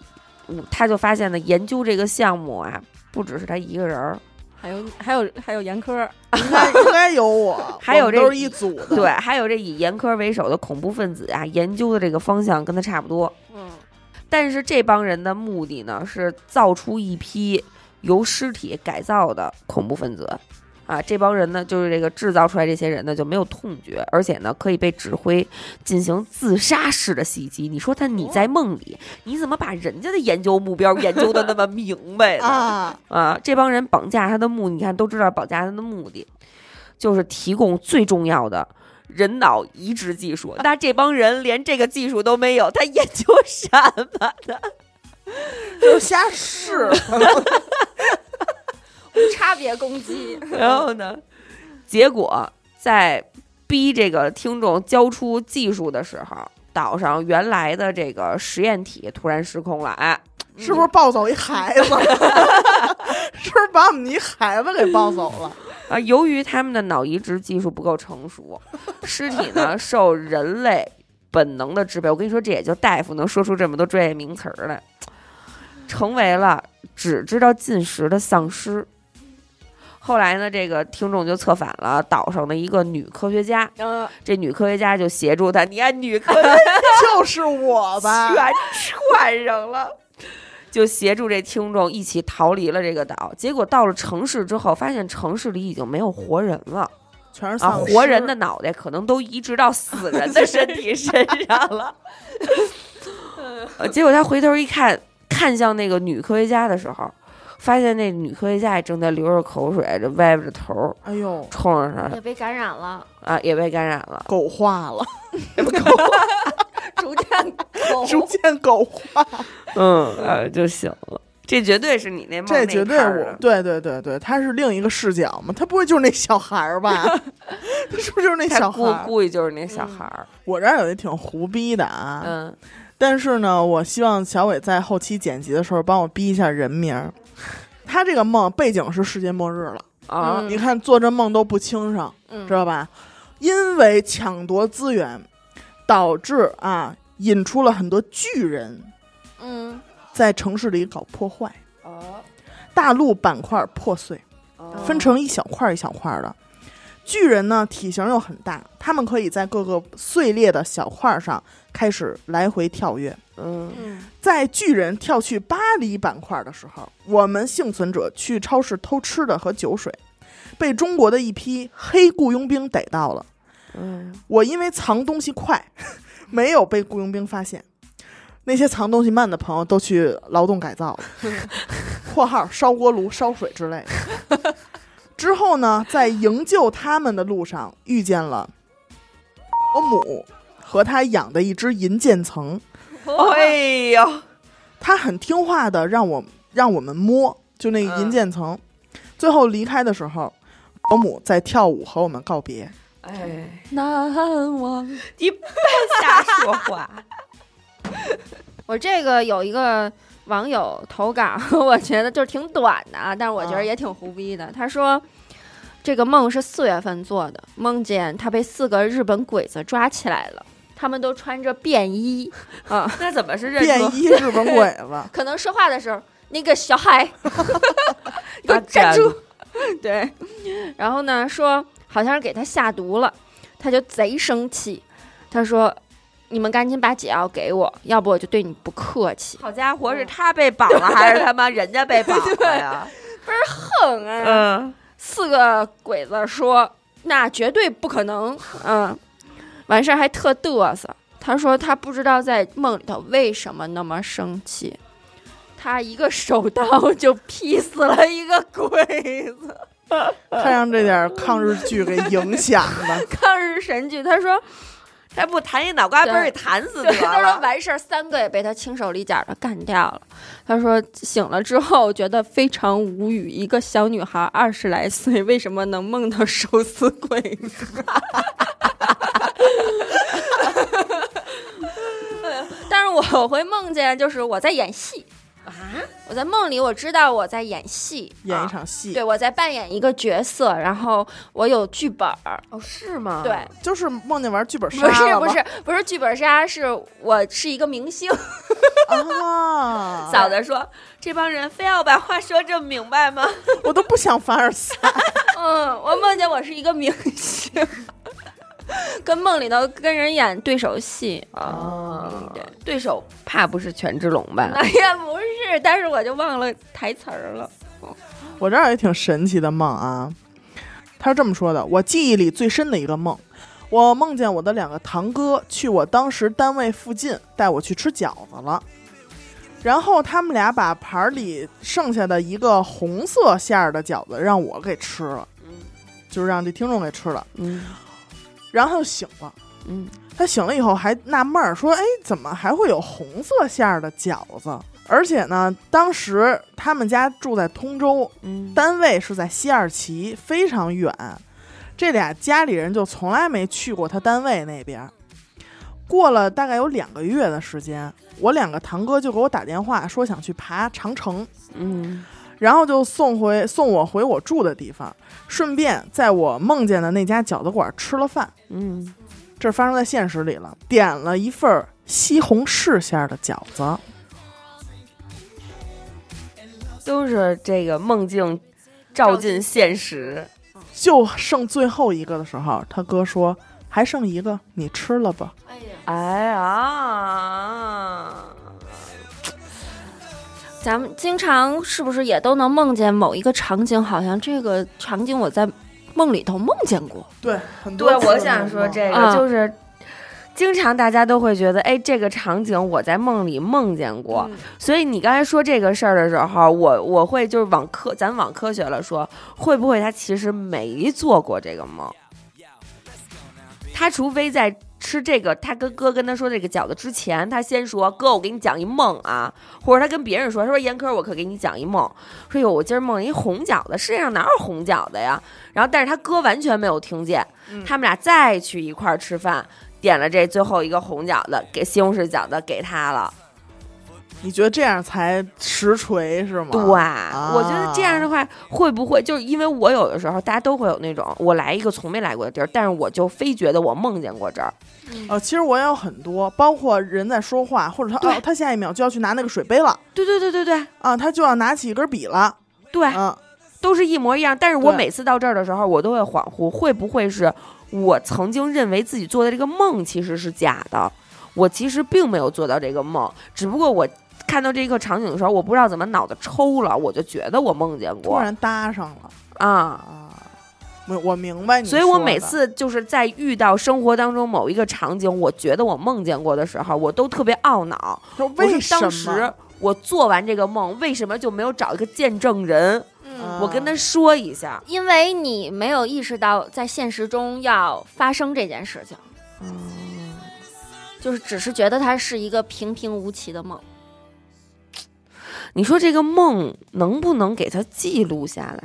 [SPEAKER 2] 嗯他就发现呢，研究这个项目啊，不只是他一个人儿，
[SPEAKER 3] 还有还有还有严科，
[SPEAKER 1] 应该应该有我，
[SPEAKER 2] 还有
[SPEAKER 1] 我们
[SPEAKER 2] 这
[SPEAKER 1] 都是一组的。
[SPEAKER 2] 对，，还有这以严苛为首的恐怖分子啊，研究的这个方向跟他差不多。
[SPEAKER 3] 嗯
[SPEAKER 2] 但是这帮人的目的呢，是造出一批由尸体改造的恐怖分子。啊，这帮人呢，就是这个制造出来这些人呢，就没有痛觉，而且呢，可以被指挥进行自杀式的袭击。你说他你在梦里，你怎么把人家的研究目标研究的那么明白呢？
[SPEAKER 1] 啊，
[SPEAKER 2] 啊，这帮人绑架他的目，你看都知道绑架他的目的，就是提供最重要的人脑移植技术。那这帮人连这个技术都没有，他研究什么呢？
[SPEAKER 1] 就瞎试。
[SPEAKER 3] 无差别攻击。
[SPEAKER 2] 然后呢，结果在逼这个听众交出技术的时候，岛上原来的这个实验体突然失控了，哎，
[SPEAKER 1] 是不是抱走一孩 子？是不是把我们一孩子给抱走 了？
[SPEAKER 2] 啊，由于他们的脑移植技术不够成熟，尸体呢受人类本能的支配。我跟你说，这也就大夫能说出这么多专业名词儿来，成为了只知道进食的丧尸。后来呢，这个听众就策反了岛上的一个女科学家，
[SPEAKER 3] 嗯，
[SPEAKER 2] 这女科学家就协助他。你看，女科学家
[SPEAKER 1] 就是我吧
[SPEAKER 2] 全？串上了。就协助这听众一起逃离了这个岛，结果到了城市之后，发现城市里已经没有活人了。
[SPEAKER 1] 全是
[SPEAKER 2] 啊，
[SPEAKER 1] 丧尸
[SPEAKER 2] 活人的脑袋可能都移植到死人的身 体身上了。呃结果他回头一看，看向那个女科学家的时候，发现那女科学家也正在流着口水，这歪着头儿
[SPEAKER 1] 哎呦，
[SPEAKER 2] 冲着他
[SPEAKER 3] 也被感染了，
[SPEAKER 2] 啊，也被感染了。
[SPEAKER 1] 狗化 了，
[SPEAKER 3] 逐渐
[SPEAKER 1] 逐渐狗化。
[SPEAKER 2] 啊嗯，呃，就醒了。这绝对是你那梦
[SPEAKER 1] 这
[SPEAKER 2] 那
[SPEAKER 1] 绝对
[SPEAKER 2] 一摊儿
[SPEAKER 1] 我
[SPEAKER 2] 的
[SPEAKER 1] 对对对对，他是另一个视角嘛，他不会就是那小孩儿 吧？他是不是就是那
[SPEAKER 2] 他
[SPEAKER 1] 小孩
[SPEAKER 2] 故
[SPEAKER 1] 儿？
[SPEAKER 2] 故意就是那小孩儿，
[SPEAKER 1] 我这儿有一挺胡逼的啊，
[SPEAKER 2] 嗯，
[SPEAKER 1] 但是呢，我希望小伟在后期剪辑的时候帮我逼一下人名儿。他这个梦背景是世界末日了，
[SPEAKER 2] 啊，
[SPEAKER 1] 你看做这梦都不清上，
[SPEAKER 3] 嗯
[SPEAKER 1] 知道吧？因为抢夺资源，导致啊引出了很多巨人
[SPEAKER 3] 嗯，
[SPEAKER 1] 在城市里搞破坏，
[SPEAKER 2] 哦，
[SPEAKER 1] 大陆板块破碎，
[SPEAKER 2] 哦
[SPEAKER 1] 分成一小块儿一小块儿的。巨人呢体型又很大，他们可以在各个碎裂的小块儿上开始来回跳跃。
[SPEAKER 2] 嗯
[SPEAKER 3] 嗯
[SPEAKER 1] 在巨人跳去巴黎板块的时候，我们幸存者去超市偷吃的和酒水，被中国的一批黑雇佣兵逮到了。
[SPEAKER 2] 嗯，
[SPEAKER 1] 我因为藏东西快， 没有被雇佣兵发现。那些藏东西慢的朋友都去劳动改 造了（括号烧锅炉、烧水之类的）。之后呢，在营救他们的路上遇见了 伯母和他养的一只银渐层。哦
[SPEAKER 2] 哎呦，
[SPEAKER 1] 他很听话的让我让我们摸，就那
[SPEAKER 2] 嗯
[SPEAKER 1] 个银渐层。最后离开的时候，保姆在跳舞和我们告别。
[SPEAKER 2] 哎，
[SPEAKER 3] 难忘。
[SPEAKER 2] 你别瞎说话，
[SPEAKER 3] 我这个有一个网友投稿， 我觉得就是挺短的啊，但是我觉
[SPEAKER 1] 啊
[SPEAKER 3] 得也挺胡逼的。他说。这个梦是四月份做的，梦见他被四个日本鬼子抓起来了，他们都穿着便衣啊，，
[SPEAKER 2] 那怎么是认
[SPEAKER 1] 便
[SPEAKER 2] 出
[SPEAKER 1] 衣日本鬼子
[SPEAKER 3] 可能说话的时候，那个小孩 给我
[SPEAKER 2] 啊
[SPEAKER 3] 站
[SPEAKER 2] 站
[SPEAKER 3] 住，对，然后呢说好像是给他下毒了，他就贼生气，他说你们赶紧把解药给我，要不我就对你不客气，
[SPEAKER 2] 好家伙，是他被绑了，还是他妈人家被绑了呀？
[SPEAKER 3] 哼啊，
[SPEAKER 2] 嗯，
[SPEAKER 3] 四个鬼子说：“那绝对不可能。”嗯，完事儿还特嘚瑟。他说他不知道在梦里头为什么那么生气，他一个手刀就劈死了一个鬼子。。
[SPEAKER 1] 他让这点抗日剧给影响了
[SPEAKER 3] 抗日神剧，他说
[SPEAKER 2] 还不弹一脑瓜崩儿给弹死得
[SPEAKER 3] 他说
[SPEAKER 2] 了。
[SPEAKER 3] 完事儿三个也被他轻手利脚的干掉了。他说醒了之后觉得非常无语，一个小女孩二十来岁，为什么能梦到手撕鬼子？但是我会梦见，就是我在演戏啊！我在梦里我知道我在演戏，
[SPEAKER 1] 演一
[SPEAKER 3] 啊
[SPEAKER 1] 场戏，
[SPEAKER 3] 对我在扮演一个角色，然后我有剧本儿，
[SPEAKER 2] 哦，是吗
[SPEAKER 3] 对，，
[SPEAKER 1] 啊就是梦见玩剧本杀
[SPEAKER 3] 不是
[SPEAKER 1] 了吧
[SPEAKER 3] 不是不是剧本杀，是我是一个明星，
[SPEAKER 1] 啊！
[SPEAKER 2] 嫂
[SPEAKER 3] 哦
[SPEAKER 2] 子说这帮人非要把话说这么明白吗？
[SPEAKER 1] 我都不想凡尔赛。
[SPEAKER 3] 嗯，我梦见我是一个明星，跟梦里头跟人演对手戏。
[SPEAKER 2] 啊，对，对手怕不是权志龙吧？
[SPEAKER 3] 哎呀，不是，但是我就忘了台词儿了。
[SPEAKER 1] 我这儿有一挺神奇的梦啊，他是这么说的：我记忆里最深的一个梦，我梦见我的两个堂哥去我当时单位附近带我去吃饺子了，然后他们俩把盘儿里剩下的一个红色馅儿的饺子让我给吃了，就是让这听众给吃了，
[SPEAKER 2] 嗯
[SPEAKER 1] 然后他就醒了。
[SPEAKER 2] 嗯
[SPEAKER 1] 他醒了以后还纳闷儿说：“哎，怎么还会有红色馅儿的饺子？”而且呢，当时他们家住在通州，
[SPEAKER 2] 嗯，
[SPEAKER 1] 单位是在西二旗，非常远。这俩家里人就从来没去过他单位那边儿。过了大概有两个月的时间，我两个堂哥就给我打电话说想去爬长城，
[SPEAKER 2] 嗯
[SPEAKER 1] 然后就送回送我回我住的地方，顺便在我梦见的那家饺子馆吃了饭。
[SPEAKER 2] 嗯，
[SPEAKER 1] 这发生在现实里了，点了一份儿西红柿馅儿的饺子，
[SPEAKER 2] 都是这个梦境照进现实。
[SPEAKER 1] 就剩最后一个的时候，他哥说还剩一个，你吃了吧。
[SPEAKER 3] 哎呀，
[SPEAKER 2] 哎呀，
[SPEAKER 3] 咱们经常是不是也都能梦见某一个场景？好像这个场景我在梦里头梦见过。
[SPEAKER 1] 对，很多
[SPEAKER 2] 对，
[SPEAKER 1] 次
[SPEAKER 2] 我
[SPEAKER 1] 都
[SPEAKER 2] 想
[SPEAKER 1] 能
[SPEAKER 2] 说
[SPEAKER 1] 梦
[SPEAKER 2] 这个
[SPEAKER 3] 嗯
[SPEAKER 2] 就是。经常大家都会觉得，哎，这个场景我在梦里梦见过，所以你刚才说这个事儿的时候，我我会就是往科，咱往科学了说，会不会他其实没做过这个梦？他除非在吃这个，他跟哥跟他说这个饺子之前，他先说哥，我给你讲一梦啊，或者他跟别人说，他说严科，我可给你讲一梦，说哟，我今儿梦一红饺子，世界上哪有红饺子呀？然后但是他哥完全没有听见，
[SPEAKER 1] 嗯
[SPEAKER 2] 他们俩再去一块儿吃饭，点了这最后一个红饺子，给西红柿饺子给他了。
[SPEAKER 1] 你觉得这样才实锤是吗？
[SPEAKER 2] 对，我觉得这样的话会不会就是因为我有的时候大家都会有那种我来一个从没来过的地儿，但是我就非觉得我梦见过这儿。
[SPEAKER 1] 呃，其实我也有很多，包括人在说话，或者他
[SPEAKER 2] 对
[SPEAKER 1] 哦，他下一秒就要去拿那个水杯了
[SPEAKER 2] 对对对对对
[SPEAKER 1] 啊，他就要拿起一根笔了，
[SPEAKER 2] 对，
[SPEAKER 1] 嗯，
[SPEAKER 2] 都是一模一样。但是我
[SPEAKER 1] 对
[SPEAKER 2] 每次到这儿的时候，我都会恍惚，会不会是我曾经认为自己做的这个梦其实是假的？我其实并没有做到这个梦，只不过我看到这个场景的时候，我不知道怎么脑子抽了，我就觉得我梦见
[SPEAKER 1] 突
[SPEAKER 2] 过
[SPEAKER 1] 然搭上了
[SPEAKER 2] 啊。
[SPEAKER 1] 啊，我我明白你说
[SPEAKER 2] 所
[SPEAKER 1] 的，
[SPEAKER 2] 以我每次就是在遇到生活当中某一个场景，我觉得我梦见过的时候，我都特别懊恼，
[SPEAKER 1] 就
[SPEAKER 2] 我
[SPEAKER 1] 为
[SPEAKER 2] 说
[SPEAKER 1] 什么
[SPEAKER 2] 当时。我做完这个梦，为什么就没有找一个见证人？
[SPEAKER 3] 嗯
[SPEAKER 2] 我跟他说一下，
[SPEAKER 3] 因为你没有意识到在现实中要发生这件事情，
[SPEAKER 2] 哦
[SPEAKER 3] 就是只是觉得它是一个平平无奇的梦。
[SPEAKER 2] 你说这个梦能不能给它记录下来？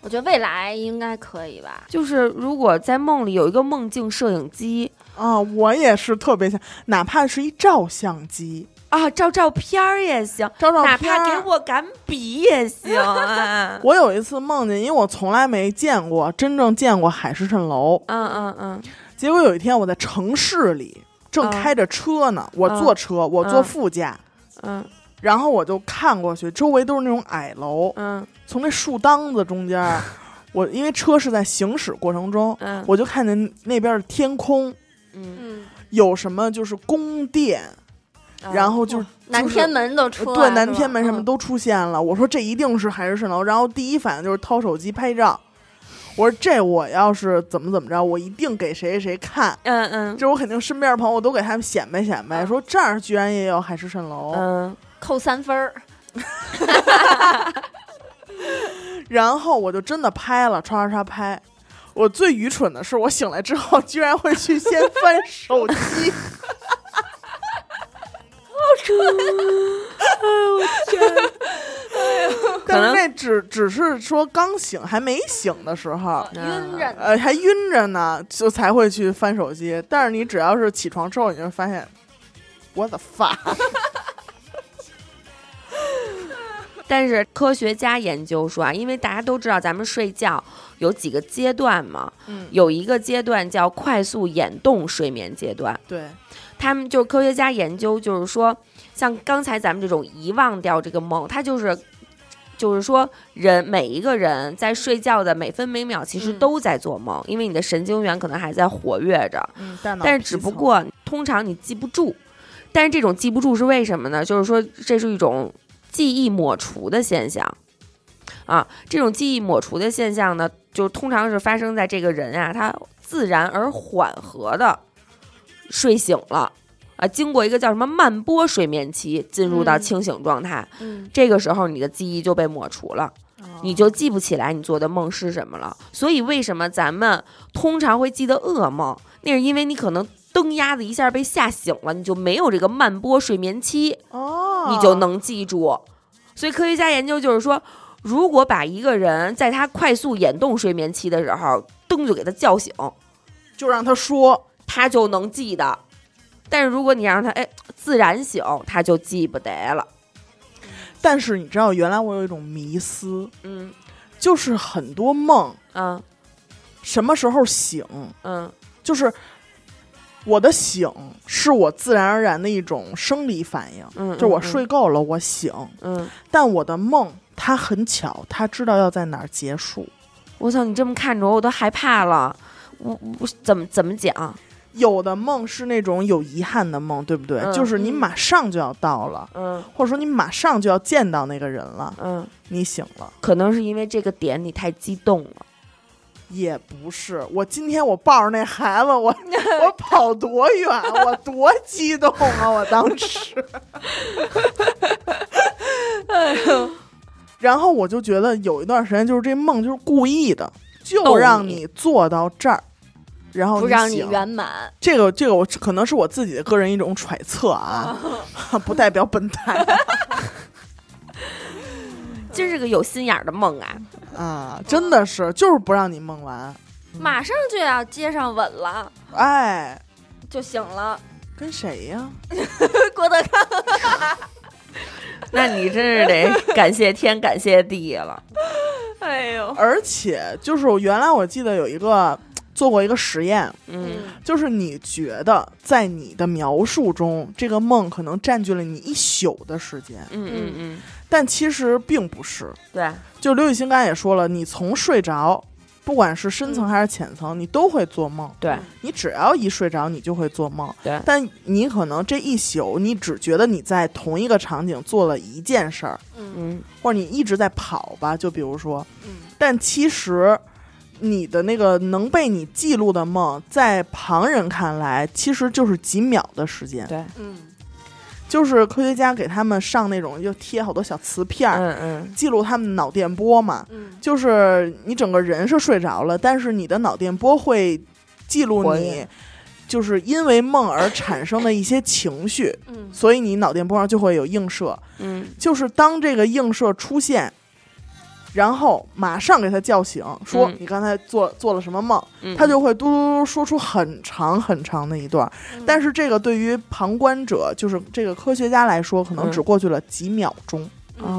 [SPEAKER 3] 我觉得未来应该可以吧。
[SPEAKER 2] 就是如果在梦里有一个梦境摄影机
[SPEAKER 1] 啊，我也是特别想，哪怕是一照相机，
[SPEAKER 2] 啊，照照片儿也行，
[SPEAKER 1] 照照
[SPEAKER 2] 哪
[SPEAKER 1] 片儿，。
[SPEAKER 2] 怕给我擀笔也行啊
[SPEAKER 1] 我有一次梦见，因为我从来没见过真正见过海市蜃楼，
[SPEAKER 2] 嗯嗯嗯
[SPEAKER 1] 结果有一天我在城市里正
[SPEAKER 2] 嗯
[SPEAKER 1] 开着车呢，我
[SPEAKER 2] 嗯
[SPEAKER 1] 坐车，我坐
[SPEAKER 2] 嗯
[SPEAKER 1] 副驾，
[SPEAKER 2] 嗯
[SPEAKER 1] 然后我就看过去，周围都是那种矮楼，
[SPEAKER 2] 嗯
[SPEAKER 1] 从那树当子中间 儿，我因为车是在行驶过程中，
[SPEAKER 2] 嗯
[SPEAKER 1] 我就看见那边的天空
[SPEAKER 2] 嗯，
[SPEAKER 3] 嗯，
[SPEAKER 1] 有什么就是宫殿，
[SPEAKER 2] 嗯
[SPEAKER 1] 然后就是
[SPEAKER 3] 南
[SPEAKER 1] 就是
[SPEAKER 3] 天门都出来
[SPEAKER 1] 对
[SPEAKER 3] 了
[SPEAKER 1] 南天门什么
[SPEAKER 2] 嗯
[SPEAKER 1] 都出现了。我说这一定是海市蜃楼，然后第一反应就是掏手机拍照。我说这我要是怎么怎么着，我一定给谁谁谁看。
[SPEAKER 2] 嗯嗯
[SPEAKER 1] 这我肯定身边的朋友我都给他们显摆显摆，说这儿居然也有海市蜃楼。
[SPEAKER 2] 嗯
[SPEAKER 3] 扣三分儿。
[SPEAKER 1] 然后我就真的拍了，刷刷刷拍。我最愚蠢的是，我醒来之后居然会去先翻手机，
[SPEAKER 2] 啊哎
[SPEAKER 1] 哎但是那只只是说刚醒还没醒的时候，
[SPEAKER 2] 嗯
[SPEAKER 3] 哦晕着呢，
[SPEAKER 1] 呃，还晕着呢，就才会去翻手机。但是你只要是起床之后，你就会发现，我的发，
[SPEAKER 2] 但是科学家研究说啊，因为大家都知道咱们睡觉有几个阶段嘛，
[SPEAKER 1] 嗯，
[SPEAKER 2] 有一个阶段叫快速眼动睡眠阶段，
[SPEAKER 1] 对，
[SPEAKER 2] 他们就是科学家研究，就是说，像刚才咱们这种遗忘掉这个梦，它就是，就是说人每一个人在睡觉的每分每秒，其实
[SPEAKER 1] 嗯
[SPEAKER 2] 都在做梦，因为你的神经元可能还在活跃着，
[SPEAKER 1] 嗯，大脑
[SPEAKER 2] 但是只不过通常你记不住，但是这种记不住是为什么呢？就是说这是一种记忆抹除的现象啊。这种记忆抹除的现象呢，就通常是发生在这个人啊，他自然而缓和的睡醒了啊，经过一个叫什么慢波睡眠期，进入到
[SPEAKER 3] 嗯
[SPEAKER 2] 清醒状态。
[SPEAKER 3] 嗯，
[SPEAKER 2] 这个时候你的记忆就被抹除了。
[SPEAKER 1] 嗯哦
[SPEAKER 2] 你就记不起来你做的梦是什么了。所以为什么咱们通常会记得噩梦？那是因为你可能蹬鸭子一下被吓醒了，你就没有这个慢波睡眠期，
[SPEAKER 1] 哦，
[SPEAKER 2] 你就能记住。所以科学家研究就是说，如果把一个人在他快速眼动睡眠期的时候，蹬就给他叫醒，
[SPEAKER 1] 就让他说，
[SPEAKER 2] 他就能记得。但是如果你让他哎自然醒，他就记不得了。
[SPEAKER 1] 但是你知道，原来我有一种迷思，
[SPEAKER 2] 嗯
[SPEAKER 1] 就是很多梦
[SPEAKER 2] 嗯
[SPEAKER 1] 什么时候醒，
[SPEAKER 2] 嗯
[SPEAKER 1] 就是我的醒是我自然而然的一种生理反应，
[SPEAKER 2] 嗯，
[SPEAKER 1] 就是我睡够了我醒，
[SPEAKER 2] 嗯。嗯，
[SPEAKER 1] 但我的梦它很巧，它知道要在哪儿结束。
[SPEAKER 2] 我操，你这么看着我，我都害怕了。我我怎么怎么讲？
[SPEAKER 1] 有的梦是那种有遗憾的梦，对不对？
[SPEAKER 2] 嗯
[SPEAKER 1] 就是你
[SPEAKER 3] 嗯
[SPEAKER 1] 马上就要到了，
[SPEAKER 2] 嗯
[SPEAKER 1] 或者说你马上就要见到那个人了，
[SPEAKER 2] 嗯，
[SPEAKER 1] 你醒了。
[SPEAKER 2] 可能是因为这个点你太激动了。
[SPEAKER 1] 也不是，我今天我抱着那孩子， 我我跑多远，我多激动啊！我当时，
[SPEAKER 3] 哎
[SPEAKER 1] 然后我就觉得有一段时间就是这梦就是故意的，就
[SPEAKER 2] 逗
[SPEAKER 1] 让
[SPEAKER 2] 你
[SPEAKER 1] 你坐到这儿，然后
[SPEAKER 3] 不让你
[SPEAKER 1] 哦醒
[SPEAKER 3] 圆满。
[SPEAKER 1] 这个这个我可能是我自己的个人一种揣测啊，不代表本台
[SPEAKER 2] 真是个有心眼儿的梦啊！
[SPEAKER 1] 啊，真的是就是不让你梦完，
[SPEAKER 3] 马上就要接上吻了，
[SPEAKER 1] 哎，
[SPEAKER 3] 就醒了。
[SPEAKER 1] 跟谁呀？
[SPEAKER 3] 郭德纲，
[SPEAKER 2] 那你真是 得感谢天，感谢地了。
[SPEAKER 3] 哎呦，
[SPEAKER 1] 而且就是我原来我记得有一个做过一个实验，
[SPEAKER 2] 嗯，
[SPEAKER 1] 就是你觉得在你的描述中，这个梦可能占据了你一宿的时间，
[SPEAKER 2] 嗯嗯嗯，
[SPEAKER 1] 但其实并不是。
[SPEAKER 2] 对，
[SPEAKER 1] 就刘雨欣刚才也说了，你从睡着，不管是深层还是浅层，你都会做梦。
[SPEAKER 2] 对，
[SPEAKER 1] 你只要一睡着，你就会做梦。
[SPEAKER 2] 对
[SPEAKER 1] 但你可能这一宿，你只觉得你在同一个场景做了一件事儿，
[SPEAKER 3] 嗯
[SPEAKER 2] 嗯，
[SPEAKER 1] 或者你一直在跑吧，就比如说，
[SPEAKER 3] 嗯
[SPEAKER 1] 但其实你的那个能被你记录的梦，在旁人看来，其实就是几秒的时间。
[SPEAKER 2] 对，
[SPEAKER 3] 嗯，
[SPEAKER 1] 就是科学家给他们上那种就贴好多小磁片儿，
[SPEAKER 2] 嗯嗯，
[SPEAKER 1] 记录他们脑电波嘛。
[SPEAKER 3] 嗯，
[SPEAKER 1] 就是你整个人是睡着了，但是你的脑电波会记录
[SPEAKER 2] 活
[SPEAKER 1] 你
[SPEAKER 2] 跃，
[SPEAKER 1] 就是因为梦而产生的一些情绪，
[SPEAKER 3] 嗯，
[SPEAKER 1] 所以你脑电波上就会有映射。
[SPEAKER 2] 嗯
[SPEAKER 1] 就是当这个映射出现，然后马上给他叫醒，说
[SPEAKER 2] 嗯
[SPEAKER 1] 你刚才做做了什么梦，
[SPEAKER 2] 嗯，
[SPEAKER 1] 他就会嘟嘟嘟说出很长很长的一段。
[SPEAKER 2] 嗯
[SPEAKER 3] 嗯
[SPEAKER 1] 但是这个对于旁观者，就是这个科学家来说，可能
[SPEAKER 2] 嗯
[SPEAKER 1] 只过去了几秒钟。
[SPEAKER 2] 哦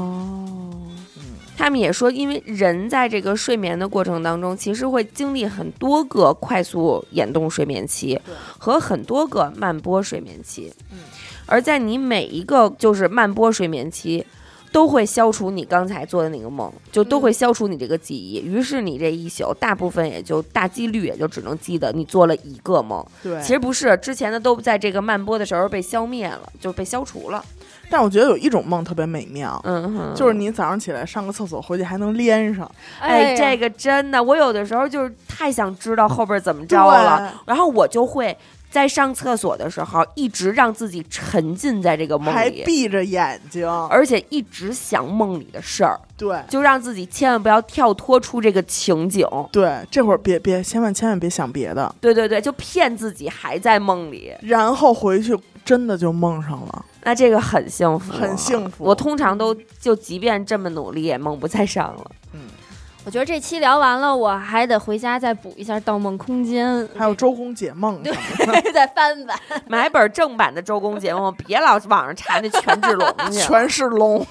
[SPEAKER 1] 嗯。
[SPEAKER 2] 他们也说，因为人在这个睡眠的过程当中，其实会经历很多个快速眼动睡眠期和很多个慢波睡眠期。
[SPEAKER 1] 嗯，
[SPEAKER 2] 而在你每一个就是慢波睡眠期，都会消除你刚才做的那个梦，就都会消除你这个记忆。于是你这一宿，大部分也就大几率也就只能记得你做了一个梦。
[SPEAKER 1] 对，
[SPEAKER 2] 其实不是，之前的都在这个慢波的时候被消灭了，就被消除了。
[SPEAKER 1] 但我觉得有一种梦特别美妙，
[SPEAKER 2] 嗯哼，
[SPEAKER 1] 就是你早上起来上个厕所回去还能连上，
[SPEAKER 2] 哎，这
[SPEAKER 3] 个
[SPEAKER 2] 个真的，我有的时候就是太想知道后边怎么着
[SPEAKER 1] 对
[SPEAKER 2] 了，然后我就会在上厕所的时候一直让自己沉浸在这个梦
[SPEAKER 1] 还
[SPEAKER 2] 里，
[SPEAKER 1] 闭着眼睛，
[SPEAKER 2] 而且一直想梦里的事儿，
[SPEAKER 1] 对
[SPEAKER 2] 就让自己千万不要跳脱出这个情景。
[SPEAKER 1] 对，这会儿别别千万千万别想别的，
[SPEAKER 2] 对对对，就骗自己还在梦里，
[SPEAKER 1] 然后回去真的就梦上了，
[SPEAKER 2] 那这个很幸福，
[SPEAKER 1] 很幸福
[SPEAKER 2] 我通常都就即便这么努力，也梦不再上了。
[SPEAKER 3] 我觉得这期聊完了，我还得回家再补一下《盗梦空间
[SPEAKER 1] 还有周公解梦什么》
[SPEAKER 3] 再翻翻。
[SPEAKER 2] 买本正版的周公解梦，别老网上查那权志龙
[SPEAKER 1] 的，
[SPEAKER 2] 去了。
[SPEAKER 1] 全是龙。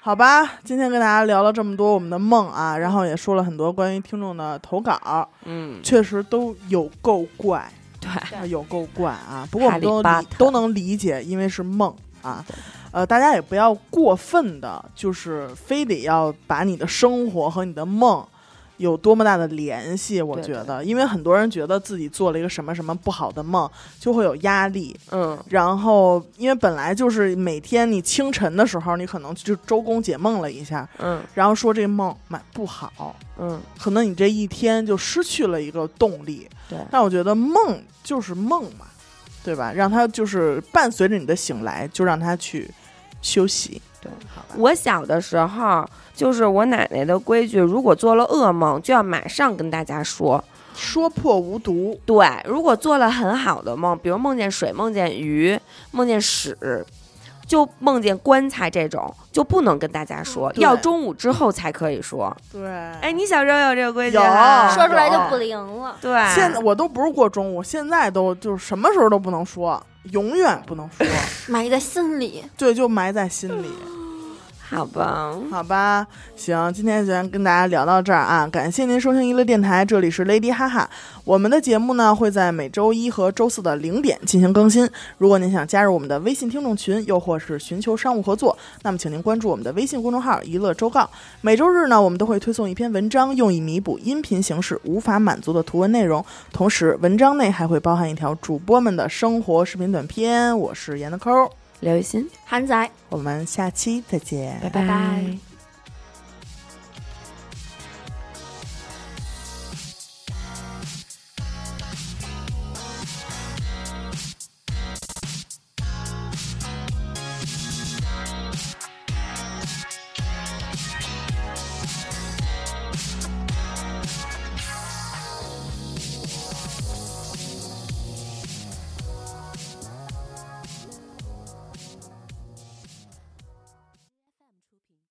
[SPEAKER 1] 好吧，今天跟大家聊了这么多我们的梦啊，然后也说了很多关于听众的投稿，
[SPEAKER 2] 嗯，
[SPEAKER 1] 确实都有够怪，
[SPEAKER 2] 对。
[SPEAKER 1] 啊有够怪啊！不过我们
[SPEAKER 2] 哈利
[SPEAKER 1] 都
[SPEAKER 2] 巴
[SPEAKER 1] 理
[SPEAKER 2] 特
[SPEAKER 1] 都能理解，因为是梦啊。呃，大家也不要过分的，就是非得要把你的生活和你的梦有多么大的联系。我
[SPEAKER 2] 对
[SPEAKER 1] 觉
[SPEAKER 2] 对
[SPEAKER 1] 得，因为很多人觉得自己做了一个什么什么不好的梦，就会有压力。
[SPEAKER 2] 嗯，
[SPEAKER 1] 然后，因为本来就是每天你清晨的时候，你可能就周公解梦了一下，
[SPEAKER 2] 嗯
[SPEAKER 1] 然后说这梦蛮不好，
[SPEAKER 2] 嗯，
[SPEAKER 1] 可能你这一天就失去了一个动力。
[SPEAKER 2] 对
[SPEAKER 1] 但我觉得梦就是梦嘛，对吧？让它就是伴随着你的醒来，就让它去休息。
[SPEAKER 2] 对，
[SPEAKER 1] 好吧。
[SPEAKER 2] 我小的时候就是我奶奶的规矩，如果做了噩梦，就要马上跟大家说。
[SPEAKER 1] 说破无毒，
[SPEAKER 2] 对，如果做了很好的梦，比如梦见水、梦见鱼、梦见屎，就梦见棺材这种，就不能跟大家说，
[SPEAKER 1] 嗯对
[SPEAKER 2] 要中午之后才可以说。
[SPEAKER 1] 对，
[SPEAKER 2] 哎，
[SPEAKER 1] 哎，
[SPEAKER 2] 你小时候有这个规矩
[SPEAKER 1] 有
[SPEAKER 2] 啊？
[SPEAKER 3] 说出来就不灵了。
[SPEAKER 2] 对，
[SPEAKER 1] 现在我都不是过中午，现在都就是什么时候都不能说，永远不能 说，
[SPEAKER 3] 埋在心里，
[SPEAKER 1] 对，就埋在心里，
[SPEAKER 2] 好吧。
[SPEAKER 1] 好吧？行，今天就先跟大家聊到这儿啊，感谢您收听娱乐电台，这里是 Lady 哈哈，我们的节目呢会在每周一和周四的零点进行更新。如果您想加入我们的微信听众群，又或是寻求商务合作，那么请您关注我们的微信公众号“娱乐周告”。每周日呢，我们都会推送一篇文章，用以弥补音频形式无法满足的图文内容。同时，文章内还会包含一条主播们的生活视频短片。我是严的抠儿，
[SPEAKER 2] 刘雨欣，
[SPEAKER 3] 韩仔，
[SPEAKER 1] 我们下期再见，
[SPEAKER 2] 拜
[SPEAKER 3] 拜拜